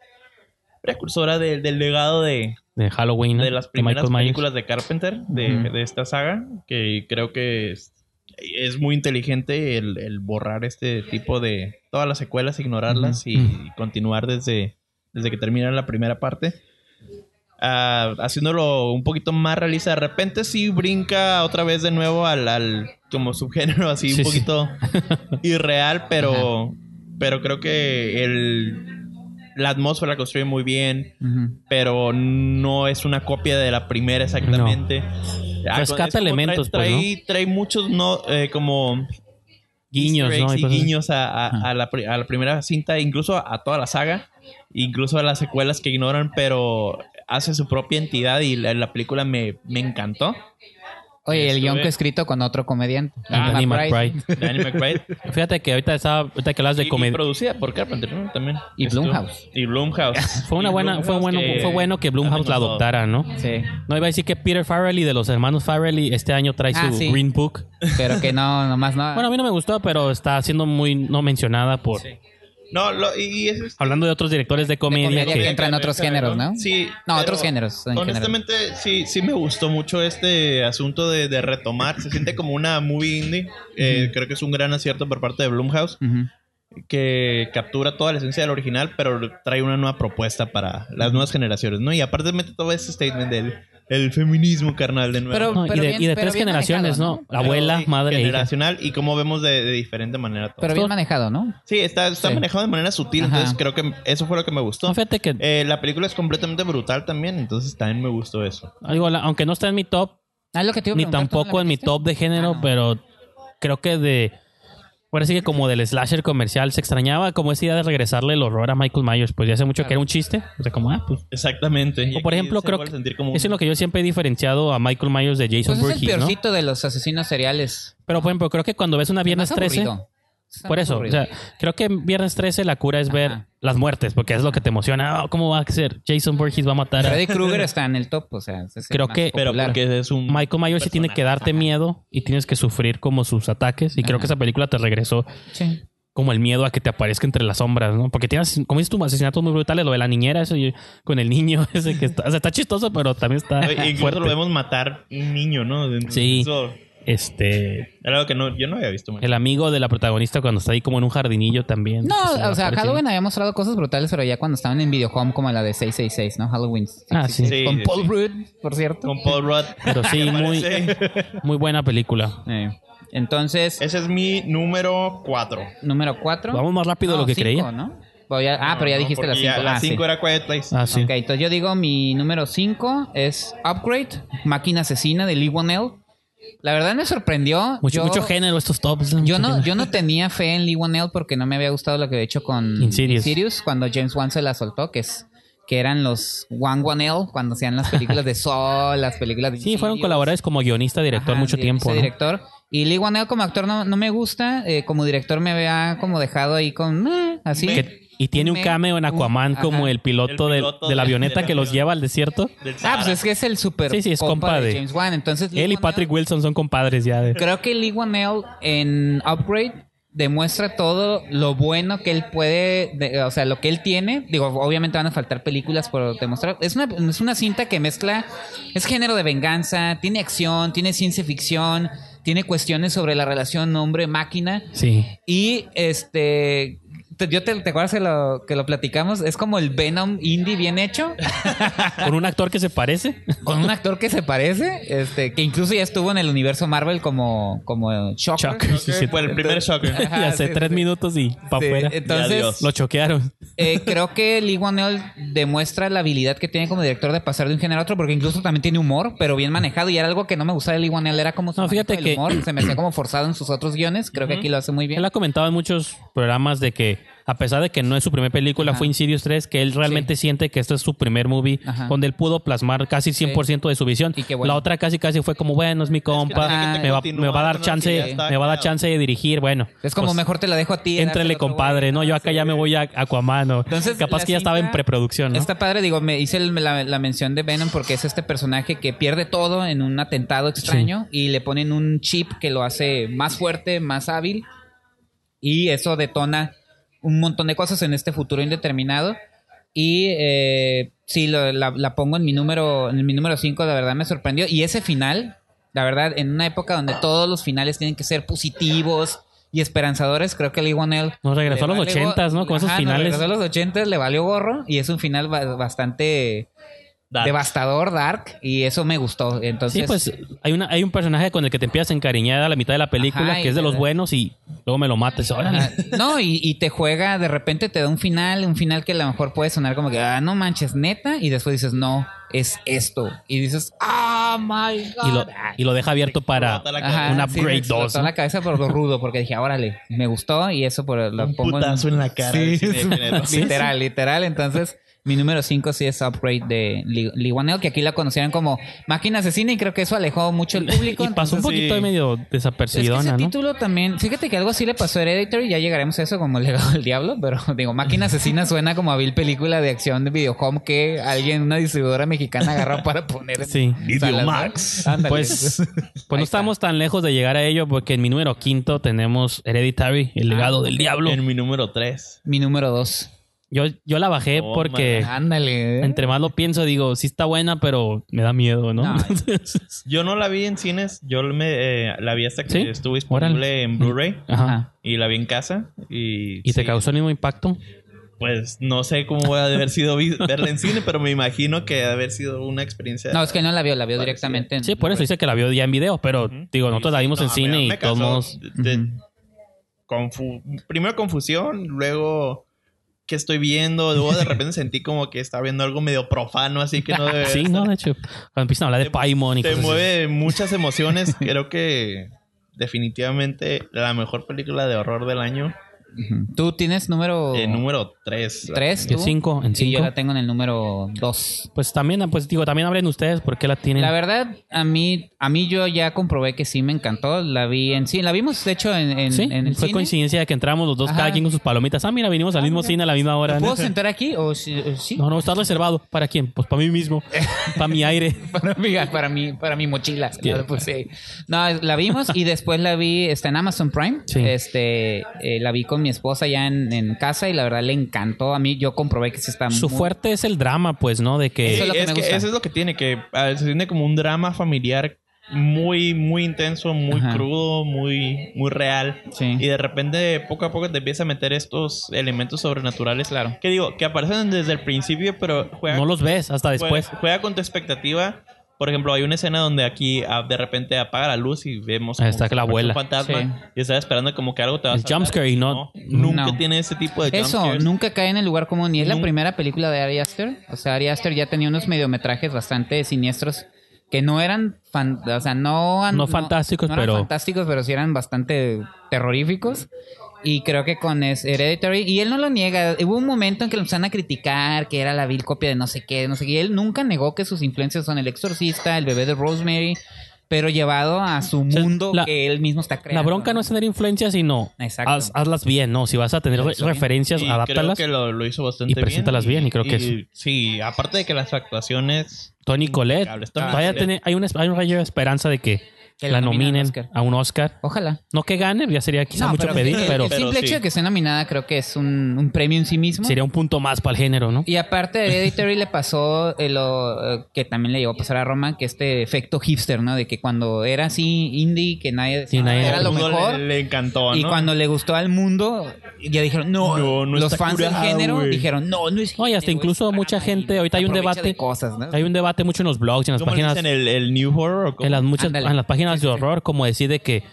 Speaker 3: precursora del- del legado de,
Speaker 2: de eh, Halloween, ¿no?
Speaker 3: de las
Speaker 2: de
Speaker 3: primeras
Speaker 2: Michael Myers.
Speaker 3: películas de Carpenter, de,
Speaker 1: Ujú.
Speaker 3: de esta saga, que creo que es, es muy inteligente el, el borrar este tipo de... todas las secuelas, ignorarlas y,
Speaker 2: Ujú.
Speaker 3: y continuar desde, desde que termina la primera parte. Ah, haciéndolo un poquito más realista. De repente sí brinca otra vez de nuevo al, al como subgénero así
Speaker 2: Sí, sí.
Speaker 3: un poquito irreal, pero, pero creo que el, la atmósfera la construye muy bien
Speaker 1: Ujú.
Speaker 3: pero no es una copia de la primera exactamente. Ah,
Speaker 2: Rescata
Speaker 3: es como
Speaker 2: elementos,
Speaker 3: trae,
Speaker 2: pues,
Speaker 3: trae, trae muchos no eh, como
Speaker 2: Guiños,
Speaker 3: easter
Speaker 2: ¿no? Y
Speaker 3: eggs y
Speaker 2: cosas así.
Speaker 3: guiños a, a-
Speaker 1: Ajá.
Speaker 3: a la, pri- a la primera cinta, incluso a, a toda la saga, incluso a las secuelas que ignoran, pero hace su propia entidad y la, la película me, me encantó.
Speaker 1: Oye, el
Speaker 3: Esto
Speaker 1: guión
Speaker 3: es.
Speaker 1: que escrito con otro comediante.
Speaker 2: Ah, Danny McBride.
Speaker 3: Danny McBride.
Speaker 2: Fíjate que ahorita, estaba, ahorita que hablas
Speaker 3: Y-
Speaker 2: de
Speaker 3: y
Speaker 2: comedia...
Speaker 3: producida por Carpenter ¿no? también.
Speaker 1: Y
Speaker 3: Estuvo-
Speaker 1: Blumhouse.
Speaker 3: Y Blumhouse.
Speaker 2: Fue una
Speaker 3: Y
Speaker 2: buena, fue
Speaker 3: Blumhouse
Speaker 2: bueno,
Speaker 3: que
Speaker 2: fue bueno que Blumhouse
Speaker 3: también
Speaker 2: la
Speaker 3: nos-
Speaker 2: adoptara, ¿no?
Speaker 1: Sí.
Speaker 2: No iba a decir que Peter Farrelly de los hermanos Farrelly este año trae
Speaker 1: Ah,
Speaker 2: su
Speaker 1: sí. Ah.
Speaker 2: Green Book.
Speaker 1: Pero que no, nomás no.
Speaker 2: Bueno, a mí no me gustó, pero está siendo muy no mencionada por
Speaker 3: No, lo- y y eso es este
Speaker 2: hablando de otros directores de comedia,
Speaker 1: comedia
Speaker 2: que-
Speaker 1: que entra en otros géneros, ¿no?
Speaker 3: Sí.
Speaker 1: No,
Speaker 3: pero
Speaker 1: otros géneros, en general.
Speaker 3: honestamente, sí, sí me gustó mucho este asunto de, de retomar. Se siente como una movie indie. Eh, Creo que es un gran acierto por parte de Blumhouse,
Speaker 1: Ujú.
Speaker 3: que captura toda la esencia del original, pero trae una nueva propuesta para las nuevas generaciones, ¿no? Y aparte mete todo ese statement del el feminismo carnal de nuevo.
Speaker 1: Pero-
Speaker 2: No, y de,
Speaker 1: bien-
Speaker 2: y de
Speaker 1: pero
Speaker 2: tres
Speaker 1: bien
Speaker 2: generaciones,
Speaker 1: manejado,
Speaker 2: ¿no? Abuela,
Speaker 3: Sí,
Speaker 2: madre e hija.
Speaker 3: Generacional y cómo vemos de, de diferente manera todo.
Speaker 1: Pero bien
Speaker 2: Todo-
Speaker 1: manejado, ¿no?
Speaker 3: sí, está, está
Speaker 1: Sí.
Speaker 3: manejado de manera sutil,
Speaker 1: Ajá.
Speaker 3: entonces creo que eso fue lo que me gustó.
Speaker 2: No, fíjate que
Speaker 3: Eh, la película es completamente brutal también, entonces también me gustó eso.
Speaker 2: digo, la- aunque no está en mi top,
Speaker 1: Ah, es lo que te iba a
Speaker 2: ni
Speaker 1: preguntar, ¿tú no
Speaker 2: tampoco
Speaker 1: la
Speaker 2: en mi
Speaker 1: viste?
Speaker 2: top de género,
Speaker 1: Ah, no.
Speaker 2: pero creo que de ahora sí que como del slasher comercial se extrañaba como esa idea de regresarle el horror a Michael Myers, pues ya hace mucho que era un chiste, o sea, como ah, pues
Speaker 3: Exactamente. Y
Speaker 2: O, por
Speaker 3: aquí
Speaker 2: ejemplo,
Speaker 3: se
Speaker 2: creo
Speaker 3: vuelve
Speaker 2: que
Speaker 3: a sentir como
Speaker 2: eso es
Speaker 3: un-
Speaker 2: lo que yo siempre he diferenciado a Michael Myers de Jason
Speaker 1: Pues es el
Speaker 2: Voorhees, ¿no?
Speaker 1: peorcito de los asesinos seriales.
Speaker 2: Pero por ejemplo, creo que cuando ves una Viernes
Speaker 1: Más
Speaker 2: 13,
Speaker 1: aburrido. Está
Speaker 2: por
Speaker 1: más
Speaker 2: eso, o
Speaker 1: aburrido.
Speaker 2: sea, creo que en Viernes 13 la cura es ver
Speaker 1: Ajá.
Speaker 2: las muertes, porque es lo que te emociona. Ah, ¿Cómo va a ser? Jason Voorhees va a matar a
Speaker 1: Freddy Krueger está en el top, o sea, ese es el
Speaker 2: Creo
Speaker 1: más
Speaker 2: que-
Speaker 3: Pero
Speaker 1: popular.
Speaker 3: porque es un.
Speaker 2: Michael Myers sí tiene que darte miedo y tienes que sufrir como sus ataques. Y creo
Speaker 1: Ajá.
Speaker 2: que esa película te regresó
Speaker 1: Sí.
Speaker 2: como el miedo a que te aparezca entre las sombras, ¿no? Porque tienes, como dices tú, asesinatos muy brutales, lo de la niñera, eso y- con el niño ese que está, o sea, está chistoso, pero también está
Speaker 3: Oye, Incluso
Speaker 2: fuerte.
Speaker 3: lo vemos matar un niño, ¿no?
Speaker 2: Sí.
Speaker 3: Eso
Speaker 2: Este,
Speaker 3: era algo que no, yo no había visto. man.
Speaker 2: el amigo de la protagonista cuando está ahí como en un jardinillo también.
Speaker 1: No,
Speaker 2: Entonces,
Speaker 1: o sea,
Speaker 2: aparece-
Speaker 1: Halloween había mostrado cosas brutales, pero ya cuando estaban en videohome como la de 666, ¿no? Halloween.
Speaker 2: Ah,
Speaker 1: 666,
Speaker 3: sí.
Speaker 1: Con
Speaker 3: Sí,
Speaker 1: Paul
Speaker 3: sí.
Speaker 1: Rudd, por cierto.
Speaker 3: Con Paul Rudd.
Speaker 2: Pero sí, muy,
Speaker 3: Parece-
Speaker 2: muy buena película.
Speaker 1: Eh, Entonces,
Speaker 3: Ese es mi número 4.
Speaker 1: número 4.
Speaker 2: Vamos más rápido de lo que creía.
Speaker 1: ¿no? Voy a- ah, pero ya dijiste las 5.
Speaker 3: La 5 era Quiet Place.
Speaker 2: Ah, sí.
Speaker 1: Ok, entonces yo digo mi número 5 es Upgrade, Máquina Asesina de Lee Whannell. La verdad me sorprendió.
Speaker 2: Mucho,
Speaker 1: yo,
Speaker 2: mucho género estos tops.
Speaker 1: Yo
Speaker 2: mucho
Speaker 1: no,
Speaker 2: género.
Speaker 1: yo no tenía fe en Lee Whannell porque no me había gustado lo que había hecho con
Speaker 2: Insidious.
Speaker 1: cuando James Wan se la soltó, que es que eran los Wan Whannell cuando hacían las películas de Sol, las películas de
Speaker 2: Sí, fueron
Speaker 1: Insidious.
Speaker 2: colaboradores como guionista, director
Speaker 1: Ajá,
Speaker 2: mucho
Speaker 1: sí,
Speaker 2: tiempo.
Speaker 1: ese
Speaker 2: ¿no?
Speaker 1: director. Y Lee Whannell como actor no, no me gusta, eh, como director me había como dejado ahí con "Meh", así.
Speaker 2: Que- y tiene un
Speaker 1: Me-
Speaker 2: cameo en Aquaman
Speaker 1: Ajá.
Speaker 2: como el piloto,
Speaker 3: El
Speaker 2: del-
Speaker 3: piloto
Speaker 2: de, la
Speaker 3: de-
Speaker 2: avioneta
Speaker 3: de la
Speaker 2: que los
Speaker 3: avión.
Speaker 2: lleva al desierto.
Speaker 3: Del
Speaker 1: Ah,
Speaker 3: Sahara.
Speaker 1: pues es que es el super
Speaker 2: Sí, sí, es compa de-
Speaker 1: James Wan, entonces Lee
Speaker 2: Él y
Speaker 1: Whannell-
Speaker 2: Patrick Wilson son compadres ya. de-
Speaker 1: Creo que Lee Whannell en Upgrade demuestra todo lo bueno que él puede, de- o sea, lo que él tiene. Digo, obviamente van a faltar películas por demostrar. Es una, es una cinta que mezcla, es género de venganza, tiene acción, tiene ciencia ficción, tiene cuestiones sobre la relación hombre-máquina.
Speaker 2: Sí.
Speaker 1: Y este te- yo te, te acuerdas que lo, que lo platicamos, es como el Venom indie bien hecho,
Speaker 2: Con un actor que se parece.
Speaker 1: con un actor que se parece, este, que incluso ya estuvo en el universo Marvel como, como Shocker.
Speaker 2: Shocker, sí, sí.
Speaker 3: Fue el primer shock.
Speaker 1: Ajá,
Speaker 2: y hace
Speaker 1: sí,
Speaker 2: tres
Speaker 1: sí.
Speaker 2: minutos y pa'
Speaker 1: Sí,
Speaker 2: afuera.
Speaker 1: Entonces,
Speaker 3: adiós.
Speaker 2: Lo choquearon.
Speaker 1: eh, creo que Lee Wanell demuestra la habilidad que tiene como director de pasar de un género a otro, porque incluso también tiene humor, pero bien manejado. Y era algo que no me gustaba de Lee Wanell, era como su
Speaker 2: No, fíjate
Speaker 1: manejo del
Speaker 2: que-
Speaker 1: humor. Se me hacía como forzado en sus otros guiones. Creo que aquí lo hace muy bien.
Speaker 2: Él ha comentado en muchos programas de que, a pesar de que no es su primera película,
Speaker 1: Ajá.
Speaker 2: fue Insidious 3, que él realmente siente que esto es su primer movie
Speaker 1: Ajá.
Speaker 2: donde él pudo plasmar casi 100% de su visión.
Speaker 1: Y qué bueno.
Speaker 2: La otra casi casi fue como, bueno, es mi compa,
Speaker 1: tiene que
Speaker 2: me, va,
Speaker 3: continuar
Speaker 2: me va a dar
Speaker 3: con lo que ya
Speaker 2: chance,
Speaker 3: está
Speaker 2: me va a dar
Speaker 3: creado.
Speaker 2: chance de dirigir, bueno.
Speaker 1: Es como
Speaker 2: pues,
Speaker 1: mejor te la dejo a ti. dársela
Speaker 2: Éntrele,
Speaker 1: a otro güey. Ah,
Speaker 2: compadre, ¿no? Yo acá ya me voy a Aquaman o-
Speaker 1: Entonces,
Speaker 2: capaz
Speaker 1: la
Speaker 2: que ya estaba en
Speaker 1: cinta-
Speaker 2: preproducción, ¿no?
Speaker 1: Está padre, digo, me hice el- la, la mención de Venom porque es este personaje que pierde todo en un atentado extraño y le ponen un chip que lo hace más fuerte, más hábil y eso detona un montón de cosas en este futuro indeterminado. Y eh, sí, lo- la, la pongo en mi número en mi número 5, la verdad me sorprendió. Y ese final, la verdad, en una época donde todos los finales tienen que ser positivos y esperanzadores, creo que Lee Whannell
Speaker 2: Nos regresó a
Speaker 1: le
Speaker 2: los
Speaker 1: vale go-
Speaker 2: ochentas, ¿no? Con esos
Speaker 1: Ajá, nos
Speaker 2: finales.
Speaker 1: regresó a los 80 le valió gorro y es un final ba- bastante
Speaker 3: Dark.
Speaker 1: devastador, dark, y eso me gustó. Entonces,
Speaker 2: Sí, pues hay, una, hay un personaje con el que te empiezas a encariñar a la mitad de la película,
Speaker 1: Ajá, y
Speaker 2: que es de
Speaker 1: te
Speaker 2: los
Speaker 1: da-
Speaker 2: buenos, y luego me lo mates. órale.
Speaker 1: ah, no, y, y te juega, de repente te da un final, un final que a lo mejor puede sonar como que, ah, no manches, neta, y después dices, no, es esto. Y dices, ah, my God.
Speaker 2: y, lo, y lo deja abierto para
Speaker 3: Explota la
Speaker 1: Ajá,
Speaker 2: un
Speaker 1: sí, me
Speaker 2: upgrade
Speaker 1: explotó
Speaker 2: 2.
Speaker 1: en la cabeza por lo rudo, porque dije, "Ah, órale, me gustó y eso por lo
Speaker 3: Un
Speaker 1: pongo en-
Speaker 3: putazo en la cara.
Speaker 1: Sí,
Speaker 3: de
Speaker 1: es un-
Speaker 3: Cinefilo.
Speaker 1: literal, literal. Entonces, mi número 5 sí es Upgrade de Li- Liguaneo, que aquí la conocían como Máquina Asesina y creo que eso alejó mucho el público.
Speaker 2: Y pasó un
Speaker 1: entonces-
Speaker 2: poquito de medio
Speaker 1: Es que ese
Speaker 2: desapercibidona, ¿no?
Speaker 1: título también, fíjate que algo así le pasó a Editor y ya llegaremos a eso como el legado del diablo, pero digo, Máquina Asesina suena como a vil película de acción de videohome que alguien, una distribuidora mexicana agarró para poner en
Speaker 2: Sí.
Speaker 3: Videomax.
Speaker 1: Ándale.
Speaker 2: Pues, pues
Speaker 1: Ahí
Speaker 2: no
Speaker 1: está.
Speaker 2: estamos tan lejos de llegar a ello porque en mi número quinto tenemos Hereditary, el
Speaker 1: Ah,
Speaker 2: legado del diablo.
Speaker 3: En mi número 3.
Speaker 1: mi número 2.
Speaker 2: Yo, yo la bajé
Speaker 3: Oh,
Speaker 2: porque
Speaker 1: Ándale. eh.
Speaker 2: entre más lo pienso digo, sí está buena, pero me da miedo, ¿no?
Speaker 1: No.
Speaker 2: Entonces,
Speaker 3: Yo no la vi en cines. Yo me, eh, la vi hasta que
Speaker 2: ¿Sí?
Speaker 3: estuvo disponible
Speaker 2: Órale.
Speaker 3: en Blu-ray.
Speaker 2: Ajá.
Speaker 3: Y la vi en casa. Y,
Speaker 2: ¿Y te
Speaker 3: sí,
Speaker 2: causó el mismo impacto?
Speaker 3: Pues no sé cómo voy a haber sido vi- verla en cine, pero me imagino que ha de haber sido una experiencia.
Speaker 1: No, es que no la vio, la vio
Speaker 3: Parecía.
Speaker 1: directamente. en
Speaker 2: Sí, por eso dice que la vio ya en video, pero digo, nosotros la vimos
Speaker 3: No,
Speaker 2: en
Speaker 3: me-
Speaker 2: cine
Speaker 3: me
Speaker 2: y todos
Speaker 3: causó
Speaker 2: modos-
Speaker 3: de-
Speaker 1: Ujú.
Speaker 3: confu- primero confusión, luego qué estoy viendo, luego de repente sentí como que estaba viendo algo medio profano, así que no debe
Speaker 2: Sí, no, de hecho. Cuando empiezan a hablar de Paimon y
Speaker 3: te
Speaker 2: cosas así.
Speaker 3: mueve muchas emociones, creo que definitivamente la mejor película de horror del año,
Speaker 1: Ujú. ¿Tú tienes número
Speaker 2: Oh.
Speaker 3: eh, número 3.
Speaker 1: 3?
Speaker 2: Yo cinco, en
Speaker 1: Y yo
Speaker 2: cinco.
Speaker 1: la tengo en el número 2.
Speaker 2: Pues también, pues digo, también hablen ustedes por qué la tienen.
Speaker 1: La verdad, a mí, a mí yo ya comprobé que sí me encantó. La vi en sí, la vimos de hecho en, en,
Speaker 2: sí,
Speaker 1: en el
Speaker 2: fue
Speaker 1: cine.
Speaker 2: coincidencia de que entramos los dos
Speaker 1: Ajá.
Speaker 2: cada quien con sus palomitas. Ah, mira, vinimos al mismo cine a la misma hora.
Speaker 1: ¿Puedo sentar aquí o sí? o sí?
Speaker 2: No, no, está reservado. ¿Para quién? Pues para mí mismo. para mi aire.
Speaker 1: Para, mí, para, mi, para mi mochila.
Speaker 2: que-
Speaker 1: No, pues, sí. No, la vimos y después la vi, está en Amazon Prime.
Speaker 2: Sí.
Speaker 1: Este, eh, la vi con mi esposa ya en, en casa y la verdad le encantó. A mí yo comprobé que sí está
Speaker 2: Su
Speaker 1: muy-
Speaker 2: fuerte es el drama, pues, ¿no? De que...
Speaker 1: Eso es lo que
Speaker 3: Eh, es
Speaker 1: me
Speaker 3: que
Speaker 1: gusta.
Speaker 3: eso es lo que tiene, que ah, se tiene como un drama familiar muy, muy intenso, muy
Speaker 1: Ajá.
Speaker 3: crudo, muy, muy real.
Speaker 1: Sí.
Speaker 3: Y de repente, poco a poco, te empieza a meter estos elementos sobrenaturales.
Speaker 1: Claro.
Speaker 3: Que digo, que aparecen desde el principio, pero juega,
Speaker 2: No los ves hasta
Speaker 3: juega-
Speaker 2: después.
Speaker 3: juega con tu expectativa. Por ejemplo, hay una escena donde aquí ah, de repente apaga la luz y vemos
Speaker 2: Ahí
Speaker 3: como
Speaker 2: está
Speaker 3: que
Speaker 2: la
Speaker 3: aparece
Speaker 2: abuela.
Speaker 3: un fantasma y estás esperando como que algo te va a
Speaker 2: El
Speaker 3: saltar.
Speaker 2: jumpscare y no-
Speaker 3: nunca
Speaker 1: No.
Speaker 3: tiene ese tipo de
Speaker 1: Eso,
Speaker 3: jumpscares.
Speaker 1: nunca cae en el lugar común. Ni es la
Speaker 3: Nun-
Speaker 1: primera película de Ari Aster. O sea, Ari Aster ya tenía unos mediometrajes bastante siniestros que no eran, fan- o sea, no... an-
Speaker 2: No fantásticos,
Speaker 1: eran
Speaker 2: pero-
Speaker 1: fantásticos, pero sí eran bastante terroríficos. Y creo que con es- Hereditary... Y él no lo niega. Hubo un momento en que lo empezaron a criticar, que era la vil copia de no sé qué, de no sé qué. Y él nunca negó que sus influencias son El Exorcista, El Bebé de Rosemary, pero llevado a su
Speaker 2: sea,
Speaker 1: mundo
Speaker 2: la-
Speaker 1: que él mismo está creando.
Speaker 2: La bronca no es tener influencia, sino
Speaker 1: Exacto.
Speaker 2: haz- hazlas bien, ¿no? Si vas a tener re-
Speaker 1: Eso bien.
Speaker 2: referencias,
Speaker 3: Y
Speaker 2: adáptalas.
Speaker 3: Creo que lo, lo hizo bastante
Speaker 2: y preséntalas bien, y creo que
Speaker 3: Sí, aparte de que las actuaciones.
Speaker 2: Tony Colette.
Speaker 3: Impecables, Tony
Speaker 2: Todavía
Speaker 3: Collette.
Speaker 2: tiene- hay, un, hay un rayo de esperanza de que
Speaker 1: Que
Speaker 2: la
Speaker 1: la nominen al
Speaker 2: nominen
Speaker 1: Oscar.
Speaker 2: a un Oscar.
Speaker 1: Ojalá.
Speaker 2: No que gane, ya sería quizá
Speaker 1: No,
Speaker 2: mucho
Speaker 1: pero
Speaker 2: pedir,
Speaker 1: el- el,
Speaker 2: pero
Speaker 1: simple
Speaker 3: pero sí.
Speaker 1: hecho de que esté nominada creo que es un, un premio en sí mismo.
Speaker 2: sería un punto más para el género, ¿no?
Speaker 1: Y aparte de Hereditary le pasó eh, lo eh, que también le llegó a pasar a Roma, que este efecto hipster, ¿no? De que cuando era así indie, que nadie,
Speaker 2: Sí, nadie-
Speaker 1: era lo
Speaker 3: Al mundo le-
Speaker 1: mejor.
Speaker 3: Le, encantó,
Speaker 1: Y
Speaker 3: ¿no?
Speaker 1: cuando le gustó al mundo, ya dijeron, no,
Speaker 3: No, no
Speaker 1: los
Speaker 3: está
Speaker 1: fans
Speaker 3: curado,
Speaker 1: del género
Speaker 3: güey.
Speaker 1: dijeron, no, no es
Speaker 2: No, y hasta
Speaker 1: género,
Speaker 2: incluso
Speaker 1: es
Speaker 2: mucha
Speaker 1: drama", y
Speaker 2: gente- ahorita hay un
Speaker 1: aprovecha de
Speaker 2: debate-
Speaker 1: cosas, ¿no?
Speaker 2: Hay un debate mucho en los blogs, en las
Speaker 3: ¿Cómo le
Speaker 2: páginas
Speaker 3: dicen el, el New Horror? o cómo?
Speaker 2: en las muchas
Speaker 1: Ándale.
Speaker 2: en las páginas de horror como decir de que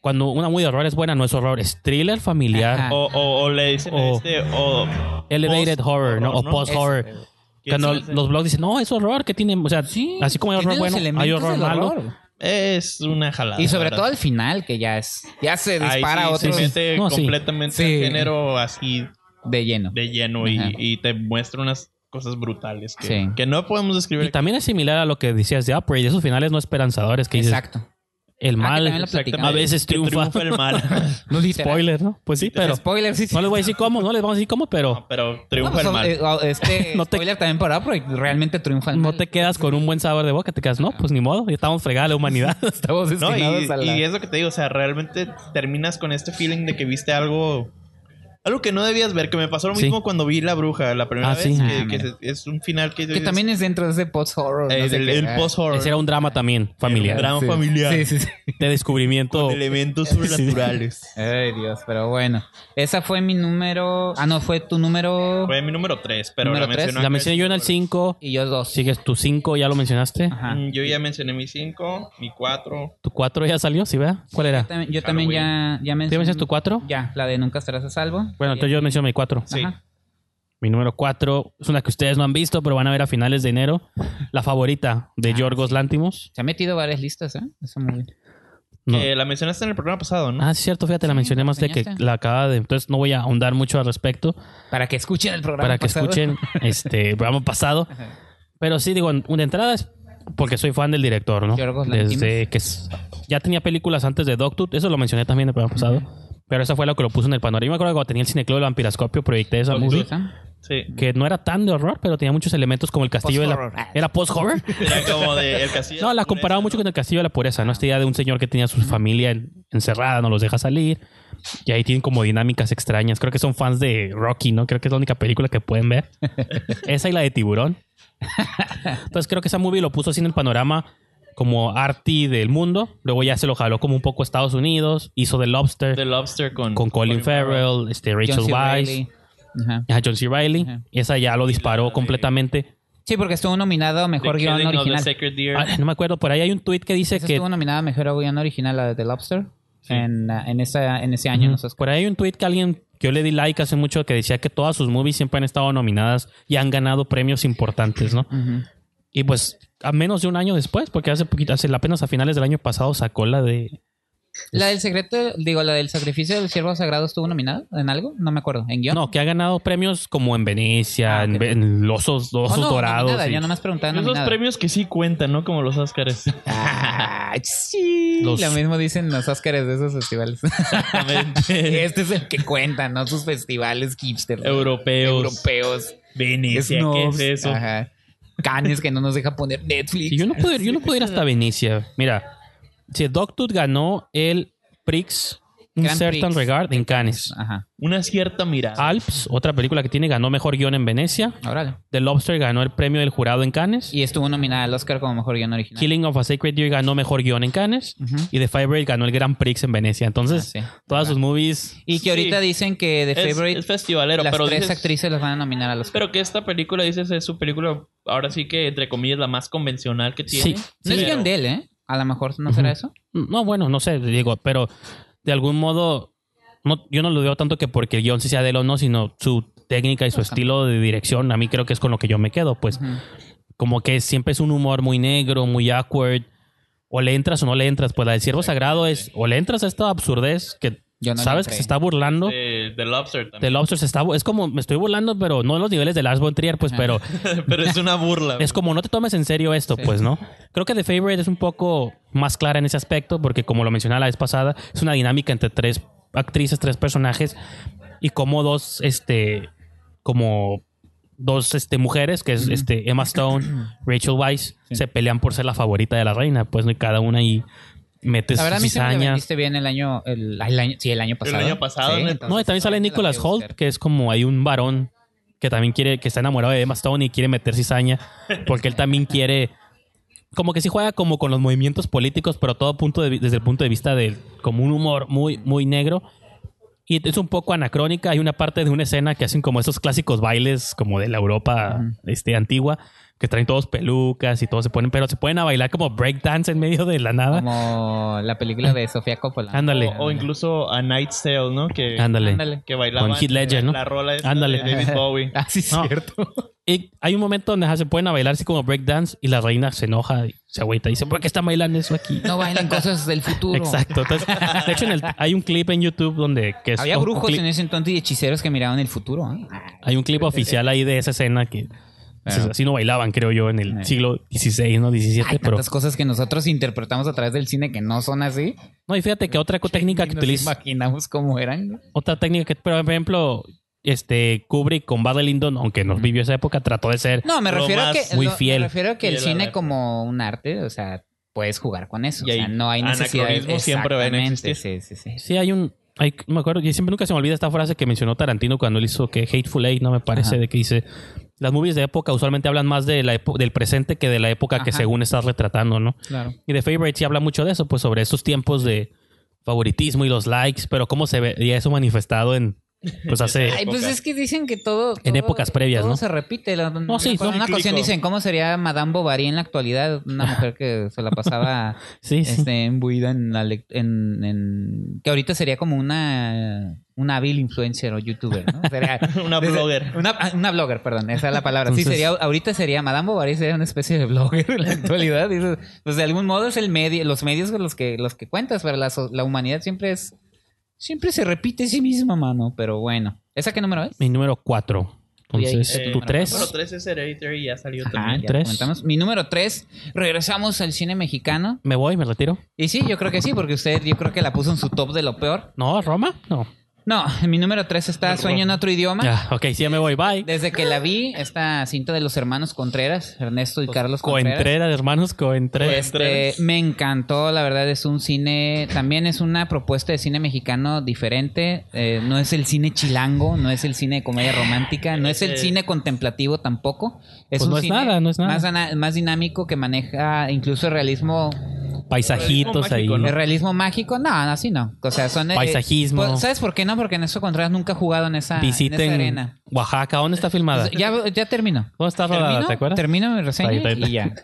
Speaker 2: cuando una muy de horror es buena no es horror es thriller familiar
Speaker 1: Ajá.
Speaker 3: O, o- o le dicen
Speaker 2: O-
Speaker 3: este. O,
Speaker 2: elevated
Speaker 3: post-
Speaker 2: horror no o
Speaker 3: ¿no?
Speaker 2: post
Speaker 3: Es-
Speaker 2: horror
Speaker 1: eh,
Speaker 3: que
Speaker 2: cuando
Speaker 3: sí, sí.
Speaker 2: los blogs dicen no es horror que tiene o sea así como
Speaker 1: Tiene
Speaker 2: hay horror
Speaker 1: los
Speaker 2: bueno hay
Speaker 1: elementos
Speaker 2: horror
Speaker 1: del
Speaker 2: malo
Speaker 1: horror.
Speaker 3: Es una jalada.
Speaker 1: Y
Speaker 3: la
Speaker 1: sobre
Speaker 3: verdad.
Speaker 1: todo al final, que ya es ya se
Speaker 3: Ahí
Speaker 1: dispara
Speaker 3: sí,
Speaker 1: otro
Speaker 3: Se mete
Speaker 2: No, sí.
Speaker 3: completamente
Speaker 1: Sí.
Speaker 3: el género así
Speaker 1: de lleno.
Speaker 3: de lleno y,
Speaker 1: Ajá.
Speaker 3: y te muestra unas cosas brutales que,
Speaker 1: Sí.
Speaker 3: que no podemos describir.
Speaker 2: y también es similar a lo que decías de Upgrade esos finales no esperanzadores que dices
Speaker 1: Exacto.
Speaker 2: el
Speaker 1: Ah, que también
Speaker 2: mal
Speaker 1: lo platicamos.
Speaker 2: a veces
Speaker 3: Que
Speaker 2: triunfa,
Speaker 3: el mal.
Speaker 1: No, literal.
Speaker 2: spoiler no pues sí pero
Speaker 1: Spoiler, sí, sí.
Speaker 2: no les voy a decir cómo no les vamos a decir cómo pero
Speaker 3: pero
Speaker 1: No,
Speaker 3: triunfa
Speaker 1: pues,
Speaker 3: el mal.
Speaker 1: eh, Este
Speaker 2: No te-
Speaker 1: spoiler también para Upgrade realmente triunfa el
Speaker 2: no
Speaker 1: mal.
Speaker 2: te quedas con un buen sabor de boca te quedas no pues ni modo ya estamos fregada la humanidad
Speaker 1: Estamos
Speaker 3: ¿no?
Speaker 1: destinados
Speaker 3: Y,
Speaker 1: a la-
Speaker 3: y es lo que te digo, o sea, realmente terminas con este feeling de que viste algo. Algo que no debías ver, que me pasó lo
Speaker 2: Sí.
Speaker 3: mismo cuando vi La Bruja la primera
Speaker 2: Ah,
Speaker 3: vez.
Speaker 2: sí.
Speaker 3: que-
Speaker 1: Ah,
Speaker 3: que
Speaker 1: mira.
Speaker 3: se- es un final que.
Speaker 1: Que también es dentro de ese post-horror.
Speaker 3: eh,
Speaker 1: no sé
Speaker 3: del-
Speaker 1: qué,
Speaker 3: el
Speaker 1: ah,
Speaker 3: post-horror.
Speaker 2: ese era un drama también
Speaker 3: un
Speaker 2: familiar
Speaker 3: drama familiar.
Speaker 1: Sí, sí, sí.
Speaker 2: de descubrimiento
Speaker 3: Elementos sobrenaturales.
Speaker 1: Ay, Dios, pero bueno. Esa fue mi número. Ah, no, fue tu número.
Speaker 3: Fue mi número 3, pero
Speaker 1: Número
Speaker 3: la
Speaker 1: tres.
Speaker 3: mencioné.
Speaker 2: la mencioné yo en el 5
Speaker 1: Y yo dos.
Speaker 2: Sigues tu 5, ya lo mencionaste.
Speaker 1: Ajá.
Speaker 3: Mm, Yo ya mencioné mi 5, mi 4.
Speaker 2: Tu 4 ya salió, ¿sí, verdad? ¿Cuál era?
Speaker 1: Yo también- Yo también ya, ya
Speaker 2: ¿Tú
Speaker 1: mencioné.
Speaker 2: mencionaste tu 4?
Speaker 1: Ya, la de Nunca estarás a salvo.
Speaker 2: Bueno, entonces yo menciono mi 4.
Speaker 3: Sí.
Speaker 1: Ajá.
Speaker 2: Mi número 4 es una que ustedes no han visto, pero van a ver a finales de enero. La favorita de
Speaker 1: Ah,
Speaker 2: Yorgos Lantimos.
Speaker 1: Se ha metido varias listas, ¿eh? Esa movie.
Speaker 2: No.
Speaker 3: Que Eh, la mencionaste en el programa pasado, ¿no?
Speaker 2: Ah, sí, cierto, fíjate, la mencioné más de que
Speaker 1: enseñaste.
Speaker 2: la acaba de. Entonces no voy a ahondar mucho al respecto
Speaker 1: Para que escuchen el programa.
Speaker 2: para que
Speaker 1: pasado.
Speaker 2: escuchen este el programa pasado.
Speaker 1: Ajá.
Speaker 2: Pero sí, digo, en- una entrada es porque soy fan del director, ¿no?
Speaker 1: Yorgos
Speaker 2: Desde que s- ya tenía películas antes de Doctor, eso lo mencioné también en el programa pasado. Pero esa fue lo que lo puso en el panorama. Yo me acuerdo que cuando tenía el cineclub del Vampiroscopio proyecté esa
Speaker 1: ¿Sí,
Speaker 2: movie.
Speaker 1: esa?
Speaker 3: Sí.
Speaker 2: Que no era tan de horror, pero tenía muchos elementos como el castillo de
Speaker 1: Post-horror.
Speaker 2: la... ¿Era post-horror?
Speaker 3: Era como de El Castillo.
Speaker 2: No,
Speaker 3: de
Speaker 2: la
Speaker 3: Pureza,
Speaker 2: comparaba
Speaker 3: ¿no?
Speaker 2: mucho con el castillo de la pureza, ¿no? Esta idea de un señor que tenía a su familia en- encerrada, no los deja salir. Y ahí tienen como dinámicas extrañas. Creo que son fans de Rocky, ¿no? Creo que es la única película que pueden ver. esa y la de Tiburón. Entonces creo que esa movie lo puso así en el panorama como arty del mundo. Luego ya se lo jaló como un poco a Estados Unidos. Hizo The Lobster
Speaker 3: The Lobster con,
Speaker 2: con Colin Farrell, este, Rachel
Speaker 1: John C.
Speaker 2: Weisz,
Speaker 1: Reilly. Ajá.
Speaker 2: ajá, John C. Reilly.
Speaker 1: Ajá.
Speaker 2: Esa ya lo disparó completamente.
Speaker 1: Sí, porque estuvo nominado a
Speaker 3: The
Speaker 1: mejor guión
Speaker 3: Killing of the
Speaker 1: original.
Speaker 3: Sacred Deer.
Speaker 2: Ah, no me acuerdo, por ahí hay un tweet que dice
Speaker 1: Esa
Speaker 2: que
Speaker 1: estuvo nominada a mejor guión original, la de The Lobster. En, ah, en, esa, en ese año,
Speaker 2: Ujú.
Speaker 1: no sé.
Speaker 2: Por ahí hay un tweet que alguien que yo le di like hace mucho que decía que todas sus movies siempre han estado nominadas y han ganado premios importantes, ¿no?
Speaker 1: Ujú.
Speaker 2: Y pues a menos de un año después, porque hace poquito, hace apenas a finales del año pasado sacó la de
Speaker 1: La del secreto, digo, la del sacrificio del siervo sagrado estuvo nominada en algo, no me acuerdo, en guión.
Speaker 2: no que ha ganado premios como en Venecia,
Speaker 1: Ah,
Speaker 2: en,
Speaker 1: ok.
Speaker 2: Ve- en los osos, los
Speaker 1: Oh,
Speaker 2: osos
Speaker 1: no,
Speaker 2: dorados.
Speaker 1: nominada,
Speaker 2: y
Speaker 1: yo nomás preguntaba
Speaker 3: Esos
Speaker 1: nominada.
Speaker 3: premios que sí cuentan, ¿no? Como los Oscars.
Speaker 1: Ah, sí.
Speaker 2: Los-
Speaker 1: Lo mismo dicen los Óscares de esos festivales. este es el que cuenta, no sus festivales hipster.
Speaker 3: Europeos.
Speaker 1: Europeos.
Speaker 3: Venecia, ¿qué
Speaker 1: snobs,
Speaker 3: es eso?
Speaker 1: Ajá. Canes que no nos deja poner Netflix.
Speaker 2: Sí, yo no puedo, ir- yo no puedo ir hasta Venecia. Mira, si Doctor ganó el Prix, un
Speaker 1: Grand
Speaker 2: certain
Speaker 1: Prix.
Speaker 2: regard en Cannes.
Speaker 1: Ajá.
Speaker 3: Una cierta mirada.
Speaker 2: Alps, otra película que tiene, ganó mejor guión en Venecia.
Speaker 1: Órale.
Speaker 2: The Lobster ganó el premio del jurado en Cannes.
Speaker 1: Y estuvo nominada al Oscar como mejor guión original.
Speaker 2: Killing of a Sacred Deer ganó mejor guión en Cannes.
Speaker 1: Ujú.
Speaker 2: Y The Favorite ganó el Grand Prix en Venecia. Entonces,
Speaker 1: Ah, sí.
Speaker 2: todas sus movies.
Speaker 1: Y que
Speaker 3: Sí.
Speaker 1: ahorita dicen que The
Speaker 3: es,
Speaker 1: Favorite,
Speaker 3: es festivalero,
Speaker 1: las
Speaker 3: pero
Speaker 1: tres
Speaker 3: dices-
Speaker 1: actrices las van a nominar al Oscar.
Speaker 3: Pero que esta película, dices, es su película, ahora sí que, entre comillas, la más convencional que tiene.
Speaker 2: Sí.
Speaker 1: No es
Speaker 3: Pero-
Speaker 1: guión de él, ¿eh? A lo mejor no será eso.
Speaker 2: No, bueno, no sé, digo, pero de algún modo. no- yo no lo veo tanto que porque el guión sí sea de él o no, sino su técnica y su estilo de dirección. A mí creo que es con lo que yo me quedo. Pues,
Speaker 1: Ujú.
Speaker 2: como que siempre es un humor muy negro, muy awkward. O le entras o no le entras. Pues la del Ciervo Sagrado es. O le entras a esta absurdez que
Speaker 1: Yo no le
Speaker 2: sabes que
Speaker 1: entré.
Speaker 2: se está burlando.
Speaker 3: de- de Lobster también.
Speaker 2: The Lobster se está. bu- Es como. Me estoy burlando, pero no en los niveles de Lars von Trier,
Speaker 1: Ah,
Speaker 2: pues, pero.
Speaker 3: pero es una burla.
Speaker 2: Es como no te tomes en serio esto,
Speaker 1: Sí.
Speaker 2: pues, ¿no? Creo que The Favorite es un poco más clara en ese aspecto, porque como lo mencionaba la vez pasada, es una dinámica entre tres actrices, tres personajes, y como dos, este, como dos este, mujeres, que es este, Emma Stone, Rachel Weisz, se pelean por ser la favorita de la reina, pues, ¿no? y cada una ahí metes
Speaker 1: La verdad, a mí siempre me
Speaker 2: cizaña.
Speaker 1: vendiste bien el año, el, el año. Sí, el año pasado.
Speaker 3: año pasado, ¿no?
Speaker 2: No, y también sale Nicholas Holt, que es como hay un varón que también quiere, que está enamorado de Emma Stone y quiere meter cizaña, porque él también quiere, como que sí juega como con los movimientos políticos, pero todo punto de vi- desde el punto de vista de como un humor muy, muy negro. Y es un poco anacrónica. Hay una parte de una escena que hacen como esos clásicos bailes como de la Europa este, antigua, que traen todos pelucas y todos se ponen, pero se ponen a bailar como breakdance en medio de la nada.
Speaker 1: Como la película de Sofía Coppola.
Speaker 2: Ándale.
Speaker 3: O, o incluso a Night's Tale, ¿no? Que,
Speaker 2: Ándale.
Speaker 1: Ándale.
Speaker 3: que bailaban
Speaker 2: Con Heath Ledger, ¿no?
Speaker 3: La rola esta
Speaker 2: Ándale.
Speaker 3: de David Bowie. Eh,
Speaker 1: Ah, sí,
Speaker 2: No.
Speaker 1: cierto.
Speaker 2: Y hay un momento donde ajá, se pueden a bailar así como breakdance y la reina se enoja y se agüita y dice, ¿por qué están bailando eso aquí?
Speaker 1: No bailan cosas del futuro.
Speaker 2: Exacto. Entonces, de hecho, en el- hay un clip en YouTube donde... Que es-
Speaker 1: Había
Speaker 2: un
Speaker 1: brujos
Speaker 2: clip-
Speaker 1: en ese entonces y hechiceros que miraban el futuro. ¿eh?
Speaker 2: Hay un clip oficial ahí de esa escena que...
Speaker 1: Claro.
Speaker 2: Así no bailaban, creo yo, en el siglo XVI, ¿no? XVII,
Speaker 1: Hay
Speaker 2: pero...
Speaker 1: tantas cosas que nosotros interpretamos a través del cine que no son así.
Speaker 2: No, y fíjate que otra técnica
Speaker 1: Y
Speaker 2: que
Speaker 1: nos
Speaker 2: utiliza...
Speaker 1: imaginamos cómo eran.
Speaker 2: Otra técnica que, por ejemplo, este Kubrick con Barry Lyndon, aunque no vivió esa época, trató de ser...
Speaker 1: No, me
Speaker 3: Lo
Speaker 1: refiero a
Speaker 3: más
Speaker 1: que
Speaker 2: muy
Speaker 1: lo-
Speaker 2: fiel.
Speaker 1: Me refiero a que el
Speaker 3: Fiel a la
Speaker 1: cine
Speaker 3: época.
Speaker 1: como un arte, o sea, puedes jugar con eso.
Speaker 3: Y
Speaker 1: o sea,
Speaker 3: ahí
Speaker 1: no hay necesidad.
Speaker 3: anacronismos siempre van a
Speaker 1: Exactamente,
Speaker 3: existir.
Speaker 1: Sí, sí, sí.
Speaker 2: Sí, hay un. Hay, me acuerdo, y siempre nunca se me olvida esta frase que mencionó Tarantino cuando él hizo que Hateful Eight, no me parece,
Speaker 1: Ajá.
Speaker 2: de que dice. Las movies de época usualmente hablan más de la epo- del presente que de la época que
Speaker 1: Ajá.
Speaker 2: según estás retratando, ¿no?
Speaker 1: Claro.
Speaker 2: Y de Favorite sí habla mucho de eso, pues sobre estos tiempos de favoritismo y los likes, pero cómo se veía eso manifestado en. Pues hace.
Speaker 1: Ay, pues
Speaker 3: época.
Speaker 1: es que dicen que todo.
Speaker 2: En
Speaker 1: todo-
Speaker 2: estados previas,
Speaker 1: todo
Speaker 2: ¿no?
Speaker 1: se repite. La-
Speaker 2: No, sí,
Speaker 1: Por
Speaker 2: sí.
Speaker 1: una ocasión
Speaker 3: Cíclico.
Speaker 1: dicen cómo sería Madame Bovary en la actualidad, una mujer que se la pasaba
Speaker 2: Sí, sí.
Speaker 1: este, imbuida en la lec- en, en- que ahorita sería como una una hábil influencer o youtuber, ¿no? Sería-
Speaker 3: Una
Speaker 1: desde-
Speaker 3: blogger.
Speaker 1: Una, ah, una blogger, perdón, esa es la palabra. Sí,
Speaker 2: Entonces-
Speaker 1: sería, ahorita sería Madame Bovary sería una especie de blogger en la actualidad. y eso, pues de algún modo es el medio, los medios con los que los que cuentas, pero la, so- la humanidad siempre es siempre se repite a sí misma, mano, pero bueno. ¿Esa qué número es?
Speaker 2: Mi número cuatro.
Speaker 1: Oye,
Speaker 2: Entonces,
Speaker 1: eh,
Speaker 2: tu
Speaker 1: número
Speaker 2: tres.
Speaker 3: Bueno, tres es Hereditary y ya salió
Speaker 1: Ajá,
Speaker 3: también.
Speaker 1: Ah, ya
Speaker 2: tres.
Speaker 1: comentamos. Mi número 3, regresamos al cine mexicano.
Speaker 2: Me voy, me retiro.
Speaker 1: Y sí, yo creo que sí, porque usted yo creo que la puso en su top de lo peor.
Speaker 2: No, Roma. No.
Speaker 1: No, en mi número 3 está Sueño en otro idioma.
Speaker 2: Ya, ok, sí, ya me voy. Bye.
Speaker 1: Desde que la vi, esta cinta de los hermanos Contreras, Ernesto y Carlos Contreras.
Speaker 2: Coentrera, hermanos, Coentrera.
Speaker 1: este,
Speaker 3: Contreras.
Speaker 1: me encantó, la verdad es un cine, también es una propuesta de cine mexicano diferente, eh, no es el cine chilango, no es el cine de comedia romántica, no es el
Speaker 3: Ese-
Speaker 1: cine contemplativo tampoco, es
Speaker 2: Pues
Speaker 1: un
Speaker 2: no es
Speaker 1: cine
Speaker 2: nada, no es nada.
Speaker 1: Más, ana- más dinámico que maneja incluso el realismo
Speaker 2: Paisajitos ahí.
Speaker 3: Mágico, ¿no?
Speaker 1: ¿El realismo mágico? No, no, así no. O sea, son... eh,
Speaker 2: Paisajismo.
Speaker 1: pues, ¿Sabes por qué no? Porque Ernesto Contreras nunca ha jugado Ah, en esa, en
Speaker 2: Visiten
Speaker 1: esa arena.
Speaker 2: Oaxaca. ¿Dónde está filmada?
Speaker 1: Pues, ya, ya termino.
Speaker 2: ¿Dónde está rodada?
Speaker 1: Termino,
Speaker 2: ¿Te acuerdas?
Speaker 1: termino mi reseña
Speaker 2: Ahí está, ahí está.
Speaker 1: y ya.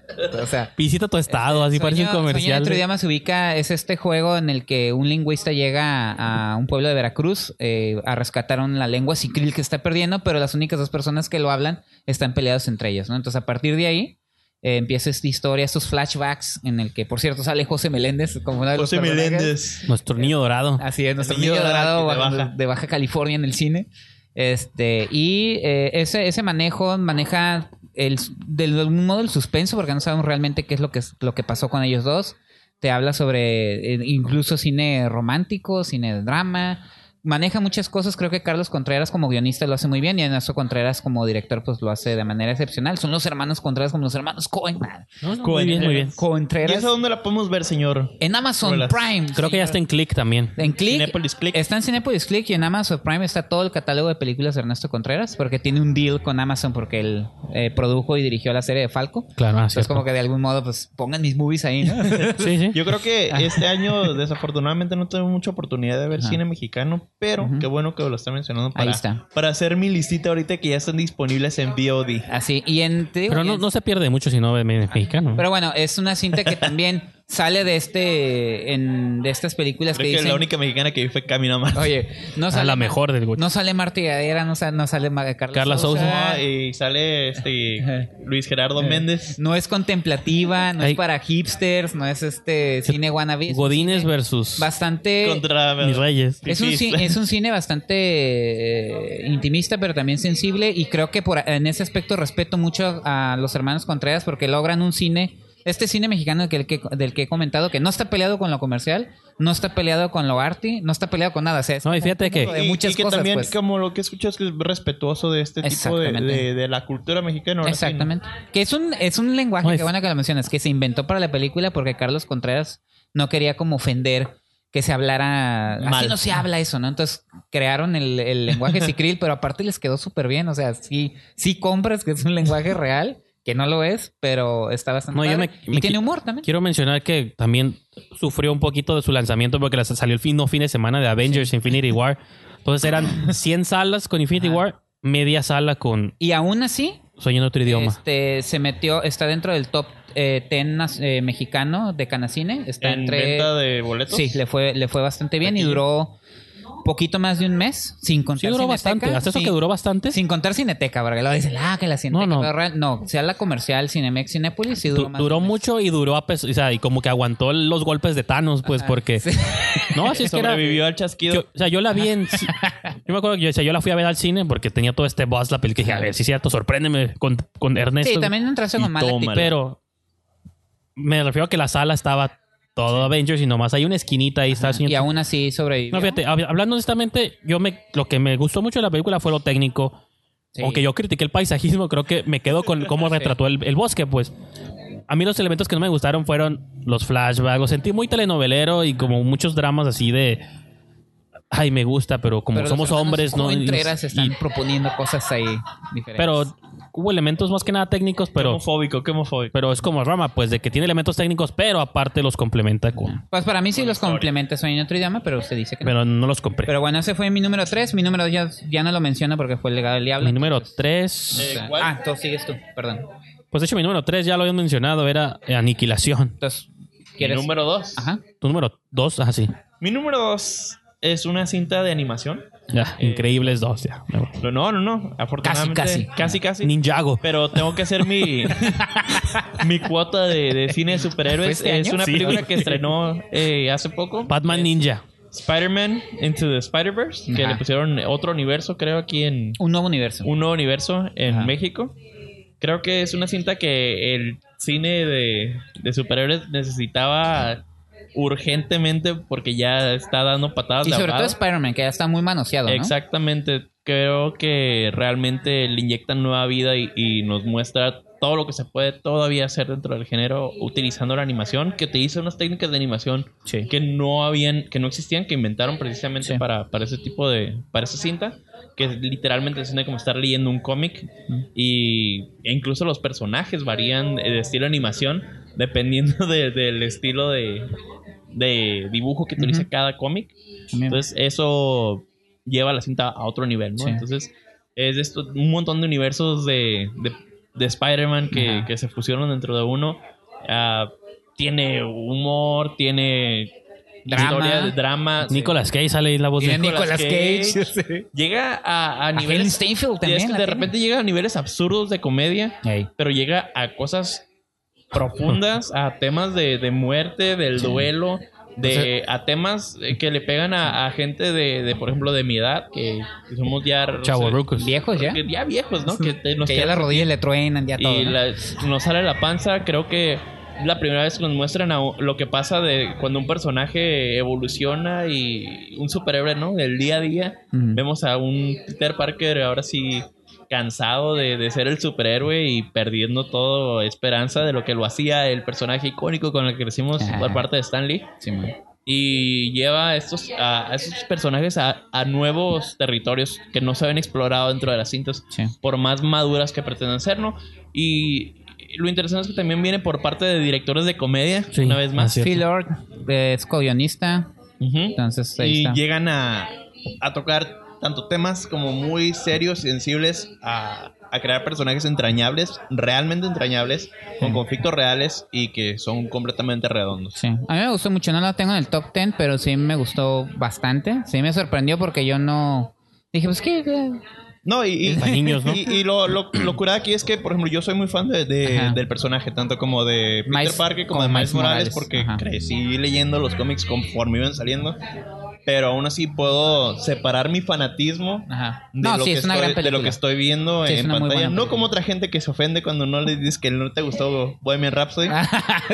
Speaker 1: O sea...
Speaker 2: Visita tu estado, así parece un
Speaker 1: Sueño- Sueño en
Speaker 2: comercial.
Speaker 1: Este, otro
Speaker 2: de-
Speaker 1: idioma se ubica, es este juego en el que un lingüista llega a, a un pueblo de Veracruz eh, a rescatar una lengua sicril que está perdiendo, pero las únicas dos personas que lo hablan están peleados entre ellos, ¿no? Entonces a partir de ahí eh, empieza esta historia, estos flashbacks en el que, por cierto, sale José Meléndez como uno de los
Speaker 3: José
Speaker 1: personajes.
Speaker 3: Meléndez.
Speaker 2: Nuestro niño dorado.
Speaker 1: Así es, nuestro
Speaker 3: El niño
Speaker 1: niño dorado
Speaker 3: de
Speaker 1: baja- de
Speaker 3: Baja.
Speaker 1: Baja. California en el cine. Este, y eh, ese, ese manejo maneja el, de algún modo el suspenso, porque no sabemos realmente qué es lo que, es- lo que pasó con ellos dos. Te habla sobre eh, incluso cine romántico, cine de drama. Maneja muchas cosas. Creo que Carlos Contreras como guionista lo hace muy bien y Ernesto Contreras como director pues lo hace de manera excepcional. Son los hermanos Contreras como los hermanos Cohen.
Speaker 2: No, no, muy bien, muy bien.
Speaker 3: ¿Y
Speaker 1: Contreras.
Speaker 3: eso dónde la podemos ver, señor?
Speaker 1: En Amazon
Speaker 3: Novelas.
Speaker 1: Prime.
Speaker 2: Creo que ya está en click también.
Speaker 1: En Click.
Speaker 3: Cinépolis Click.
Speaker 1: Está en Cinepolis Click y en Amazon Prime está todo el catálogo de películas de Ernesto Contreras porque tiene un deal con Amazon porque él eh, produjo y dirigió la serie de Falco.
Speaker 2: Claro, así
Speaker 1: Entonces como que de algún modo pues pongan mis movies ahí, ¿no?
Speaker 2: Sí, sí.
Speaker 3: Yo creo que este año, desafortunadamente, no tengo mucha oportunidad de ver
Speaker 1: Ajá.
Speaker 3: cine mexicano, pero
Speaker 1: Ujú.
Speaker 3: qué bueno que lo está mencionando para,
Speaker 1: Ahí está.
Speaker 3: para hacer mi listita ahorita que ya están disponibles en VOD.
Speaker 1: Así. Y en... te digo,
Speaker 2: Pero
Speaker 1: y
Speaker 2: no,
Speaker 1: en-
Speaker 2: no se pierde mucho si no ve medio mexicano.
Speaker 1: Pero bueno, es una cinta que también sale de este... En, de estas películas que
Speaker 3: Creo que
Speaker 1: dicen...
Speaker 3: la única mexicana que vi fue Camino Más.
Speaker 1: Oye, no
Speaker 2: a
Speaker 1: sale...
Speaker 2: la mejor del
Speaker 1: No sale Marta Higadera, no sale, no sale Ma- Carla, eh,
Speaker 2: Carla Sousa.
Speaker 1: Sousa.
Speaker 3: y sale este
Speaker 1: Ajá.
Speaker 3: Luis Gerardo Méndez.
Speaker 1: No es contemplativa, no
Speaker 2: Ay.
Speaker 1: es para hipsters, no es este cine wannabe.
Speaker 2: Godínez versus
Speaker 1: Bastante...
Speaker 3: Contra
Speaker 2: Mis Reyes.
Speaker 1: Es un, ci-
Speaker 3: Fifís.
Speaker 1: es un cine bastante eh, intimista, pero también sensible. Y creo que por, en ese aspecto respeto mucho a los hermanos Contreras porque logran un cine. Este cine mexicano del que, del que he comentado, que no está peleado con lo comercial, no está peleado con lo arty, no está peleado con nada. O sea, es
Speaker 2: No, y fíjate que.
Speaker 1: de muchas
Speaker 3: y que
Speaker 1: cosas,
Speaker 3: también,
Speaker 1: pues.
Speaker 3: como lo que escuchas, que es respetuoso de este tipo de,
Speaker 1: Exactamente.
Speaker 3: de- de la cultura mexicana. ahora sí, ¿no?
Speaker 1: Exactamente. Que es un, es un lenguaje,
Speaker 2: No,
Speaker 1: que
Speaker 2: es-
Speaker 1: bueno que lo mencionas, que se inventó para la película porque Carlos Contreras no quería como ofender que se hablara.
Speaker 3: Mal.
Speaker 1: Así no se habla eso, ¿no? Entonces crearon el, el lenguaje Cicril, pero aparte les quedó súper bien. O sea, sí, sí compras que es un lenguaje real, que no lo es, pero está bastante.
Speaker 2: No, yo
Speaker 1: padre.
Speaker 2: me- me
Speaker 1: y tiene
Speaker 2: qui-
Speaker 1: humor también.
Speaker 2: Quiero mencionar que también sufrió un poquito de su lanzamiento porque las- salió el fin, no fin de semana de Avengers Infinity War. Entonces eran 100 salas con Infinity
Speaker 1: Ajá.
Speaker 2: War, media sala con
Speaker 1: Y aún así,
Speaker 2: Soy en otro idioma.
Speaker 1: este, se metió, está dentro del top eh, 10 nas- eh, mexicano de Canacine. Está
Speaker 3: en
Speaker 1: entre.
Speaker 3: venta de boletos.
Speaker 1: Sí, le fue, le fue bastante bien y duró poquito más de un mes sin contar
Speaker 2: Sí duró
Speaker 1: Cineteca.
Speaker 2: bastante. Hasta eso
Speaker 1: Sí,
Speaker 2: que duró bastante.
Speaker 1: Sin contar Cineteca, porque luego dicen, ah, que la Cineteca
Speaker 2: No, no.
Speaker 1: fue real. No, sea la comercial, Cinemex, Cinépolis, sí
Speaker 2: Du-
Speaker 1: duró
Speaker 2: duró
Speaker 1: más de un mes.
Speaker 2: mucho y duró a pes- o sea, y como que aguantó los golpes de Thanos, pues, porque...
Speaker 1: Ah, Sí.
Speaker 2: No, así es que era...
Speaker 3: Sobrevivió al chasquido.
Speaker 2: Yo- o sea, yo la vi en... ci- Yo me acuerdo que yo, o sea, yo la fui a ver al cine porque tenía todo este buzz la película. Dije, a ver, sí es cierto, sorpréndeme con, con Ernesto.
Speaker 1: Sí, también entraste
Speaker 3: Y
Speaker 1: con mala
Speaker 3: tómala.
Speaker 1: actitud.
Speaker 2: Pero me refiero a que la sala estaba todo Avengers y nomás hay una esquinita ahí. Estaba
Speaker 1: Y
Speaker 2: haciendo-
Speaker 1: aún así sobrevivió.
Speaker 2: No, fíjate, hab- hablando honestamente, yo me, lo que me gustó mucho de la película fue lo técnico.
Speaker 1: Sí.
Speaker 2: Aunque yo critiqué el paisajismo, creo que me quedo con cómo retrató el, el bosque, pues. A mí los elementos que no me gustaron fueron los flashbacks. Lo sentí muy telenovelero y como muchos dramas así de... Ay, me gusta, pero como
Speaker 1: Pero los
Speaker 2: somos
Speaker 1: hermanos
Speaker 2: hombres, ¿no?
Speaker 1: Contreras
Speaker 2: Y-
Speaker 1: están proponiendo cosas ahí diferentes.
Speaker 2: pero hubo elementos más que nada técnicos,
Speaker 3: Qué
Speaker 2: pero...
Speaker 3: homofóbico, qué homofóbico.
Speaker 2: Pero es como Rama, pues, de que tiene elementos técnicos, pero aparte los complementa con...
Speaker 1: Pues para mí sí los
Speaker 3: historia.
Speaker 1: complementa Sueño en otro idioma, pero usted dice que no.
Speaker 2: Pero no los compré.
Speaker 1: Pero bueno, ese fue mi número 3. Mi número 2 ya, ya no lo menciono porque fue el legado del diablo.
Speaker 2: mi número
Speaker 1: entonces,
Speaker 2: 3...
Speaker 1: o sea,
Speaker 3: Eh, ¿cuál?
Speaker 1: ah, tú sigues tú, perdón.
Speaker 2: Pues de hecho mi número 3 ya lo habían mencionado, era eh, Aniquilación.
Speaker 1: Entonces,
Speaker 3: Mi
Speaker 1: ¿quieres?
Speaker 3: número dos.
Speaker 1: Ajá.
Speaker 2: Tu número 2, así.
Speaker 3: Mi número dos es una cinta de animación.
Speaker 2: Ya, Increíbles 2, ya.
Speaker 3: No, no, no. Afortunadamente.
Speaker 1: Casi,
Speaker 3: Casi, casi.
Speaker 2: Ninjago.
Speaker 3: Pero tengo que hacer mi, mi cuota de, de cine de
Speaker 1: ¿Fue
Speaker 3: superhéroes.
Speaker 1: este
Speaker 3: es
Speaker 1: año?
Speaker 3: una
Speaker 2: Sí,
Speaker 3: película
Speaker 2: güey.
Speaker 3: que estrenó eh, hace poco.
Speaker 2: Batman Ninja.
Speaker 3: Spider-Man Into the Spider-Verse. Que
Speaker 1: Ajá.
Speaker 3: le pusieron otro universo, creo, aquí en
Speaker 1: Un nuevo universo.
Speaker 3: un nuevo universo en
Speaker 1: Ajá.
Speaker 3: México. Creo que es una cinta que el cine de, de superhéroes necesitaba urgentemente porque ya está dando patadas
Speaker 1: y
Speaker 3: de
Speaker 1: sobre todo
Speaker 3: ahogado.
Speaker 1: Spider-Man, que ya está muy manoseado, ¿no?
Speaker 3: Exactamente. Creo que realmente le inyectan nueva vida y, y nos muestra todo lo que se puede todavía hacer dentro del género utilizando la animación, que utiliza unas técnicas de animación
Speaker 2: Sí.
Speaker 3: que no habían, que no existían, que inventaron precisamente
Speaker 1: Sí.
Speaker 3: para, para ese tipo de, para esa cinta, que es literalmente es como estar leyendo un cómic y e incluso los personajes varían de estilo de animación dependiendo de- del estilo de, de dibujo que utiliza
Speaker 1: Ujú.
Speaker 3: cada cómic.
Speaker 1: También.
Speaker 3: Entonces, eso lleva la cinta a otro nivel, ¿no?
Speaker 1: Sí.
Speaker 3: Entonces, es esto, un montón de universos de, de, de Spider-Man que,
Speaker 1: Ajá.
Speaker 3: que se fusionan dentro de uno. Ah, tiene humor, tiene
Speaker 1: Drama.
Speaker 3: historia de drama.
Speaker 2: Nicolas Cage sale ahí en la voz
Speaker 1: Tiene
Speaker 2: de...
Speaker 3: Nicolas
Speaker 1: Nicolas Cage.
Speaker 3: Cage.
Speaker 1: sí.
Speaker 3: Llega a, a
Speaker 1: A Helen
Speaker 3: niveles.
Speaker 1: Steinfeld
Speaker 3: y
Speaker 1: también.
Speaker 3: es que
Speaker 1: la
Speaker 3: de
Speaker 1: tiene.
Speaker 3: repente llega a niveles absurdos de comedia
Speaker 1: Ey.
Speaker 3: pero llega a cosas profundas, a temas de, de muerte, del duelo, de, a temas eh, que le pegan a, a gente de, de, por ejemplo, de mi edad, que que somos ya... no
Speaker 2: Chavo
Speaker 3: sé,
Speaker 2: Rucos.
Speaker 1: Viejos ya.
Speaker 3: que ya viejos, ¿no? Que, te- nos
Speaker 1: Que ya las
Speaker 3: quedan-
Speaker 1: rodillas le truenan, ya todo.
Speaker 3: y
Speaker 1: ¿no?
Speaker 3: la- nos sale la panza, creo que... es La primera vez que nos muestran a u- lo que pasa de cuando un personaje evoluciona y un superhéroe, ¿no? Del día a día.
Speaker 1: Ujú.
Speaker 3: Vemos a un Peter Parker ahora sí cansado de, de ser el superhéroe y perdiendo toda esperanza de lo que lo hacía el personaje icónico con el que crecimos
Speaker 1: Ajá.
Speaker 3: por parte de Stanley.
Speaker 1: Sí, man.
Speaker 3: Y lleva a estos, a, a esos personajes a, a nuevos territorios que no se habían explorado dentro de las cintas,
Speaker 1: Sí.
Speaker 3: por más maduras que pretendan ser, ¿no? Y lo interesante es que también viene por parte de directores de comedia,
Speaker 2: Sí,
Speaker 3: una vez más.
Speaker 2: así
Speaker 1: Phil Lord eh, es co-guionista.
Speaker 3: Ujú.
Speaker 1: Entonces ahí
Speaker 3: y
Speaker 1: está.
Speaker 3: llegan a, a tocar tanto temas como muy serios, sensibles, a, a crear personajes entrañables, realmente entrañables, con conflictos reales y que son completamente redondos.
Speaker 1: Sí. A mí me gustó mucho, no la tengo en el top 10, pero sí me gustó bastante. Sí me sorprendió porque yo no... Dije, pues qué... qué?
Speaker 3: No, y, y-
Speaker 2: Para niños, ¿no?
Speaker 3: y- y lo, lo, lo curada aquí es que, por ejemplo, yo soy muy fan de, de-
Speaker 1: Ajá.
Speaker 3: del personaje, tanto como de Peter
Speaker 1: Miles-
Speaker 3: Parker como,
Speaker 1: como
Speaker 3: de
Speaker 1: Miles
Speaker 3: Miles Morales,
Speaker 1: Morales,
Speaker 3: porque
Speaker 1: ajá.
Speaker 3: crecí leyendo los cómics conforme iban saliendo, pero aún así puedo separar mi fanatismo
Speaker 1: Ajá.
Speaker 3: de
Speaker 1: No,
Speaker 3: lo
Speaker 1: sí,
Speaker 3: que
Speaker 1: es una
Speaker 3: estoy-
Speaker 1: gran película.
Speaker 3: De lo que estoy viendo
Speaker 1: Sí, es
Speaker 3: en
Speaker 1: una muy
Speaker 3: pantalla.
Speaker 1: buena
Speaker 3: No como otra gente que se ofende cuando no les dices que no te gustó Bohemian Rhapsody.
Speaker 1: Ah,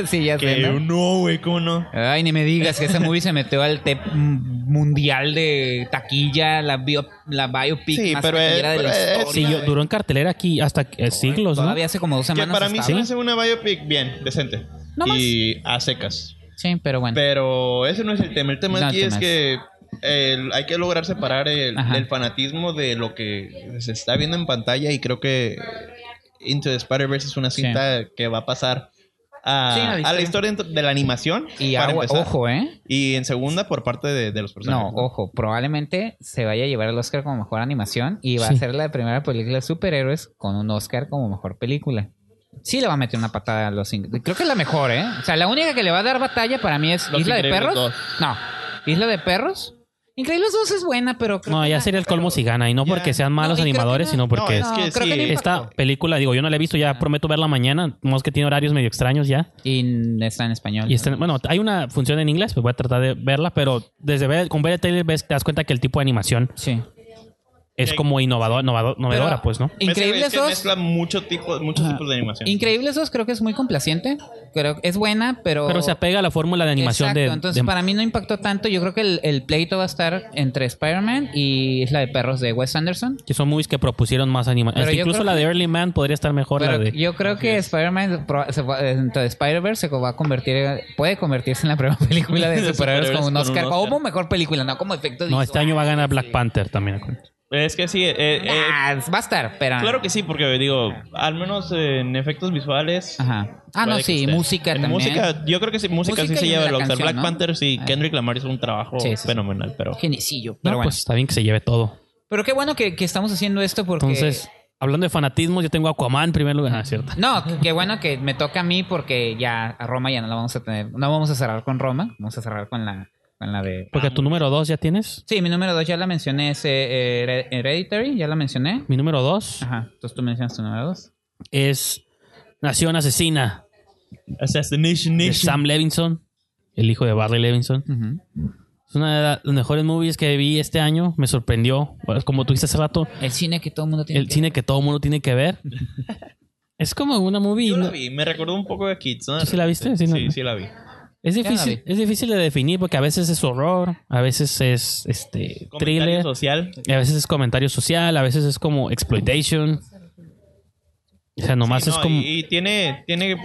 Speaker 1: sí, ya sé,
Speaker 3: que
Speaker 1: ¿no?
Speaker 3: no, güey, ¿cómo no?
Speaker 1: Ay, ni me digas que esa movie se metió al tep mundial de taquilla, la, bio, la biopic
Speaker 3: Sí,
Speaker 1: más
Speaker 3: pero es-
Speaker 1: taquillera de la
Speaker 3: pero es-
Speaker 1: historia.
Speaker 2: Sí, yo- duró en cartelera aquí hasta eh, siglos, ¿no?
Speaker 1: Todavía hace como dos
Speaker 3: Que
Speaker 1: semanas
Speaker 3: para mí
Speaker 1: estaba.
Speaker 3: se me hace una biopic bien, decente.
Speaker 1: No
Speaker 3: y a secas.
Speaker 1: Sí, pero bueno.
Speaker 3: Pero ese no es el tema. El tema
Speaker 1: No,
Speaker 3: aquí
Speaker 1: el
Speaker 3: es
Speaker 1: tema
Speaker 3: que el- hay que lograr separar el,
Speaker 1: Ajá.
Speaker 3: el fanatismo de lo que se está viendo en pantalla y creo que Into the Spider-Verse es una
Speaker 1: Sí.
Speaker 3: cinta que va a pasar a,
Speaker 1: Sí, a la
Speaker 3: a la
Speaker 1: historia.
Speaker 3: historia ento- de la animación
Speaker 1: y
Speaker 3: para
Speaker 1: agua-
Speaker 3: empezar. Pues
Speaker 1: ojo, ¿eh?
Speaker 3: Y en segunda por parte de, de los
Speaker 1: No,
Speaker 3: personajes.
Speaker 1: ojo, probablemente se vaya a llevar el Oscar como mejor animación y va
Speaker 2: Sí.
Speaker 1: a ser la primera película de superhéroes con un Oscar como mejor película. Sí le va a meter una patada a los... ing- Creo que es la mejor, ¿eh? O sea, la única que le va a dar batalla para mí es
Speaker 3: Los
Speaker 1: Isla de
Speaker 3: Increíbles
Speaker 1: Perros. No, Isla de Perros. Increíbles 2 es buena, pero... creo
Speaker 2: No,
Speaker 1: que
Speaker 2: ya
Speaker 1: la-
Speaker 2: sería el colmo si gana. Y no
Speaker 3: Ya.
Speaker 2: porque sean malos
Speaker 1: No, y creo que
Speaker 2: animadores,
Speaker 1: no-
Speaker 2: sino porque
Speaker 3: no, es que
Speaker 1: creo
Speaker 3: sí,
Speaker 1: no
Speaker 2: esta
Speaker 1: impactó.
Speaker 2: película, digo, yo no la he visto, ya
Speaker 1: Ah.
Speaker 2: prometo verla mañana. Más que tiene horarios medio extraños ya.
Speaker 1: Y está en español.
Speaker 2: Y está- bueno, hay una función en inglés, pues voy a tratar de verla, pero desde ver, con ver el trailer ves, te das cuenta que el tipo de animación
Speaker 1: Sí.
Speaker 2: es
Speaker 3: Sí.
Speaker 2: como innovador, novado- novedora,
Speaker 1: Pero-
Speaker 2: pues, ¿no?
Speaker 3: Ese güey
Speaker 1: Increíbles
Speaker 3: que
Speaker 1: 2...
Speaker 3: mezcla mucho tipo, muchos
Speaker 1: Ajá.
Speaker 3: tipos de animación.
Speaker 1: Increíbles 2 creo que es muy complaciente. Creo que es buena, pero...
Speaker 2: Pero se apega a la fórmula de animación
Speaker 1: Exacto,
Speaker 2: de,
Speaker 1: entonces
Speaker 2: de-
Speaker 1: para mí no impactó tanto. Yo creo que el, el pleito va a estar entre Spider-Man y Isla de Perros de Wes Anderson.
Speaker 2: que son movies que propusieron más animación.
Speaker 1: Pero yo
Speaker 2: incluso
Speaker 1: creo
Speaker 2: la de Early Man podría estar mejor la
Speaker 1: Pero
Speaker 2: de
Speaker 1: yo creo que Spider-Man, pro- se va- dentro de Spider-Verse, se va a convertir, puede convertirse en la primera película de
Speaker 3: De
Speaker 1: superhéroes con un
Speaker 3: superhéroes con
Speaker 1: Oscar
Speaker 3: un
Speaker 1: como
Speaker 3: Oscar.
Speaker 1: mejor película, no como efecto
Speaker 2: No,
Speaker 1: visual.
Speaker 2: este año va a ganar Black Panther también.
Speaker 3: Es que sí, eh, eh,
Speaker 1: Ah, va a estar, pero.
Speaker 3: claro que sí, porque digo, al menos en efectos visuales
Speaker 1: Ajá. Ah, no,
Speaker 3: Puede que
Speaker 1: sí,
Speaker 3: esté.
Speaker 1: música
Speaker 3: En
Speaker 1: también.
Speaker 3: Música, yo creo que sí, música,
Speaker 1: Música
Speaker 3: sí se
Speaker 1: y
Speaker 3: lleva
Speaker 1: la
Speaker 3: el Oscar.
Speaker 1: canción,
Speaker 3: Black
Speaker 1: ¿no?
Speaker 3: Panther sí,
Speaker 1: Ah.
Speaker 3: Kendrick Lamar hizo un trabajo
Speaker 1: Sí, sí, sí.
Speaker 3: fenomenal, pero
Speaker 1: Geniecillo,
Speaker 2: Pero
Speaker 1: pero bueno.
Speaker 2: pues está bien que se lleve todo.
Speaker 1: Pero qué bueno que, que estamos haciendo esto porque.
Speaker 2: Entonces, hablando de fanatismo, yo tengo Aquaman en primer lugar, Ah, ¿cierto?
Speaker 1: No, qué- qué bueno que me toca a mí porque ya a Roma ya no la vamos a tener. No vamos a cerrar con Roma, vamos a cerrar con la, con la de.
Speaker 2: Porque tu número dos ya tienes.
Speaker 1: Sí, mi número dos ya la mencioné, es eh, Hered- Hereditary, ya la mencioné.
Speaker 2: Mi número dos
Speaker 1: Ajá, entonces tú mencionas tu número dos.
Speaker 2: es Nación Asesina
Speaker 3: Assassination
Speaker 2: de
Speaker 3: Nation.
Speaker 2: Sam Levinson, el hijo de Barry Levinson.
Speaker 1: Ujú.
Speaker 2: Es una de la- los mejores movies que vi este año. Me sorprendió. Bueno, como tú dijiste hace rato,
Speaker 1: El cine que todo el mundo tiene.
Speaker 2: el
Speaker 1: que-
Speaker 2: cine que todo mundo tiene que ver. es como una movie.
Speaker 3: Yo la
Speaker 2: ¿no?
Speaker 3: vi, me recordó un poco de Kids. ¿no?
Speaker 2: ¿Tú sí la viste? Sí,
Speaker 3: Sí,
Speaker 2: no-
Speaker 3: sí, la vi.
Speaker 2: Es
Speaker 1: la
Speaker 2: difícil, es difícil de definir porque a veces es horror, a veces es este
Speaker 3: Comentario
Speaker 2: thriller,
Speaker 3: social.
Speaker 2: y a veces es comentario social, a veces es como exploitation. O sea, nomás
Speaker 3: Sí,
Speaker 2: es
Speaker 3: no,
Speaker 2: como
Speaker 3: Y, y tiene, tiene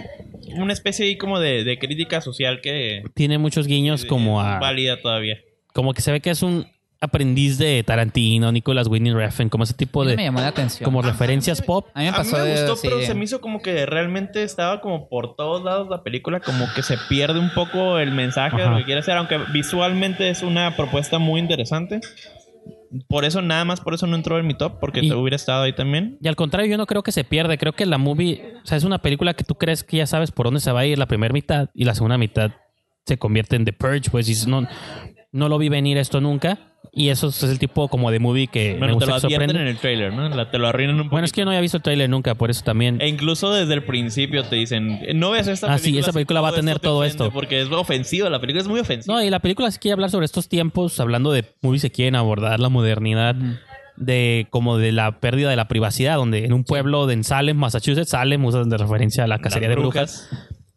Speaker 3: una especie ahí como de, de crítica social que
Speaker 2: tiene muchos guiños
Speaker 3: es
Speaker 2: como a
Speaker 3: válida todavía.
Speaker 2: como que se ve que es un aprendiz de Tarantino, Nicolas Winning Refn, como ese tipo
Speaker 1: A mí no me
Speaker 2: de
Speaker 1: llamó la atención.
Speaker 2: como referencias pop.
Speaker 1: a mí me
Speaker 3: A mí
Speaker 1: pasó
Speaker 3: Ah, me
Speaker 1: de-
Speaker 3: gustó,
Speaker 1: sí,
Speaker 3: pero
Speaker 1: de-
Speaker 3: se me hizo como que realmente estaba como por todos lados la película, como que se pierde un poco el mensaje de
Speaker 2: Ajá.
Speaker 3: lo que quiere hacer, aunque visualmente es una propuesta muy interesante. Por eso, nada más por eso no entró en mi top, porque
Speaker 2: Y-
Speaker 3: te hubiera estado ahí también.
Speaker 2: Y al contrario, yo no creo que se pierde. Creo que la movie, o sea, es una película que tú crees que ya sabes por dónde se va a ir la primera mitad y la segunda mitad se convierte en The Purge. Pues dices, no, no lo vi venir esto nunca. Y eso es el tipo como de movie que me
Speaker 3: Bueno, te
Speaker 2: gusta
Speaker 3: lo
Speaker 2: que
Speaker 3: advierten
Speaker 2: sorprende.
Speaker 3: en el trailer, ¿no? La- te lo arruinan un poco.
Speaker 2: Bueno, es que yo no había visto el tráiler nunca, por eso también.
Speaker 3: E incluso desde el principio te dicen, no ves esta película.
Speaker 2: Ah, sí, esa película
Speaker 3: si
Speaker 2: va a tener
Speaker 3: te
Speaker 2: todo
Speaker 3: ofende",
Speaker 2: esto.
Speaker 3: Porque es ofensiva, la película es muy ofensiva.
Speaker 2: No, y la película sí quiere hablar sobre estos tiempos, hablando de movies que quieren abordar la modernidad, de como de la pérdida de la privacidad, donde en un pueblo de en Salem, Massachusetts, Salem, usan de referencia a la cacería de brujas,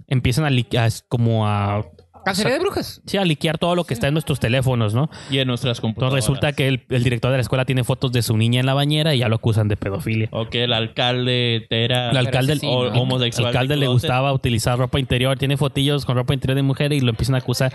Speaker 2: empiezan a, li- a- como a
Speaker 1: Cacería de brujas.
Speaker 2: sí, Pues, a liquear todo lo que está en nuestros teléfonos, ¿no?
Speaker 3: Y en nuestras
Speaker 2: Entonces
Speaker 3: computadoras.
Speaker 2: resulta que el, el director de la escuela tiene fotos de su niña en la bañera y ya lo acusan de pedofilia.
Speaker 3: O que el alcalde te era
Speaker 2: El alcalde,
Speaker 1: asesino.
Speaker 2: o-
Speaker 3: o- homosexual.
Speaker 2: el alcalde
Speaker 3: del
Speaker 2: le
Speaker 3: closet.
Speaker 2: gustaba utilizar ropa interior, tiene fotillos con ropa interior de mujer y lo empiezan a acusar.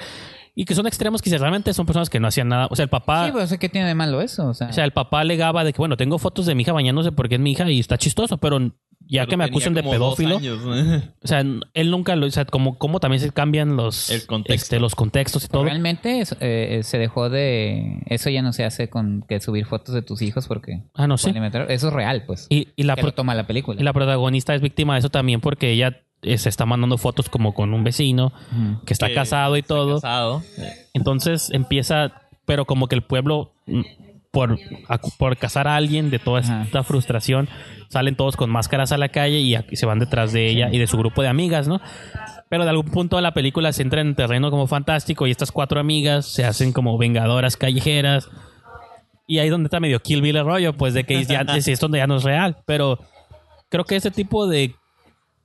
Speaker 2: Y que son extremos que realmente son personas que no hacían nada. O sea, el papá,
Speaker 1: Sí, pero sé qué tiene de malo eso. O sea,
Speaker 2: o sea, el papá alegaba de que, bueno, tengo fotos de mi hija bañándose porque es mi hija y está chistoso, pero ya
Speaker 3: Pero
Speaker 2: que me
Speaker 3: tenía
Speaker 2: acusan de
Speaker 3: como dos
Speaker 2: pedófilo,
Speaker 3: años, ¿no?
Speaker 2: o sea, él nunca lo, o sea, como, como también se cambian los,
Speaker 3: El contexto.
Speaker 2: este, los contextos y todo.
Speaker 1: realmente es- eh, se dejó de. Eso ya no se hace con que subir fotos de tus hijos porque.
Speaker 2: Ah, no sé.
Speaker 1: Vale, meter- Eso es real, pues.
Speaker 2: Y, y la,
Speaker 1: que
Speaker 2: pro-
Speaker 1: lo toma la película.
Speaker 2: y la protagonista es víctima de eso también porque ella eh, se está mandando fotos como con un vecino
Speaker 1: Ujú.
Speaker 2: que está
Speaker 3: Que
Speaker 2: casado y todo.
Speaker 3: Casado.
Speaker 2: Entonces empieza, pero como que el pueblo, mm, por, a- por casar a alguien de toda
Speaker 1: Ajá.
Speaker 2: esta frustración, salen todos con máscaras a la calle y, a- y se van detrás de ella y de su grupo de amigas, ¿no? Pero de algún punto de la película se entra en terreno como fantástico y estas cuatro amigas se hacen como vengadoras callejeras. Y ahí es donde está medio Kill Bill el rollo, pues de que ya, es, es donde ya no es real. Pero creo que este tipo de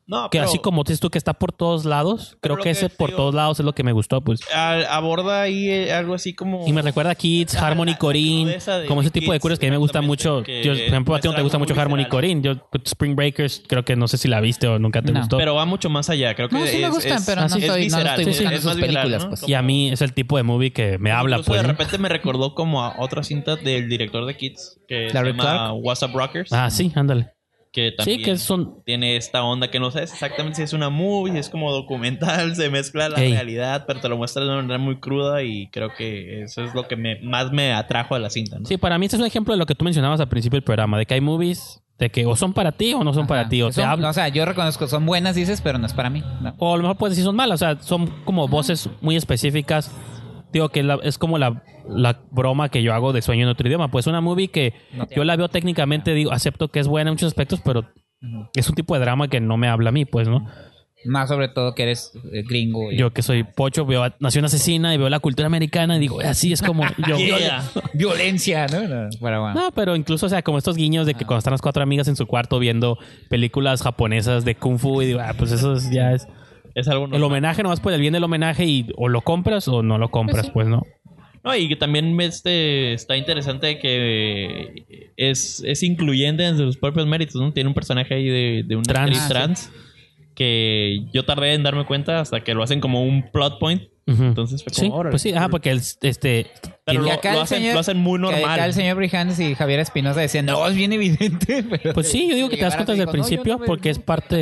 Speaker 3: No,
Speaker 2: Que
Speaker 3: pero
Speaker 2: así como dices tú que está por todos lados,
Speaker 3: Pero
Speaker 2: creo
Speaker 3: lo
Speaker 2: que
Speaker 3: que
Speaker 2: ese
Speaker 3: te
Speaker 2: por
Speaker 3: digo-
Speaker 2: todos lados es lo que me gustó, pues.
Speaker 3: a- aborda ahí eh, algo así como...
Speaker 2: Y me recuerda a Kids,
Speaker 3: Ah,
Speaker 2: Harmony
Speaker 3: la
Speaker 2: Corinne,
Speaker 3: crudeza de
Speaker 2: como ese tipo de
Speaker 3: Kids,
Speaker 2: curas que a mí me gusta
Speaker 3: exactamente,
Speaker 2: mucho.
Speaker 3: que
Speaker 2: Yo, por ejemplo, a ti no
Speaker 3: es
Speaker 2: te gusta
Speaker 3: algo
Speaker 2: mucho
Speaker 3: muy
Speaker 2: Harmony
Speaker 3: visceral.
Speaker 2: Corinne. Yo, Spring Breakers, creo que no sé si la viste o nunca te
Speaker 1: No.
Speaker 2: gustó.
Speaker 3: Pero va mucho más allá. Creo que
Speaker 1: No, sí me
Speaker 3: es-
Speaker 1: gustan,
Speaker 3: es-
Speaker 1: pero no
Speaker 3: es
Speaker 1: estoy- no
Speaker 3: visceral,
Speaker 1: estoy buscando
Speaker 3: es
Speaker 1: sus
Speaker 3: más visceral,
Speaker 1: películas,
Speaker 3: ¿no?
Speaker 1: pues.
Speaker 2: y a mí es el tipo de movie que me habla,
Speaker 3: Incluso
Speaker 2: pues.
Speaker 3: de
Speaker 2: ¿no?
Speaker 3: repente me recordó como a otra cinta del director de Kids que
Speaker 1: Larry
Speaker 3: se llama
Speaker 1: Clark.
Speaker 3: WhatsApp Rockers.
Speaker 2: Ah, sí, ándale.
Speaker 3: Que también
Speaker 2: Sí, que son.
Speaker 3: tiene esta onda que no sabes exactamente si es una movie, es como documental, se mezcla la
Speaker 2: Ey.
Speaker 3: realidad, pero te lo muestra de una manera muy cruda y creo que eso es lo que me, más me atrajo a la cinta, ¿no?
Speaker 2: Sí, para mí este es un ejemplo de lo que tú mencionabas al principio del programa, de que hay movies de que o son para ti o no son para
Speaker 1: Ajá.
Speaker 2: ti, o te
Speaker 1: Son-
Speaker 2: hablan.
Speaker 1: O sea, yo reconozco, son buenas, dices, pero no es para mí. No.
Speaker 2: O a lo mejor puedes decir son malas, o sea, son como voces muy específicas. Digo que la- es como la, la broma que yo hago de sueño en otro idioma. Pues una movie que
Speaker 1: No te
Speaker 2: yo la veo técnicamente, digo, acepto que es buena en muchos aspectos, pero
Speaker 1: Ujú.
Speaker 2: es un tipo de drama que no me habla a mí, pues, ¿no?
Speaker 1: Más sobre todo que eres eh, gringo. y-
Speaker 2: Yo que soy pocho, veo a Nación Asesina y veo la cultura americana y digo, "Eh, así es como yo.
Speaker 3: Yeah.
Speaker 1: Violencia, ¿no? No, pero bueno.
Speaker 2: No, pero incluso, o sea, como estos guiños de que cuando están las cuatro amigas en su cuarto viendo películas japonesas de kung fu y digo, ah, pues eso es- ya es...
Speaker 3: Es algo
Speaker 2: El
Speaker 3: normal.
Speaker 2: homenaje nomás por el bien del homenaje y o lo compras o no lo compras, pues, ¿no?
Speaker 3: No, y que también este, está interesante que es, es incluyente en sus propios méritos, ¿no? Tiene un personaje ahí de, de una
Speaker 2: Trans.
Speaker 3: actriz
Speaker 1: Ah, sí.
Speaker 3: trans que yo tardé en darme cuenta hasta que lo hacen como un plot point.
Speaker 2: Ujú.
Speaker 3: Entonces fue como,
Speaker 2: sí,
Speaker 3: órale.
Speaker 2: pues sí, ah, porque el, este...
Speaker 3: Pero
Speaker 1: Y
Speaker 3: lo,
Speaker 1: acá
Speaker 3: lo
Speaker 1: el
Speaker 3: hacen,
Speaker 1: señor-
Speaker 3: lo hacen muy
Speaker 1: Que
Speaker 3: normal.
Speaker 1: acá el señor Brijandes y Javier Espinosa decían, no, es bien evidente. pero-
Speaker 2: Pues sí, yo digo que te das
Speaker 1: Llegaron y
Speaker 2: cuenta desde el
Speaker 1: dijo, "No, yo
Speaker 2: principio
Speaker 1: no veo
Speaker 2: porque es parte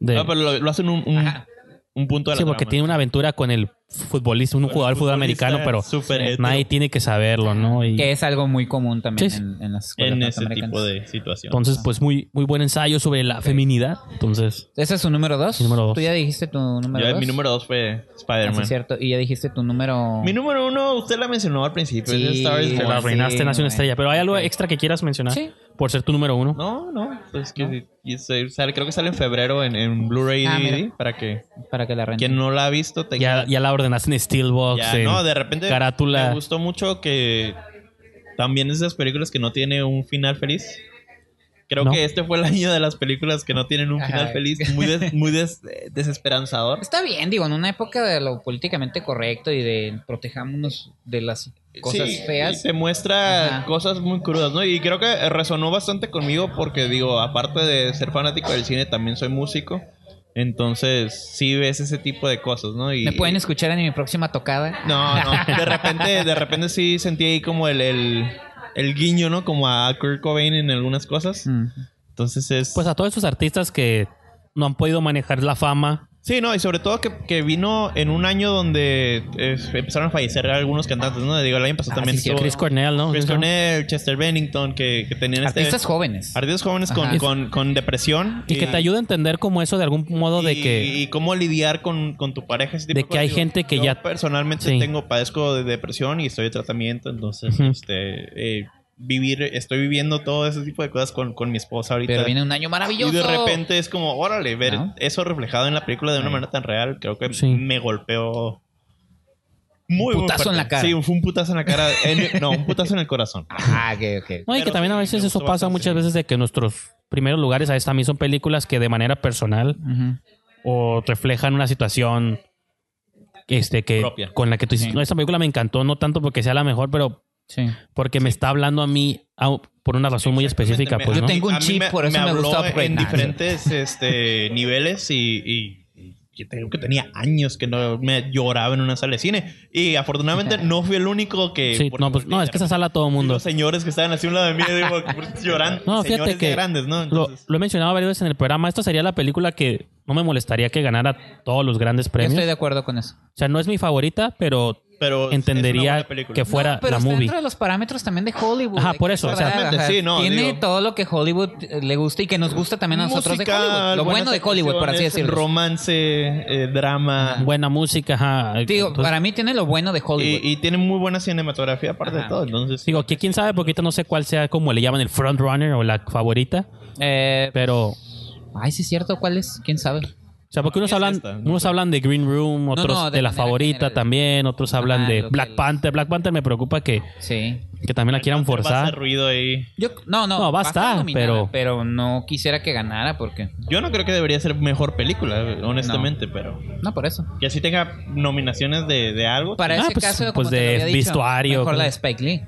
Speaker 2: de...
Speaker 3: No, Ah, pero lo, lo hacen un, un-
Speaker 1: Ajá.
Speaker 3: un punto de la
Speaker 2: sí, porque
Speaker 3: trama.
Speaker 2: tiene una aventura con el futbolista, un jugador de fútbol
Speaker 3: futbolista
Speaker 2: americano, pero
Speaker 3: súper hétero.
Speaker 2: nadie tiene que saberlo, ¿no? Y
Speaker 1: Que es algo muy común también
Speaker 2: Sí, sí.
Speaker 1: en, en las escuelas
Speaker 3: en ese
Speaker 1: norteamericanas.
Speaker 3: tipo de situación.
Speaker 2: pues, entonces, pues muy, muy buen ensayo sobre la feminidad. Entonces,
Speaker 1: Ese es su número dos.
Speaker 2: Número dos.
Speaker 1: Tú ya dijiste tu número
Speaker 3: Yo-
Speaker 1: dos.
Speaker 3: mi número dos fue
Speaker 1: Ah, sí,
Speaker 3: Spider-Man.
Speaker 1: es cierto. Y ya dijiste tu número...
Speaker 3: mi número uno, usted la mencionó al principio.
Speaker 1: Sí,
Speaker 3: es Star Wars
Speaker 1: se
Speaker 2: te
Speaker 1: la
Speaker 2: la
Speaker 3: Born.
Speaker 2: arruinaste,
Speaker 1: sí,
Speaker 2: nació una
Speaker 1: güey.
Speaker 2: estrella. Pero hay algo
Speaker 1: Ok.
Speaker 2: extra que quieras mencionar
Speaker 1: Sí.
Speaker 2: por ser tu número uno.
Speaker 3: No, no, pues que y se- sale- creo que sale en febrero en, en Blu-ray y
Speaker 1: Ah,
Speaker 3: DVD
Speaker 1: mira.
Speaker 3: para que
Speaker 1: Para que la rente.
Speaker 3: quien no la ha visto tenga
Speaker 2: Ya, ya la ordenaste en Steelbox.
Speaker 3: Ya,
Speaker 2: en
Speaker 3: no, de repente
Speaker 2: carátula.
Speaker 3: me gustó mucho que también esas películas que no tiene un final feliz. Creo
Speaker 2: No.
Speaker 3: que este fue el año de las películas que no tienen un
Speaker 1: Ajá.
Speaker 3: final feliz, muy, des- muy des- desesperanzador.
Speaker 1: Está bien, digo, en una época de lo políticamente correcto y de protejámonos de las cosas
Speaker 3: Sí,
Speaker 1: feas.
Speaker 3: Se muestra
Speaker 1: Ajá.
Speaker 3: cosas muy crudas, ¿no? Y creo que resonó bastante conmigo porque digo, aparte de ser fanático del cine, también soy músico. Entonces, sí ves ese tipo de cosas, ¿no? Y,
Speaker 1: Me pueden escuchar en mi próxima tocada.
Speaker 3: No, no. De repente, de repente sí sentí ahí como el, el, el guiño, ¿no? Como a Kurt Cobain en algunas cosas.
Speaker 1: Mm.
Speaker 3: Entonces es...
Speaker 2: Pues a todos esos artistas que no han podido manejar la fama.
Speaker 3: Sí, no, y sobre todo que, que vino en un año donde eh, empezaron a fallecer algunos cantantes, ¿no? Digo, el año pasado
Speaker 1: Ah,
Speaker 3: también
Speaker 1: sí, sí,
Speaker 3: estuvo
Speaker 2: Chris Cornell, ¿no?
Speaker 3: Chris
Speaker 2: ¿No?
Speaker 3: Cornell, Chester Bennington, que, que tenían este-
Speaker 1: Artistas jóvenes.
Speaker 3: Artistas jóvenes
Speaker 1: Ajá.
Speaker 3: con, con- con depresión.
Speaker 2: Y que te ayuda a entender como eso de algún modo de
Speaker 3: y-
Speaker 2: que...
Speaker 3: y cómo lidiar con, con tu pareja. ese tipo
Speaker 2: De que
Speaker 3: cosas.
Speaker 2: hay
Speaker 3: Digo,
Speaker 2: gente que
Speaker 3: yo
Speaker 2: ya-
Speaker 3: personalmente
Speaker 2: Sí.
Speaker 3: tengo, padezco de depresión y estoy de tratamiento. Entonces,
Speaker 2: Ujú.
Speaker 3: este... eh, vivir... Estoy viviendo todo ese tipo de cosas con, con mi esposa ahorita.
Speaker 1: Pero viene un año
Speaker 3: y
Speaker 1: maravilloso.
Speaker 3: de repente es como, órale, ver
Speaker 1: ¿No?
Speaker 3: eso reflejado en la película de una
Speaker 1: Ahí.
Speaker 3: manera tan real, creo que
Speaker 2: Sí.
Speaker 3: me golpeó muy
Speaker 1: Un
Speaker 3: muy
Speaker 1: putazo en
Speaker 3: fuerte.
Speaker 1: la cara.
Speaker 3: Sí, fue un putazo en la cara. En- no, un putazo en el corazón.
Speaker 1: Ah, ok, ok.
Speaker 2: No, y que
Speaker 3: Pero
Speaker 2: también a
Speaker 3: sí,
Speaker 2: veces
Speaker 3: me
Speaker 2: eso
Speaker 3: gustó
Speaker 2: pasa
Speaker 3: bastante.
Speaker 2: muchas veces de que nuestros primeros lugares a veces también son películas que de manera personal
Speaker 1: Ujú.
Speaker 2: o reflejan una situación este que
Speaker 3: Propia.
Speaker 2: con la que tú dices,
Speaker 1: Sí.
Speaker 2: no, esta película me encantó, no tanto porque sea la mejor, pero
Speaker 1: Sí.
Speaker 2: porque me está hablando a mí ah, por una razón muy específica,
Speaker 3: Me-
Speaker 2: pues,
Speaker 1: Yo
Speaker 2: ¿no?
Speaker 1: tengo un
Speaker 3: a mí
Speaker 1: chip, por eso me
Speaker 3: habló
Speaker 1: gusta Upgrade.
Speaker 3: en
Speaker 1: Nah,
Speaker 3: diferentes este, niveles y, y- y yo te digo que tenía años que no me lloraba en una sala de cine. Y afortunadamente no fui el único que...
Speaker 2: Sí,
Speaker 3: porque
Speaker 2: no, pues, no, es que esa sala todo el mundo.
Speaker 3: Los señores que estaban así a un lado de mí, digo, llorando.
Speaker 2: No, fíjate
Speaker 3: señores de
Speaker 2: que
Speaker 3: grandes, ¿no?
Speaker 2: Lo,
Speaker 3: Entonces,
Speaker 2: lo he mencionado varias veces en el programa. Esta sería la película que no me molestaría que ganara todos los grandes
Speaker 1: Yo
Speaker 2: premios.
Speaker 1: estoy de acuerdo con eso.
Speaker 2: O sea, no es mi favorita, pero
Speaker 3: pero es- es una
Speaker 2: entendería
Speaker 3: buena película.
Speaker 2: que fuera
Speaker 1: pero
Speaker 2: la
Speaker 1: está
Speaker 2: movie.
Speaker 1: dentro de los parámetros también de Hollywood.
Speaker 2: Ajá,
Speaker 1: Hay que
Speaker 2: por eso, o sea,
Speaker 1: recordar,
Speaker 3: Exactamente, sí, no,
Speaker 1: tiene
Speaker 3: digo-
Speaker 1: todo lo que Hollywood eh, le gusta y que nos gusta también a nosotros de Hollywood. Lo
Speaker 3: buenas
Speaker 1: bueno de Hollywood, por así
Speaker 3: actuaciones,
Speaker 1: decirlo.
Speaker 3: Romance, eh, drama.
Speaker 2: Buena música, ajá.
Speaker 1: Digo,
Speaker 2: Entonces,
Speaker 1: para mí tiene lo bueno de Hollywood.
Speaker 3: Y, y tiene muy buena cinematografía aparte
Speaker 1: Ajá.
Speaker 3: de todo. Entonces,
Speaker 2: digo, que quién sabe, porque ahorita no sé cuál sea como le llaman el front runner o la favorita,
Speaker 1: Eh,
Speaker 2: pero
Speaker 1: ay, sí es cierto, ¿cuál es? ¿Quién sabe?
Speaker 2: sea, porque
Speaker 3: No,
Speaker 2: unos
Speaker 3: es
Speaker 2: hablan,
Speaker 3: esta, no
Speaker 2: unos hablan de Green Room, otros
Speaker 1: no,
Speaker 2: de,
Speaker 1: de
Speaker 2: la
Speaker 1: manera
Speaker 2: favorita
Speaker 1: general.
Speaker 2: también, otros hablan
Speaker 1: Ah,
Speaker 2: de
Speaker 1: lo que
Speaker 2: Black
Speaker 1: les-
Speaker 2: Panther. Black Panther me preocupa que,
Speaker 1: Sí.
Speaker 2: que también la quieran
Speaker 3: Va a hacer
Speaker 2: forzar.
Speaker 3: ruido ahí.
Speaker 1: Yo, no, no,
Speaker 2: No, va a estar,
Speaker 1: nominada,
Speaker 2: pero-
Speaker 1: Pero no quisiera que ganara porque...
Speaker 3: Yo no creo que debería ser mejor película, honestamente, pero
Speaker 1: No, por eso.
Speaker 3: que así tenga nominaciones de, de algo.
Speaker 1: Para
Speaker 2: Ah,
Speaker 1: ese
Speaker 2: pues-
Speaker 1: caso, como
Speaker 2: pues
Speaker 1: te lo
Speaker 2: de
Speaker 1: había dicho,
Speaker 2: vestuario,
Speaker 1: Mejor la
Speaker 2: pues.
Speaker 1: de Spike Lee.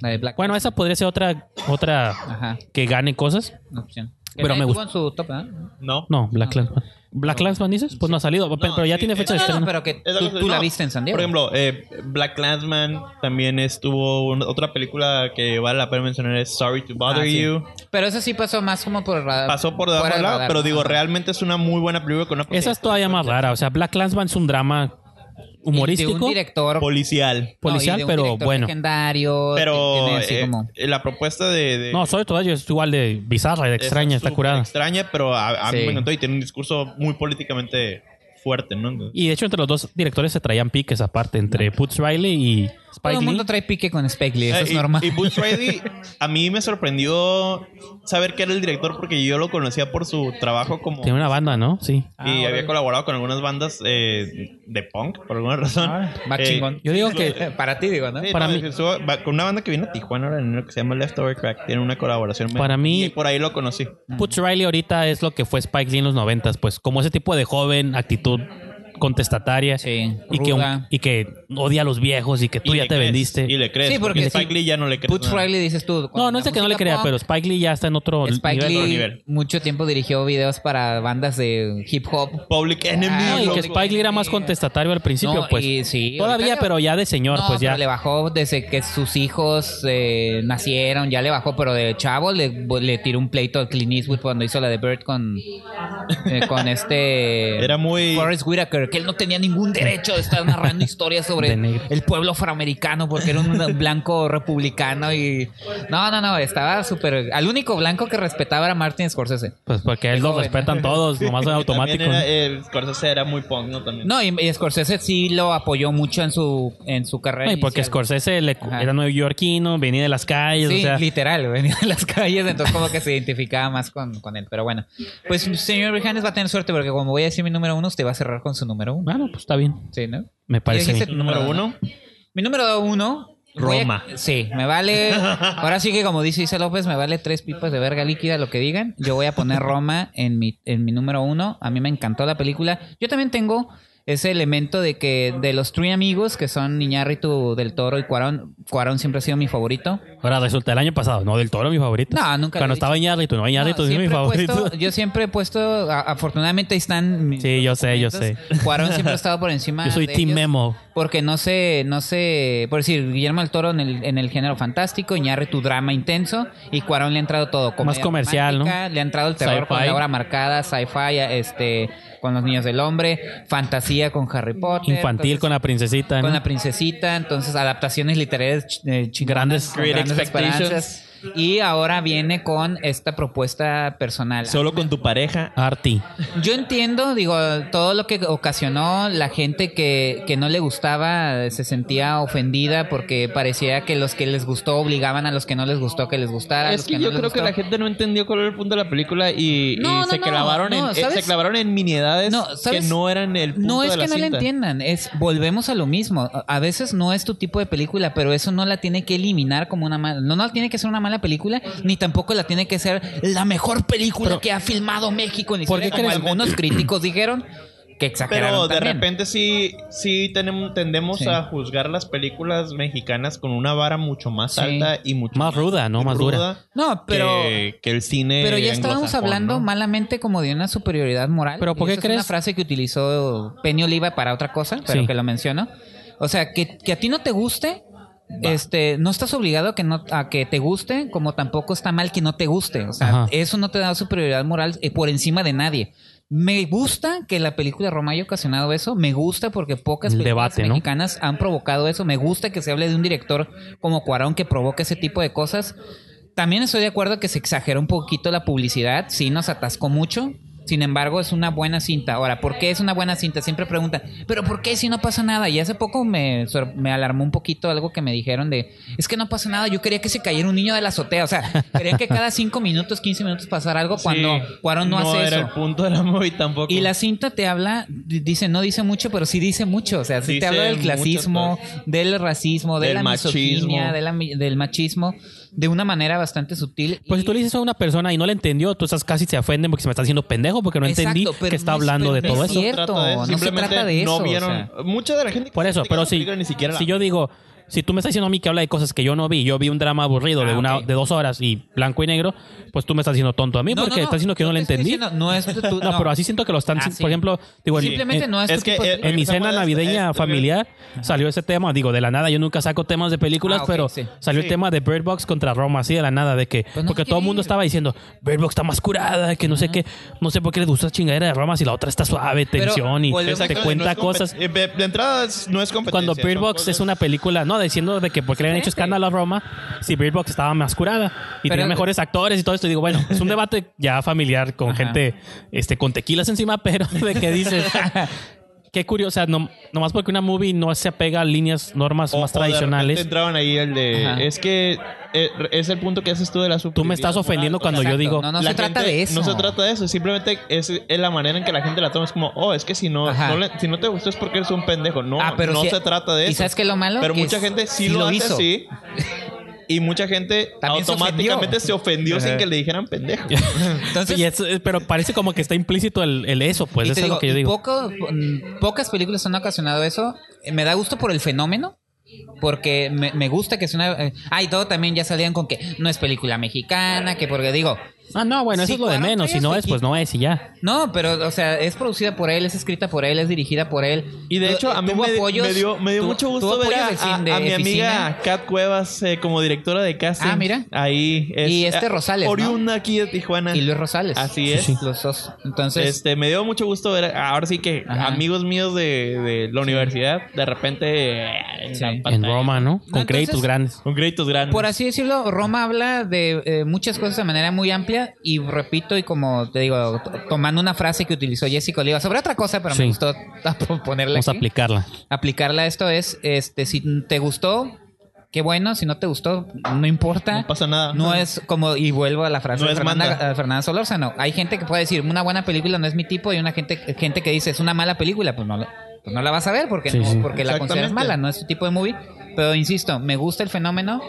Speaker 1: La de Black
Speaker 2: Bueno, esa podría ser otra, otra
Speaker 1: Ajá,
Speaker 2: que gane cosas.
Speaker 1: una opción. Que
Speaker 2: Pero
Speaker 1: nadie
Speaker 2: me
Speaker 1: tuvo
Speaker 2: gusta.
Speaker 1: en su top, ¿verdad?
Speaker 3: No.
Speaker 2: No, Black
Speaker 1: No.
Speaker 2: Lives Matter. ¿Black Lives Matter dices? Pues no ha salido, pe-
Speaker 3: No,
Speaker 2: pero ya
Speaker 3: sí,
Speaker 2: tiene fecha de
Speaker 1: No, no,
Speaker 2: estreno.
Speaker 1: pero que tú,
Speaker 3: Es algo que-
Speaker 1: tú la
Speaker 3: no.
Speaker 1: viste en San Diego.
Speaker 3: Por ejemplo, eh, Black Clansman también estuvo un- otra película que vale la pena mencionar es Sorry to Bother
Speaker 1: Ah, sí.
Speaker 3: You.
Speaker 1: Pero eso sí pasó más como por radar.
Speaker 3: Pasó por debajo
Speaker 1: fuera
Speaker 3: del
Speaker 1: del
Speaker 3: lado,
Speaker 1: radar.
Speaker 3: pero digo, realmente es una muy buena película con una
Speaker 2: Esa es todavía más rara. O sea, Black Clansman es un drama
Speaker 1: Y De un
Speaker 2: humorístico.
Speaker 1: director
Speaker 3: policial.
Speaker 1: no, y de
Speaker 2: policial,
Speaker 1: un
Speaker 2: pero
Speaker 1: director
Speaker 2: bueno.
Speaker 1: legendario. que
Speaker 3: Pero
Speaker 1: tiene así
Speaker 3: eh,
Speaker 1: como-
Speaker 3: la propuesta de, de-
Speaker 2: No, sobre todo ello es igual de bizarra y de extraña,
Speaker 3: es
Speaker 2: está
Speaker 3: súper
Speaker 2: curada.
Speaker 3: Extraña, pero a, a mí
Speaker 1: Sí.
Speaker 3: me encantó y tiene un discurso muy políticamente fuerte, ¿no? Entonces,
Speaker 2: Y de hecho, entre los dos directores se traían piques aparte, entre Putz Riley y
Speaker 1: Todo
Speaker 2: Spike
Speaker 1: el mundo
Speaker 2: Lee.
Speaker 1: trae pique con Spike Lee, eso
Speaker 3: Eh,
Speaker 1: es
Speaker 3: y-
Speaker 1: normal.
Speaker 3: Y Butch Reilly, a mí me sorprendió saber que era el director porque yo lo conocía por su trabajo como
Speaker 2: Tiene una banda, ¿no? Sí.
Speaker 1: Ah,
Speaker 3: y había colaborado con algunas bandas eh, de punk, por alguna razón.
Speaker 1: Va
Speaker 3: Eh,
Speaker 1: chingón.
Speaker 2: Yo digo
Speaker 1: Eh,
Speaker 2: que.
Speaker 1: Para ti, digo, ¿no?
Speaker 3: sí,
Speaker 2: Para
Speaker 3: no,
Speaker 2: mí-
Speaker 3: estuvo- va- con una banda que vino a Tijuana ahora en enero que se llama Leftover Crack. Tiene una colaboración.
Speaker 2: Para mí-
Speaker 3: Y por ahí lo conocí.
Speaker 2: Putz Riley ahorita es lo que fue Spike Lee en los noventas, pues, como ese tipo de joven, actitud contestataria
Speaker 1: Sí,
Speaker 2: y, que,
Speaker 1: ruda.
Speaker 2: y que odia a los viejos y que tú
Speaker 3: Y
Speaker 2: ya
Speaker 3: le
Speaker 2: te
Speaker 3: crees,
Speaker 2: vendiste.
Speaker 3: Y le crees.
Speaker 1: Sí, porque
Speaker 3: porque
Speaker 1: sí.
Speaker 3: Spike Lee ya no le crees.
Speaker 1: Butch
Speaker 3: nada.
Speaker 1: Riley dices tú.
Speaker 2: No, no es de que no le crea, pero Spike Lee ya está en otro
Speaker 1: Spike
Speaker 2: nivel.
Speaker 3: otro
Speaker 1: Lee
Speaker 3: nivel.
Speaker 1: mucho tiempo dirigió videos para bandas de hip hop.
Speaker 3: Public Enemy.
Speaker 1: Ah,
Speaker 2: No, y
Speaker 1: lo-
Speaker 2: que Spike Lee era más contestatario al principio,
Speaker 1: No,
Speaker 2: pues.
Speaker 1: y sí,
Speaker 2: Todavía,
Speaker 1: ahorita-
Speaker 2: pero ya de señor,
Speaker 1: No,
Speaker 2: pues
Speaker 1: pero
Speaker 2: ya.
Speaker 1: le bajó desde que sus hijos eh, nacieron, ya le bajó, pero de chavo le, le tiró un pleito al Clint Eastwood cuando hizo la de Bird con, eh, con este...
Speaker 3: Era muy-
Speaker 1: Forrest Whitaker, que él no tenía ningún derecho de estar narrando historias sobre
Speaker 2: De negro.
Speaker 1: el pueblo afroamericano porque era un blanco republicano y... No, no, no, estaba súper... Al único blanco que respetaba era Martin Scorsese.
Speaker 2: Pues porque él
Speaker 1: Qué
Speaker 2: lo
Speaker 1: joven.
Speaker 2: respetan todos, nomás en automático.
Speaker 3: También Era, eh, Scorsese era muy punk, ¿no? También.
Speaker 1: No, y, y Scorsese sí lo apoyó mucho en su, en su carrera.
Speaker 2: No, y porque
Speaker 1: inicial.
Speaker 2: Scorsese le-
Speaker 1: Ajá.
Speaker 2: era neoyorquino, venía de las calles,
Speaker 1: Sí,
Speaker 2: o sea.
Speaker 1: literal, venía de las calles, entonces como que se identificaba más con, con él. Pero bueno, pues señor Brijanes va a tener suerte porque como voy a decir mi número uno, usted va a cerrar con su número uno.
Speaker 2: Bueno, pues está bien.
Speaker 1: Sí, ¿no?
Speaker 2: Me parece.
Speaker 1: ¿Ya dijiste
Speaker 2: bien.
Speaker 1: tu
Speaker 3: Número
Speaker 1: dos,
Speaker 3: uno.
Speaker 1: no? Mi número uno. voy a-
Speaker 2: Roma.
Speaker 1: sí, me vale. Ahora sí que como dice Isa López, me vale tres pipas de verga líquida lo que digan. Yo voy a poner Roma en mi, en mi número uno. A mí me encantó la película. Yo también tengo ese elemento de que de los tres amigos que son Iñárritu, Del Toro y Cuarón, Cuarón siempre ha sido mi favorito.
Speaker 2: Ahora resulta, el año pasado, no, del toro mi favorito.
Speaker 1: No, nunca lo he
Speaker 2: Cuando
Speaker 1: dicho.
Speaker 2: estaba Iñárritu, no, Iñárritu
Speaker 1: No,
Speaker 2: es mi
Speaker 1: siempre he
Speaker 2: favorito.
Speaker 1: puesto- yo siempre he puesto, a- afortunadamente ahí están. mis-
Speaker 2: Sí, yo sé, yo
Speaker 1: documentos.
Speaker 2: sé.
Speaker 1: Cuarón siempre ha estado por encima.
Speaker 2: Yo soy
Speaker 1: de
Speaker 2: Team
Speaker 1: ellos
Speaker 2: Memo.
Speaker 1: Porque no sé, no sé, por decir, Guillermo del Toro en el, en el género fantástico, tu drama intenso y Cuarón le ha entrado todo. comedia
Speaker 2: comercial,
Speaker 1: romántica, Le ha entrado el terror con
Speaker 2: Sci-fi.
Speaker 1: la hora marcada, sci-fi, este, con los niños del hombre, fantasía con Harry Potter.
Speaker 2: Infantil
Speaker 1: entonces,
Speaker 2: con la princesita. ¿no?
Speaker 1: con la princesita, entonces adaptaciones literarias ch- eh, chingonas,
Speaker 2: Grandes-
Speaker 1: con
Speaker 3: Great
Speaker 1: grandes
Speaker 3: Expectations.
Speaker 1: esperanzas. Y ahora viene con esta propuesta personal.
Speaker 3: Solo con tu pareja.
Speaker 2: Arti.
Speaker 1: Yo entiendo, digo, todo lo que ocasionó la gente que, que no le gustaba eh, se sentía ofendida porque parecía que los que les gustó obligaban a los que no les gustó que les gustara. a
Speaker 3: Es
Speaker 1: los
Speaker 3: que,
Speaker 1: no
Speaker 3: yo
Speaker 1: les
Speaker 3: creo que
Speaker 1: gustó.
Speaker 3: la gente no entendió cuál era el punto de la película y, y
Speaker 1: No, no,
Speaker 3: se,
Speaker 1: no,
Speaker 3: clavaron
Speaker 1: no,
Speaker 3: en, eh, se
Speaker 1: ¿sabes?
Speaker 3: clavaron en miniedades
Speaker 1: No,
Speaker 3: que
Speaker 1: ¿sabes?
Speaker 3: no eran el punto
Speaker 1: No es
Speaker 3: de
Speaker 1: que
Speaker 3: la
Speaker 1: no la
Speaker 3: cinta.
Speaker 1: entiendan, es volvemos a lo mismo. A- A veces no es tu tipo de película, pero eso no la tiene que eliminar como una mala. No, no tiene que ser una mala película, ni tampoco la tiene que ser la mejor película que ha filmado México en la
Speaker 2: ¿Por
Speaker 1: historia,
Speaker 2: qué
Speaker 1: como
Speaker 2: crees?
Speaker 1: algunos críticos dijeron que exageraron
Speaker 3: Pero de
Speaker 1: también.
Speaker 3: repente sí, sí tenemos, tendemos
Speaker 1: Sí.
Speaker 3: a juzgar las películas mexicanas con una vara mucho más
Speaker 1: Sí.
Speaker 3: alta y mucho
Speaker 2: Más ruda, ¿no? Más dura.
Speaker 1: No, pero
Speaker 3: que, que el cine.
Speaker 1: pero ya estábamos
Speaker 3: anglosajón,
Speaker 1: hablando
Speaker 3: ¿no?
Speaker 1: malamente como de una superioridad moral.
Speaker 2: Pero
Speaker 1: Y
Speaker 2: ¿por qué
Speaker 1: esa Es
Speaker 2: crees?
Speaker 1: una frase que utilizó Peña Oliva para otra cosa, pero
Speaker 2: Sí.
Speaker 1: que lo menciono. O sea, que, que a ti no te guste, este, no estás obligado a que no a que te guste, como tampoco está mal que no te guste. O sea,
Speaker 2: Ajá.
Speaker 1: eso no te da superioridad moral eh, por encima de nadie. Me gusta que la película Roma haya ocasionado eso. Me gusta porque pocas
Speaker 2: El
Speaker 1: películas
Speaker 2: debate, ¿no?
Speaker 1: mexicanas han provocado eso. Me gusta que se hable de un director como Cuarón que provoca ese tipo de cosas. También estoy de acuerdo que se exageró un poquito la publicidad, sí nos atascó mucho. Sin embargo, es una buena cinta. Ahora, ¿por qué es una buena cinta? Siempre preguntan, ¿pero por qué si no pasa nada? Y hace poco me, sor- me alarmó un poquito algo que me dijeron de, es que no pasa nada, yo quería que se cayera un niño de la azotea. O sea, quería que cada 5 minutos, 15 minutos pasara algo cuando Cuarón no, hace
Speaker 3: era
Speaker 1: eso.
Speaker 3: el punto de la movie tampoco.
Speaker 1: Y la cinta te habla, di- dice, no dice mucho, pero sí dice mucho. O sea, sí
Speaker 3: Dice
Speaker 1: te habla del
Speaker 3: muchas
Speaker 1: clasismo, del racismo, de
Speaker 3: Del
Speaker 1: la misoginia,
Speaker 3: machismo.
Speaker 1: de la mi- del machismo, de una manera bastante sutil. Y-
Speaker 2: Pues si tú le dices eso a una persona y no la entendió, tú estás casi se ofenden porque se me está haciendo pendejo porque no
Speaker 1: Exacto,
Speaker 2: entendí
Speaker 1: pero
Speaker 2: que está
Speaker 1: no es-
Speaker 2: hablando
Speaker 1: pero
Speaker 2: de
Speaker 1: no
Speaker 2: todo
Speaker 1: es
Speaker 2: eso.
Speaker 1: cierto,
Speaker 3: trata de
Speaker 1: no se
Speaker 3: simplemente
Speaker 1: trata de eso,
Speaker 3: No vieron.
Speaker 1: o
Speaker 3: Mucha de la gente.
Speaker 2: Por eso,
Speaker 3: que
Speaker 2: pero
Speaker 3: no
Speaker 2: si,
Speaker 3: película Ni siquiera la-
Speaker 2: si yo digo, si tú me estás diciendo a mí que habla de cosas que yo no vi, yo vi un drama aburrido de
Speaker 1: Ah,
Speaker 2: una
Speaker 1: ok.
Speaker 2: de dos horas y blanco y negro, pues tú me estás diciendo tonto a mí
Speaker 1: No,
Speaker 2: porque
Speaker 1: no, no,
Speaker 2: estás diciendo que yo no
Speaker 1: te
Speaker 2: la
Speaker 1: estoy
Speaker 2: entendí.
Speaker 1: diciendo, no es tu- tu-
Speaker 2: no,
Speaker 1: no.
Speaker 2: pero así siento que lo están,
Speaker 1: Ah, sí.
Speaker 2: por ejemplo, digo, en-
Speaker 1: Simplemente
Speaker 2: en,
Speaker 1: no es, tu
Speaker 3: es que,
Speaker 1: tipo de
Speaker 3: eh,
Speaker 1: película.
Speaker 2: en mi cena
Speaker 3: Regresamos a
Speaker 2: navideña
Speaker 3: este-
Speaker 2: familiar salió ese tema, digo, de la nada, yo nunca saco temas de películas,
Speaker 1: Ah, ok,
Speaker 2: pero
Speaker 1: sí.
Speaker 2: salió el
Speaker 3: Sí.
Speaker 2: tema de Bird Box contra Roma, así de la nada, de que,
Speaker 1: Pues no
Speaker 2: porque
Speaker 1: hay que
Speaker 2: todo el mundo
Speaker 1: ir.
Speaker 2: estaba diciendo, Bird Box está más curada, que no sé qué, no sé por qué le gusta esa chingadera de Roma si la otra está suave,
Speaker 1: Pero
Speaker 2: tensión y
Speaker 1: volvemos-
Speaker 2: te
Speaker 3: Exacto,
Speaker 2: cuenta
Speaker 3: no es compet-
Speaker 2: cosas.
Speaker 3: eh, De, de entrada es- no es competencia.
Speaker 2: Cuando Bird
Speaker 3: son
Speaker 2: Box
Speaker 3: cosas-
Speaker 2: es una película, no, diciendo de que porque le han hecho
Speaker 1: Diferente.
Speaker 2: escándalo a Roma, si Bird Box estaba más curada y
Speaker 1: Pero-
Speaker 2: tenía mejores actores y todo esto, y digo, bueno, es un debate ya familiar con
Speaker 1: Ajá.
Speaker 2: gente este con tequilas encima, pero de que dices, qué curioso, o sea, no, nomás porque una movie no se apega a líneas, normas
Speaker 3: o-
Speaker 2: más
Speaker 3: o de repente
Speaker 2: tradicionales,
Speaker 3: entraban ahí el de.
Speaker 1: Ajá.
Speaker 3: Es que eh, es el punto que haces tú de la
Speaker 2: tú me estás
Speaker 3: superioridad moral,
Speaker 2: ofendiendo
Speaker 3: o sea,
Speaker 2: cuando yo
Speaker 1: Exacto,
Speaker 2: digo,
Speaker 1: no, no
Speaker 3: La
Speaker 1: se trata
Speaker 3: gente-
Speaker 1: de eso.
Speaker 3: No se trata de eso, simplemente es, es la manera en que la gente la toma. Es como, oh, es que si no,
Speaker 1: Ajá.
Speaker 3: no le- si no te gustó es porque eres un pendejo. No,
Speaker 1: Ah, pero
Speaker 3: no
Speaker 1: si-
Speaker 3: se trata de
Speaker 1: ¿Y
Speaker 3: eso.
Speaker 1: sabes qué es lo malo?
Speaker 3: Pero
Speaker 1: Que
Speaker 3: mucha
Speaker 1: es-
Speaker 3: gente sí,
Speaker 1: sí
Speaker 3: lo,
Speaker 1: lo
Speaker 3: hace
Speaker 1: hizo.
Speaker 3: así. Y mucha gente
Speaker 1: También se
Speaker 3: automáticamente se ofendió, sin
Speaker 1: Ajá.
Speaker 3: que le dijeran pendejo.
Speaker 1: Entonces,
Speaker 2: y es- eh, pero parece como que está implícito el, el eso, pues
Speaker 1: y
Speaker 2: eso
Speaker 1: te
Speaker 2: es
Speaker 1: digo,
Speaker 2: lo que yo
Speaker 1: y
Speaker 2: digo.
Speaker 1: poco- mm, pocas películas han ocasionado eso. Eh, Me da gusto por el fenómeno. Porque me, me gusta que es una. eh, ah, y todo también ya salían con que no es película mexicana, que porque digo,
Speaker 2: Ah, no, bueno, eso
Speaker 1: Si
Speaker 2: es lo de
Speaker 1: Cuarón
Speaker 2: menos, si
Speaker 1: trae
Speaker 2: no
Speaker 1: su
Speaker 2: es, pues no es y ya.
Speaker 1: No, pero, o sea, es producida por él, es escrita por él, es dirigida por él.
Speaker 3: Y de
Speaker 1: Tu-
Speaker 3: hecho, a mí
Speaker 1: eh, tuvo
Speaker 3: me,
Speaker 1: apoyos-
Speaker 3: me dio, me dio
Speaker 1: tu-
Speaker 3: mucho gusto
Speaker 1: tuvo
Speaker 3: ver
Speaker 1: apoyos del
Speaker 3: a, a-
Speaker 1: cine-
Speaker 3: a mi
Speaker 1: de oficina.
Speaker 3: amiga Kat Cuevas eh, como directora de casting.
Speaker 1: Ah, mira.
Speaker 3: Ahí. es-
Speaker 1: Y este
Speaker 3: eh,
Speaker 1: Rosales, ¿no?
Speaker 3: Oriunda aquí de Tijuana.
Speaker 1: y Luis Rosales.
Speaker 3: Así es.
Speaker 2: Sí, sí.
Speaker 1: Los dos. Entonces,
Speaker 3: Este, me dio mucho gusto ver, ahora sí que
Speaker 1: Ajá.
Speaker 3: amigos míos de, de la universidad, de repente eh, en
Speaker 1: Sí.
Speaker 3: la
Speaker 1: En
Speaker 2: En
Speaker 3: pantalla.
Speaker 2: Roma, ¿no? Con
Speaker 1: entonces-
Speaker 2: créditos grandes.
Speaker 3: Con créditos grandes.
Speaker 1: por así decirlo, Roma habla de eh, muchas cosas de manera muy amplia. Y repito, y como te digo, to- tomando una frase que utilizó Jessica Oliva sobre otra cosa, pero
Speaker 2: Sí.
Speaker 1: me gustó t- ponerla
Speaker 2: Vamos a
Speaker 1: aquí.
Speaker 2: aplicarla.
Speaker 1: aplicarla a esto es, este, si te gustó, qué bueno. Si no te gustó, no importa.
Speaker 3: no pasa nada.
Speaker 1: No es como, y vuelvo a la frase
Speaker 3: No
Speaker 1: de
Speaker 3: es
Speaker 1: Fernanda,
Speaker 3: manga.
Speaker 1: a Fernanda Solórzano. Hay gente que puede decir, una buena película no es mi tipo, y una gente, gente que dice, es una mala película, pues no la, pues no la vas a ver porque,
Speaker 2: Sí,
Speaker 1: no-
Speaker 2: sí.
Speaker 1: porque la consideras mala,
Speaker 3: Exactamente.
Speaker 1: no es tu tipo de movie. Pero insisto, me gusta el fenómeno,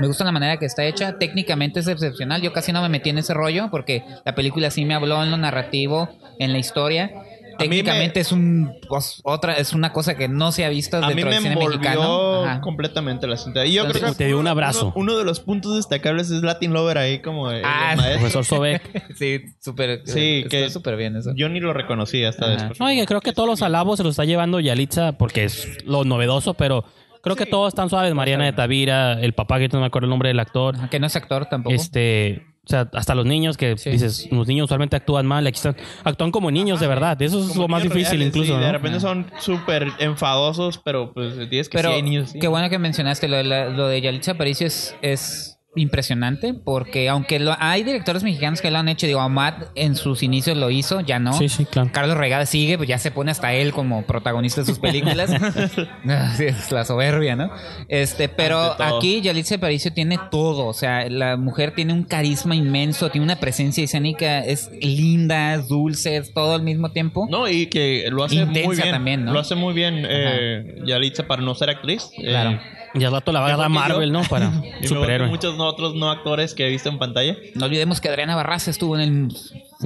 Speaker 1: me gusta la manera que está hecha, técnicamente es excepcional. Yo casi no me metí en ese rollo porque la película sí me habló en lo narrativo, en la historia.
Speaker 3: A mí me-
Speaker 1: Técnicamente es un pues, otra es una cosa que no se ha visto
Speaker 3: a mí
Speaker 1: dentro
Speaker 3: me
Speaker 1: del cine mexicano.
Speaker 3: envolvió
Speaker 1: Ajá.
Speaker 3: completamente la cinta. Y yo
Speaker 1: Entonces,
Speaker 3: creo que
Speaker 2: te dio un
Speaker 3: uno-
Speaker 2: abrazo.
Speaker 3: Uno, de los puntos destacables es Latin Lover ahí como el
Speaker 1: Ah,
Speaker 3: maestro.
Speaker 2: Profesor Sobek.
Speaker 1: Sí, súper
Speaker 3: Sí,
Speaker 1: está
Speaker 3: que-
Speaker 1: súper bien eso.
Speaker 3: Yo ni lo reconocí hasta
Speaker 1: Ajá.
Speaker 3: después.
Speaker 2: No, y creo que todos los alabos se los está llevando Yalitza porque es lo novedoso, pero creo que todos están suaves. Mariana de Tavira, el papá, que no me acuerdo el nombre del actor.
Speaker 1: Ajá, Que no es actor tampoco.
Speaker 2: Este, o sea, hasta los niños que
Speaker 1: Sí.
Speaker 2: dices, los niños usualmente actúan mal, aquí están, actúan como niños de verdad. Eso es
Speaker 3: Como
Speaker 2: lo más
Speaker 3: niños
Speaker 2: difícil
Speaker 3: reales,
Speaker 2: incluso,
Speaker 3: sí,
Speaker 2: ¿no?
Speaker 3: De repente son súper enfadosos, pero pues tienes que
Speaker 1: Pero
Speaker 3: sí hay niños, sí.
Speaker 1: qué bueno que mencionaste lo de, la- lo de Yalitza Aparicio es, es impresionante porque aunque lo, hay directores mexicanos que lo han hecho, digo, Ahmad en sus inicios lo hizo, ya no.
Speaker 2: Sí, sí, claro.
Speaker 1: Carlos Regada sigue, pues ya se pone hasta él como protagonista de sus películas. Así es la soberbia, ¿no? Este, pero
Speaker 3: Ante todo.
Speaker 1: aquí Yalitza Aparicio tiene todo, o sea, la mujer tiene un carisma inmenso, tiene una presencia escénica, es linda, es dulce, es todo al mismo tiempo.
Speaker 3: No, y que lo hace
Speaker 1: Intensa
Speaker 3: muy bien.
Speaker 1: también, ¿no?
Speaker 3: Lo hace muy bien eh, Yalitza para no ser actriz. Eh,
Speaker 1: Claro.
Speaker 2: Y al rato la va a
Speaker 3: Mejor
Speaker 2: agarrar
Speaker 3: que
Speaker 2: Marvel,
Speaker 3: yo.
Speaker 2: ¿no? Para
Speaker 3: y luego que
Speaker 2: superhéroe.
Speaker 3: muchos otros no actores que he visto en pantalla.
Speaker 1: No olvidemos que Adriana Barraza estuvo en el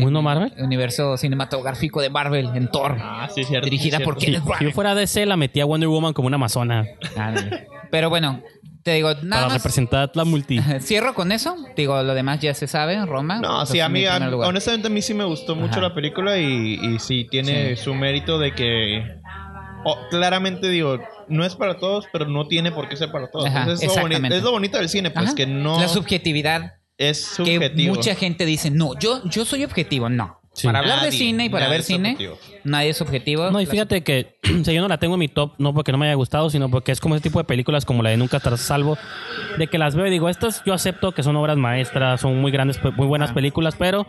Speaker 2: ¿Mundo Marvel?
Speaker 1: universo cinematográfico de Marvel en Thor,
Speaker 3: Ah, sí, cierto.
Speaker 1: dirigida
Speaker 3: sí,
Speaker 1: por
Speaker 3: cierto.
Speaker 2: Si,
Speaker 1: Kenneth Branagh.
Speaker 2: si yo fuera DC, la metía Wonder Woman como una amazona
Speaker 1: Ándale. Pero bueno, te digo, nada
Speaker 2: para
Speaker 1: más.
Speaker 2: representar la multi.
Speaker 1: Cierro con eso. Digo, lo demás ya se sabe, Roma.
Speaker 3: No, sí,
Speaker 1: Entonces,
Speaker 3: a mí,
Speaker 1: mi
Speaker 3: a-
Speaker 1: primer lugar.
Speaker 3: honestamente, a mí sí me gustó mucho
Speaker 1: Ajá.
Speaker 3: la película y, y sí tiene su mérito de que. oh, claramente digo, no es para todos, pero no tiene por qué ser para todos.
Speaker 1: Ajá,
Speaker 3: Entonces, es, lo boni-
Speaker 1: exactamente.
Speaker 3: es lo bonito del cine, pues
Speaker 1: Ajá.
Speaker 3: que no
Speaker 1: La subjetividad
Speaker 3: es
Speaker 1: que
Speaker 3: subjetivo.
Speaker 1: mucha gente dice, no, yo, yo soy objetivo. No.
Speaker 2: Sí.
Speaker 1: Para hablar de
Speaker 3: Nadie,
Speaker 1: cine y para
Speaker 3: nadie
Speaker 1: ver
Speaker 3: es
Speaker 1: cine,
Speaker 3: objetivo.
Speaker 1: nadie es objetivo.
Speaker 2: No, y
Speaker 1: La-
Speaker 2: fíjate que o sea, yo no la tengo en mi top, no porque no me haya gustado, sino porque es como ese tipo de películas como la de Nunca Estás a Salvo, de pues,
Speaker 1: Ah.
Speaker 2: que las veo y digo, estas yo acepto que son obras maestras, son muy grandes, pe- muy buenas películas, pero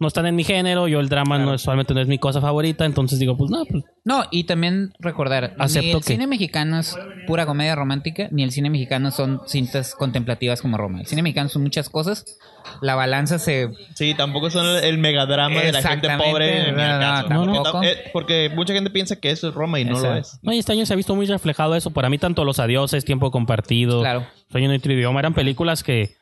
Speaker 2: no están en mi género, yo el drama no, usualmente no es mi cosa favorita, entonces digo, pues no, pues,
Speaker 1: No, y también recordar, ni
Speaker 2: Acepto
Speaker 1: el
Speaker 2: que-
Speaker 1: cine mexicano es pura comedia romántica, ni el cine mexicano son cintas contemplativas como Roma. El cine mexicano son muchas cosas, la balanza se...
Speaker 3: Sí, tampoco son el, el megadrama de la gente
Speaker 1: Exactamente,
Speaker 3: pobre en
Speaker 1: no,
Speaker 3: el
Speaker 1: no,
Speaker 3: caso.
Speaker 1: no,
Speaker 3: Porque
Speaker 1: tampoco.
Speaker 3: tam- eh, Porque mucha gente piensa que eso es Roma y no lo
Speaker 1: Exacto.
Speaker 3: es.
Speaker 2: No, y este año se ha visto muy reflejado eso. Para mí, tanto Los Adioses, Tiempo Compartido,
Speaker 1: Claro.
Speaker 2: Sueño en otro idioma, eran películas que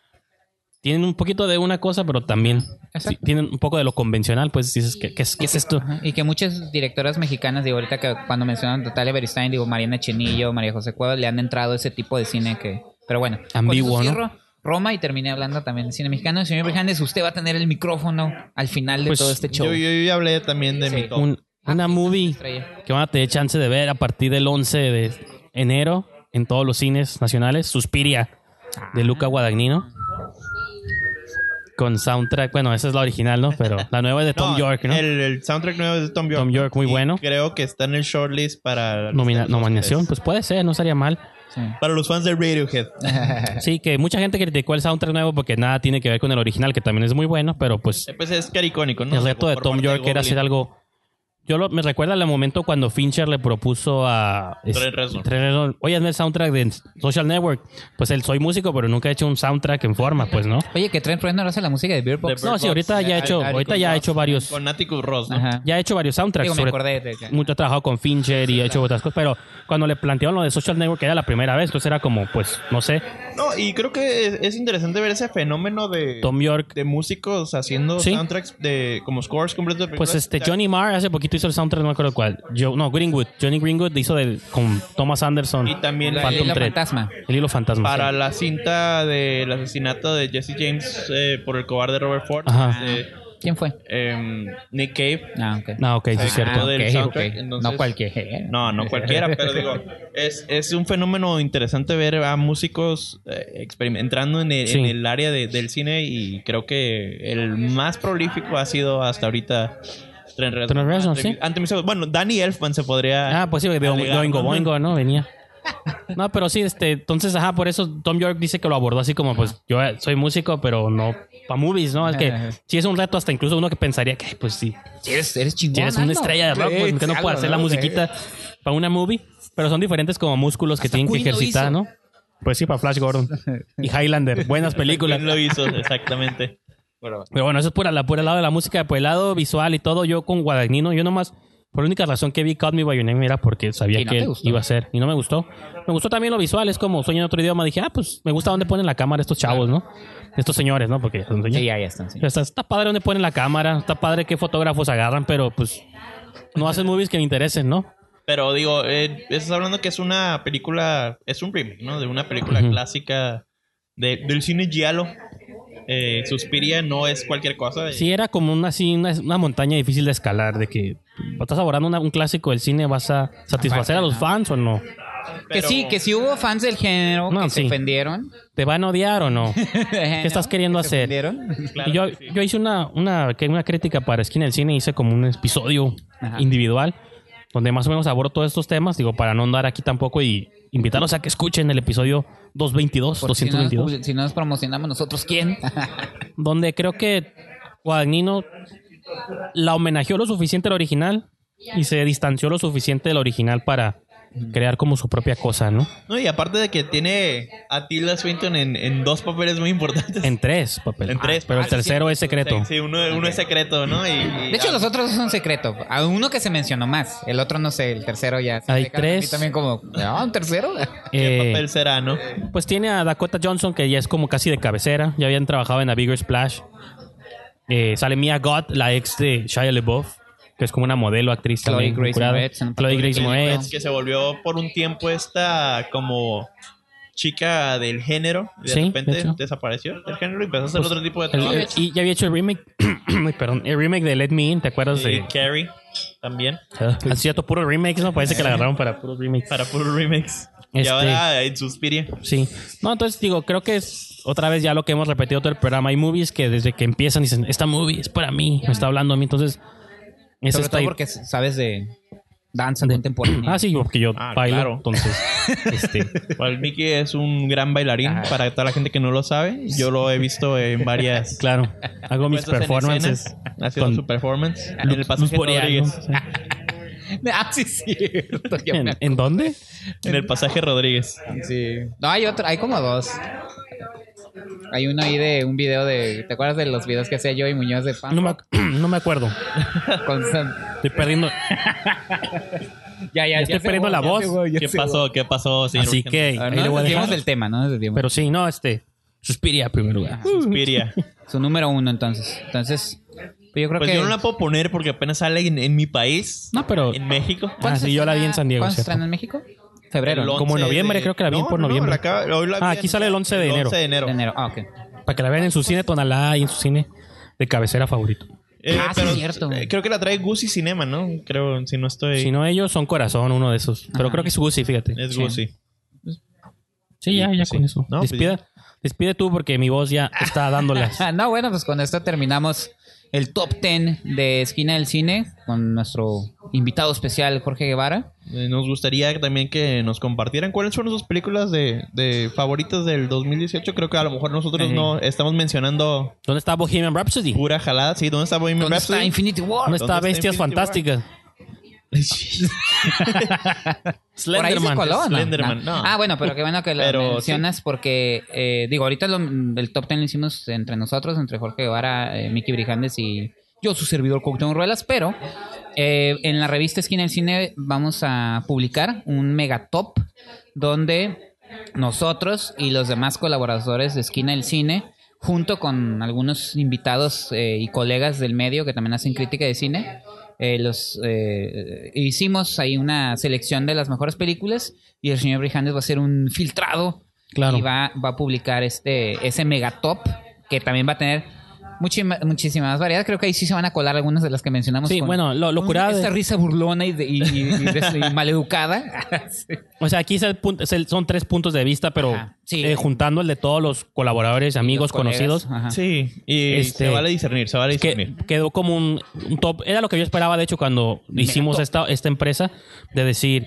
Speaker 2: tienen un poquito de una cosa, pero también sí, tienen un poco de lo convencional. Pues dices, ¿qué, qué es, qué es esto?
Speaker 1: Ajá, Y que muchas directoras mexicanas, digo, ahorita que cuando mencionan Natalia Beristain, digo, Mariana Chenillo, María José Cuevas, le han entrado ese tipo de cine que... Pero bueno, con eso
Speaker 2: Ambiguo, ¿no?
Speaker 1: cierro Roma y terminé hablando también de cine mexicano. Señor Brijandes, usted va a tener el micrófono al final de
Speaker 2: Pues,
Speaker 1: todo este show.
Speaker 3: Yo, yo, yo ya hablé también de
Speaker 1: Ah, Sí.
Speaker 3: mi top.
Speaker 2: Un- una movie
Speaker 1: Estrella.
Speaker 2: que van a tener chance de ver a partir del 11 de enero en todos los cines nacionales. Suspiria,
Speaker 3: Ah.
Speaker 2: de Luca Guadagnino. Con soundtrack, bueno, esa es la original, ¿no? Pero la nueva es de Tom
Speaker 3: No,
Speaker 2: York, ¿no?
Speaker 3: El, el soundtrack nuevo es de Tom York.
Speaker 2: Tom York, muy
Speaker 3: Y
Speaker 2: bueno.
Speaker 3: Creo que está en el shortlist para...
Speaker 2: Nomina-
Speaker 3: los-
Speaker 2: nominación, pues puede ser, no sería mal.
Speaker 1: Sí.
Speaker 3: Para los fans de Radiohead.
Speaker 2: Sí, que mucha gente criticó el soundtrack nuevo porque nada tiene que ver con el original, que también es muy bueno, pero pues
Speaker 3: Eh, Pues es caricónico, ¿no?
Speaker 2: el reto de
Speaker 3: Por
Speaker 2: Tom
Speaker 3: parte
Speaker 2: York era
Speaker 3: Goblin.
Speaker 2: hacer algo... Yo lo- me recuerda al momento cuando Fincher le propuso a... es-
Speaker 3: Trent Reznor.
Speaker 2: Trent Reznor, Oye, hazme el soundtrack de Social Network. Pues él, soy músico, pero nunca he hecho un soundtrack en forma, pues, ¿no?
Speaker 1: Oye, que Trent Reznor hace la música de Beer Box.
Speaker 3: Bird
Speaker 2: No, sí,
Speaker 3: Box,
Speaker 2: ahorita ya he
Speaker 3: al-
Speaker 2: hecho,
Speaker 3: al-
Speaker 2: ahorita
Speaker 3: con
Speaker 2: ya he
Speaker 3: Ross,
Speaker 2: hecho varios...
Speaker 3: Con Atticus Ross, ¿no?
Speaker 1: Ajá.
Speaker 2: Ya he hecho varios soundtracks.
Speaker 1: Digo, me
Speaker 2: sobre-
Speaker 1: acordé de que-
Speaker 2: mucho he trabajado con Fincher y he hecho otras cosas, pero cuando le plantearon lo de Social Network, que era la primera vez, entonces era como, pues, no sé,
Speaker 3: No, y creo que es, es interesante ver ese fenómeno de...
Speaker 2: Tom York
Speaker 3: de músicos haciendo
Speaker 2: Sí.
Speaker 3: soundtracks de como scores completos de
Speaker 2: Pues
Speaker 3: películas.
Speaker 2: este,
Speaker 3: O sea,
Speaker 2: Johnny Marr hace poquito hizo el soundtrack, no me acuerdo cuál. Yo, no, Greenwood. Johnny Greenwood hizo del, con Thomas Anderson.
Speaker 3: Y también
Speaker 1: El
Speaker 2: Phantom
Speaker 1: hilo
Speaker 2: Thread.
Speaker 1: fantasma.
Speaker 2: El hilo fantasma.
Speaker 3: para
Speaker 2: sí.
Speaker 3: la cinta del asesinato de Jesse James eh, por el cobarde Robert Ford.
Speaker 2: Ajá.
Speaker 3: este,
Speaker 1: ¿Quién fue?
Speaker 3: em, Nick Cave.
Speaker 1: Ah, ok.
Speaker 2: No, ok, sí,
Speaker 3: Ah,
Speaker 2: es cierto.
Speaker 3: del
Speaker 1: ok,
Speaker 3: soundtrack,
Speaker 1: ok.
Speaker 3: entonces-
Speaker 1: No cualquier.
Speaker 3: No, no cualquiera, pero digo, es, es un fenómeno interesante ver a músicos eh, experim- entrando en el,
Speaker 2: Sí.
Speaker 3: en el área de- del cine y creo que el más prolífico ha sido hasta ahorita Trent Reznor.
Speaker 2: Trent Reznor,
Speaker 3: Ante-
Speaker 2: sí.
Speaker 3: ante mis ojos. bueno, Danny Elfman se podría...
Speaker 2: Ah, pues sí, de
Speaker 3: Alegar,
Speaker 2: Boingo
Speaker 3: ¿no?
Speaker 2: Boingo, ¿no? Venía. No, pero sí, este, entonces, ajá, por eso Tom York dice que lo abordó así como, pues, yo eh, soy músico, pero no para movies, ¿no? Es que
Speaker 1: Ajá.
Speaker 2: sí es un reto hasta incluso uno que pensaría que, pues sí,
Speaker 1: Eres, eres chingón.
Speaker 2: si eres una
Speaker 1: hazlo.
Speaker 2: estrella de rock,
Speaker 1: Sí,
Speaker 2: pues, que no
Speaker 1: hazlo,
Speaker 2: puedo hacer la
Speaker 1: ¿no?
Speaker 2: musiquita para una movie, pero son diferentes como músculos que tienen que
Speaker 1: Queen lo
Speaker 2: ejercitar,
Speaker 1: hizo.
Speaker 2: ¿no? Pues sí, para Flash Gordon y Highlander, buenas películas.
Speaker 3: ¿Quién lo hizo? Exactamente.
Speaker 2: Pero bueno, eso es por, la, por el lado de la música, por el lado visual y todo. Yo con Guadagnino, yo nomás, por la única razón que vi Call Me By Your Name era porque sabía
Speaker 1: Y no
Speaker 2: que
Speaker 1: te
Speaker 2: él
Speaker 1: gustó.
Speaker 2: iba a ser. Y no me gustó. Me gustó también lo visual, es como sueño en otro idioma. Dije, ah, pues me gusta dónde ponen la cámara estos chavos, ¿no? Estos señores, ¿no? Porque ya son señores.
Speaker 1: Sí, ahí están. sí.
Speaker 2: Pero Está, está padre dónde ponen la cámara, está padre qué fotógrafos agarran, pero pues no hacen movies que me interesen, ¿no?
Speaker 3: Pero digo, eh, estás hablando que es una película, es un remake, ¿no? De una película
Speaker 2: Ujú.
Speaker 3: clásica de- del cine giallo. Eh, Suspiria no es cualquier cosa.
Speaker 2: Sí, era como una, así, una, una montaña difícil de escalar, de que estás abordando una- un clásico del cine, ¿vas a satisfacer a los fans o no?
Speaker 1: Que
Speaker 3: pero-
Speaker 1: sí, que sí hubo fans del género
Speaker 2: No,
Speaker 1: que
Speaker 2: sí.
Speaker 1: se ofendieron.
Speaker 2: ¿Te van a odiar o no?
Speaker 1: ¿Qué
Speaker 2: estás queriendo hacer? Pues,
Speaker 3: Claro
Speaker 2: Y yo,
Speaker 3: que sí.
Speaker 2: yo hice una, una, que- una crítica para Skin del Cine, hice como un episodio
Speaker 1: Ajá.
Speaker 2: individual donde más o menos abordo todos estos temas, digo, para no andar aquí tampoco y invitarlos a que escuchen el episodio 222,
Speaker 1: Porque si no nos
Speaker 2: 222,
Speaker 1: publi- Si no nos promocionamos nosotros, ¿quién?
Speaker 3: pues,
Speaker 2: donde creo que Guadagnino la homenajeó lo suficiente al original y se distanció lo suficiente del original para crear como su propia cosa, ¿no?
Speaker 3: No, y aparte de que tiene a Tilda Swinton en, en dos papeles muy importantes.
Speaker 2: En tres papeles.
Speaker 3: En tres.
Speaker 2: Pero el
Speaker 3: Ah,
Speaker 2: tercero es secreto.
Speaker 3: Sí, uno, uno es secreto, ¿no? Y, y-
Speaker 1: De hecho, los otros son secreto. A uno que se mencionó más. El otro no sé, el tercero ya. se
Speaker 2: Hay
Speaker 1: me cae a mí
Speaker 2: tres.
Speaker 1: También como, ah, un tercero.
Speaker 3: ¿Qué
Speaker 2: Eh,
Speaker 3: papel será, no?
Speaker 2: Pues tiene a Dakota Johnson, que ya es como casi de cabecera. Ya habían trabajado en A Bigger Splash. Eh, sale Mia Gott, la ex de Shia LaBeouf, que es como una modelo, actriz
Speaker 1: Chloe
Speaker 2: también.
Speaker 1: Grace
Speaker 2: curada.
Speaker 1: Moretz, ¿no?
Speaker 2: Chloe Grace Moretz.
Speaker 3: pues, Que se volvió por un tiempo esta como chica del género. De
Speaker 2: Sí, de
Speaker 3: repente
Speaker 2: hecho.
Speaker 3: desapareció del género y empezó a hacer
Speaker 2: Pues,
Speaker 3: otro tipo de
Speaker 2: El-
Speaker 3: trabajo.
Speaker 2: y ya había hecho el remake, ay, perdón, el remake de Let Me In, ¿te acuerdas
Speaker 3: Y
Speaker 2: de?
Speaker 3: Carrie también.
Speaker 2: Han cierto puros remakes, ¿no? Parece que la agarraron para puros remakes.
Speaker 3: Para puro remix. Y
Speaker 2: Este-
Speaker 3: ahora en Suspiria.
Speaker 2: Sí. No, entonces digo, creo que es otra vez ya lo que hemos repetido todo el programa. Hay movies que desde que empiezan dicen, esta movie es para mí, me está hablando a mí. Entonces, es
Speaker 1: Sobre
Speaker 2: esta
Speaker 1: todo porque sabes de, danza contemporánea.
Speaker 2: Ah, sí, porque yo
Speaker 3: Ah,
Speaker 2: bailo,
Speaker 3: claro.
Speaker 2: entonces. este,
Speaker 3: Cual Mickey es un gran bailarín.
Speaker 2: Ah.
Speaker 1: Ajá.
Speaker 3: Para toda la gente que no lo sabe, yo lo he visto en varias.
Speaker 2: claro. Hago mis
Speaker 3: puestas en
Speaker 2: performances.
Speaker 3: escena, haciendo
Speaker 2: con
Speaker 3: su performance. En
Speaker 2: Lux-
Speaker 3: el pasaje
Speaker 2: Luz Boreal, ¿no?
Speaker 3: Rodríguez.
Speaker 1: Ah, sí, es cierto. ya
Speaker 2: ¿En,
Speaker 1: me
Speaker 2: en dónde?
Speaker 3: En el pasaje Rodríguez.
Speaker 1: Sí. No, hay otro, hay como dos. Hay uno ahí de un video de. ¿Te acuerdas de los videos que hacía yo y Muñoz de Pan?
Speaker 2: No me, ac- no me acuerdo.
Speaker 1: Con Sam-
Speaker 2: Estoy perdiendo.
Speaker 1: Ya, ya,
Speaker 2: Ya estoy
Speaker 1: se
Speaker 2: perdiendo
Speaker 1: voy,
Speaker 2: la
Speaker 1: ya
Speaker 2: voz.
Speaker 1: se voy, ya
Speaker 3: ¿Qué
Speaker 1: se
Speaker 3: pasó? ¿Qué pasó? señor
Speaker 2: Así
Speaker 3: Urgente?
Speaker 2: que
Speaker 1: voy. A ver,
Speaker 2: ahí
Speaker 1: no
Speaker 2: lo
Speaker 1: nos
Speaker 2: voy a
Speaker 1: desviemos
Speaker 2: dejar.
Speaker 1: del tema, no nos desviemos.
Speaker 2: Pero sí, no, este. Suspiria, en primer lugar. uh,
Speaker 3: Suspiria.
Speaker 1: Su número uno, entonces. Entonces, pues yo creo
Speaker 3: Pues
Speaker 1: que.
Speaker 3: yo no la puedo poner porque apenas sale en, en mi país.
Speaker 2: No, pero.
Speaker 3: En México.
Speaker 2: Ah, sí, yo la vi en San Diego,
Speaker 1: ¿Cuándo se
Speaker 2: ¿cierto?
Speaker 1: estrena en México? Febrero,
Speaker 3: El
Speaker 1: ¿no?
Speaker 2: como en
Speaker 3: 11
Speaker 2: noviembre, creo que la vi
Speaker 3: No,
Speaker 2: por
Speaker 3: no, no,
Speaker 2: noviembre.
Speaker 3: la acaba- hoy la
Speaker 2: Ah,
Speaker 3: vi
Speaker 2: aquí
Speaker 3: en-
Speaker 2: sale el 11 de enero.
Speaker 3: 11 de enero.
Speaker 1: De enero. Ah, ok.
Speaker 2: Para que la vean en su cine Tonalá y en su cine de cabecera favorito.
Speaker 3: Eh,
Speaker 1: Ah, sí, es cierto.
Speaker 3: eh, creo que la trae Gucci Cinema, ¿no? Creo, si no estoy...
Speaker 2: Si no, ellos son corazón, uno de esos. Pero
Speaker 1: Ajá.
Speaker 2: creo que es Gucci, fíjate.
Speaker 3: es
Speaker 1: sí.
Speaker 3: Gucci.
Speaker 2: Sí, ya, ya
Speaker 3: Sí.
Speaker 2: con eso.
Speaker 3: No, pues
Speaker 2: despide, despide tú porque mi voz ya está dándolas.
Speaker 1: Ah, no, bueno, pues con esto terminamos el top 10 de Esquina del Cine con nuestro invitado especial, Jorge Guevara.
Speaker 3: Eh, Nos gustaría también que nos compartieran cuáles fueron sus películas de, de favoritas del 2018. Creo que a lo mejor nosotros
Speaker 2: Eh.
Speaker 1: Ajá.
Speaker 3: no estamos mencionando
Speaker 2: ¿Dónde está Bohemian Rhapsody?
Speaker 3: pura jalada. Sí, ¿dónde está Bohemian
Speaker 1: ¿Dónde está
Speaker 3: Rhapsody?
Speaker 1: Infinity
Speaker 2: ¿Dónde
Speaker 1: War?
Speaker 2: está
Speaker 3: ¿Dónde está
Speaker 2: Bestias
Speaker 3: Infinity
Speaker 2: Fantásticas?
Speaker 1: Por ahí se
Speaker 2: Slenderman.
Speaker 1: coló, ¿no?
Speaker 3: Slenderman, no.
Speaker 1: Ah, bueno, pero qué bueno que lo
Speaker 3: Pero,
Speaker 1: mencionas porque, eh, digo, ahorita lo- el top 10 lo hicimos entre nosotros, entre Jorge Guevara, eh, Miki Brijandes y yo, su servidor Cuauhtémoc Ruelas, pero eh, en la revista Esquina del Cine vamos a publicar un mega top donde nosotros y los demás colaboradores de Esquina del Cine, junto con algunos invitados eh, y colegas del medio que también hacen crítica de cine, eh, los eh, hicimos ahí una selección de las mejores películas y el señor Brijandes va a hacer un filtrado
Speaker 2: Claro.
Speaker 1: y va, va a publicar este ese mega top que también va a tener muchima- muchísimas variedades. Creo que ahí sí se van a colar algunas de las que mencionamos.
Speaker 2: Sí, bueno, lo- lo
Speaker 1: con este
Speaker 2: curado de-
Speaker 1: Esta risa burlona y, de- y- y- y des- y maleducada. Sí.
Speaker 2: O sea, aquí es el punto- es el- son tres puntos de vista, pero
Speaker 1: Ajá, sí.
Speaker 2: eh, juntando el de todos los colaboradores, amigos,
Speaker 1: Los colegas,
Speaker 2: conocidos,
Speaker 1: ajá.
Speaker 3: Sí, y
Speaker 2: Este-
Speaker 3: se vale discernir, se vale discernir.
Speaker 2: que quedó como un, un top. Era lo que yo esperaba, de hecho, cuando hicimos
Speaker 1: top.
Speaker 2: esta, esta empresa, de decir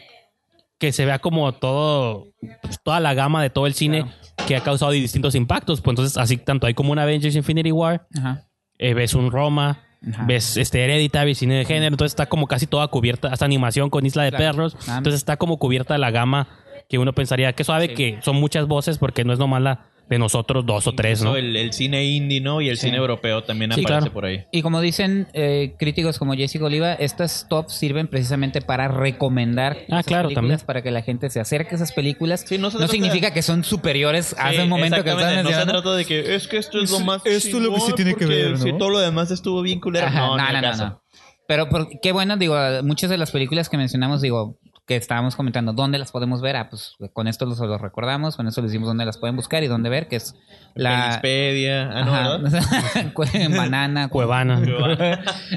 Speaker 2: que se vea como todo, pues, toda la gama de todo el cine que ha causado distintos impactos. Pues entonces, así tanto hay como un Avengers Infinity War,
Speaker 1: Ajá.
Speaker 2: eh, ves un Roma,
Speaker 1: Ajá.
Speaker 2: ves este Hereditary, cine de género, entonces está como casi toda cubierta, hasta animación con Isla de
Speaker 1: Claro.
Speaker 2: Perros,
Speaker 1: Ah,
Speaker 2: entonces está como cubierta la gama que uno pensaría que sabe que son muchas voces porque no es nomás la de nosotros dos o tres, ¿no?
Speaker 3: Incluso El, el cine indie, ¿no? Y el
Speaker 1: Sí.
Speaker 3: cine europeo también
Speaker 2: Sí,
Speaker 3: aparece
Speaker 2: claro.
Speaker 3: por ahí.
Speaker 1: Y como dicen eh, críticos como Jessica Oliva, estas tops sirven precisamente para recomendar
Speaker 2: Ah,
Speaker 1: esas
Speaker 2: claro,
Speaker 1: películas
Speaker 2: también.
Speaker 1: para que la gente se acerque a esas películas.
Speaker 3: Sí,
Speaker 1: no
Speaker 3: no se trata-
Speaker 1: significa que son superiores a
Speaker 3: Sí,
Speaker 1: ese momento que
Speaker 3: exactamente.
Speaker 1: están
Speaker 3: No se
Speaker 1: mencionando.
Speaker 3: trata de que es que esto es lo más.
Speaker 4: esto es lo que se
Speaker 3: chingón
Speaker 4: tiene que
Speaker 3: porque
Speaker 4: ver, ¿no?
Speaker 3: Si todo lo demás estuvo bien culero.
Speaker 1: Ajá,
Speaker 3: No, no, no,
Speaker 1: Pero por- qué bueno, digo, muchas de las películas que mencionamos, digo, que estábamos comentando, ¿dónde las podemos ver? Ah, pues con esto los, los recordamos, con esto les decimos dónde las pueden buscar y dónde ver, que es la...
Speaker 3: Penispedia. Ah, no,
Speaker 1: Ajá.
Speaker 3: ¿verdad? ah,
Speaker 1: Cue- banana,
Speaker 2: Cuevana.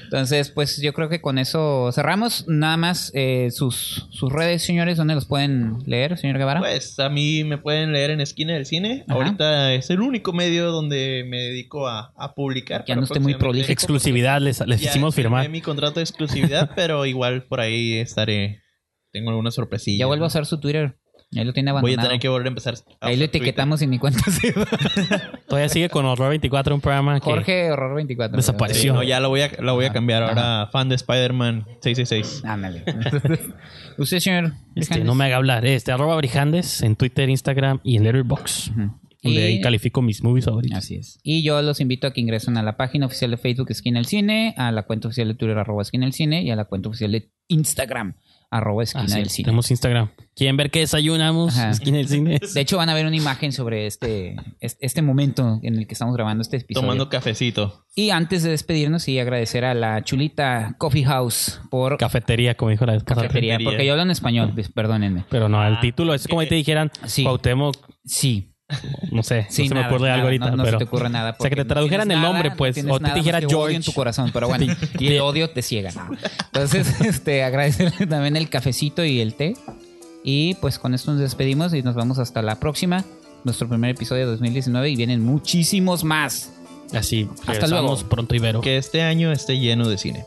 Speaker 1: Entonces, pues yo creo que con eso cerramos. Nada más eh, sus, sus redes, señores, ¿dónde los pueden leer, señor Guevara?
Speaker 3: Pues a mí me pueden leer en Esquina del Cine.
Speaker 1: Ajá.
Speaker 3: Ahorita es el único medio donde me dedico a, a publicar.
Speaker 1: Que
Speaker 3: pero
Speaker 1: anda usted muy
Speaker 3: próximamente
Speaker 1: prolífico.
Speaker 2: Exclusividad les, les
Speaker 3: ya
Speaker 2: hicimos
Speaker 3: firmé
Speaker 2: firmar.
Speaker 3: mi contrato de exclusividad, pero igual por ahí estaré. Tengo alguna sorpresilla.
Speaker 1: ya vuelvo a hacer su Twitter. Ahí lo tiene
Speaker 3: Voy a
Speaker 1: abandonado.
Speaker 3: tener que volver a empezar. a
Speaker 1: Ahí lo
Speaker 3: usar Twitter.
Speaker 1: etiquetamos en mi cuenta. sí.
Speaker 2: Todavía sigue con Horror 24, un programa que...
Speaker 1: Jorge Horror 24.
Speaker 2: Desapareció.
Speaker 3: Sí, no, ya la voy a, la voy a
Speaker 1: Ajá.
Speaker 3: cambiar ahora. Fan de Spider-Man 666.
Speaker 1: Ándale. Usted, señor.
Speaker 2: Este, no me haga hablar. Este, arroba Brijandes en Twitter, Instagram y en Letterboxd.
Speaker 1: Ujú.
Speaker 2: Donde
Speaker 1: Y-
Speaker 2: ahí califico mis movies favoritos.
Speaker 1: Así es. Y yo los invito a que ingresen a la página oficial de Facebook Esquina el Cine, a la cuenta oficial de Twitter arroba Esquina el Cine y a la cuenta oficial de Instagram arroba Esquina
Speaker 2: Así
Speaker 1: del
Speaker 2: es,
Speaker 1: Cine.
Speaker 2: Tenemos Instagram. ¿Quieren ver qué desayunamos?
Speaker 1: Ajá.
Speaker 2: Esquina del cine.
Speaker 1: De hecho, van a ver una imagen sobre este, es- este momento en el que estamos grabando este episodio.
Speaker 3: Tomando cafecito.
Speaker 1: Y antes de despedirnos y agradecer a la chulita Coffee House por
Speaker 2: Cafetería, como dijo la vez pasada.
Speaker 1: cafetería,
Speaker 3: cafetería.
Speaker 1: porque yo hablo en español, pues, perdónenme.
Speaker 2: Pero no, el título es como ahí te dijeran
Speaker 1: Ah, Sí.
Speaker 2: Cuauhtémoc,
Speaker 1: Sí,
Speaker 2: no sé,
Speaker 1: sí,
Speaker 2: no se
Speaker 1: nada,
Speaker 2: me ocurre
Speaker 1: nada,
Speaker 2: algo ahorita,
Speaker 1: no, no
Speaker 2: pero
Speaker 1: se te ocurre nada.
Speaker 2: sea,
Speaker 1: porque
Speaker 2: que te
Speaker 1: no
Speaker 2: tradujeran
Speaker 1: tienes
Speaker 2: el
Speaker 1: nada,
Speaker 2: nombre,
Speaker 1: no
Speaker 2: pues,
Speaker 1: tienes
Speaker 2: o te
Speaker 1: nada más
Speaker 2: dijera
Speaker 1: que odio
Speaker 2: George.
Speaker 1: en tu corazón, pero bueno, y el odio te ciega. ¿no? Entonces, este, agradecerle también el cafecito y el té. Y pues con esto nos despedimos y nos vamos hasta la próxima, nuestro primer episodio de 2019 y vienen muchísimos más.
Speaker 2: así.
Speaker 1: Hasta
Speaker 2: Hasta
Speaker 1: luego.
Speaker 2: luego. pronto, Ibero.
Speaker 3: Que este año esté lleno de cine.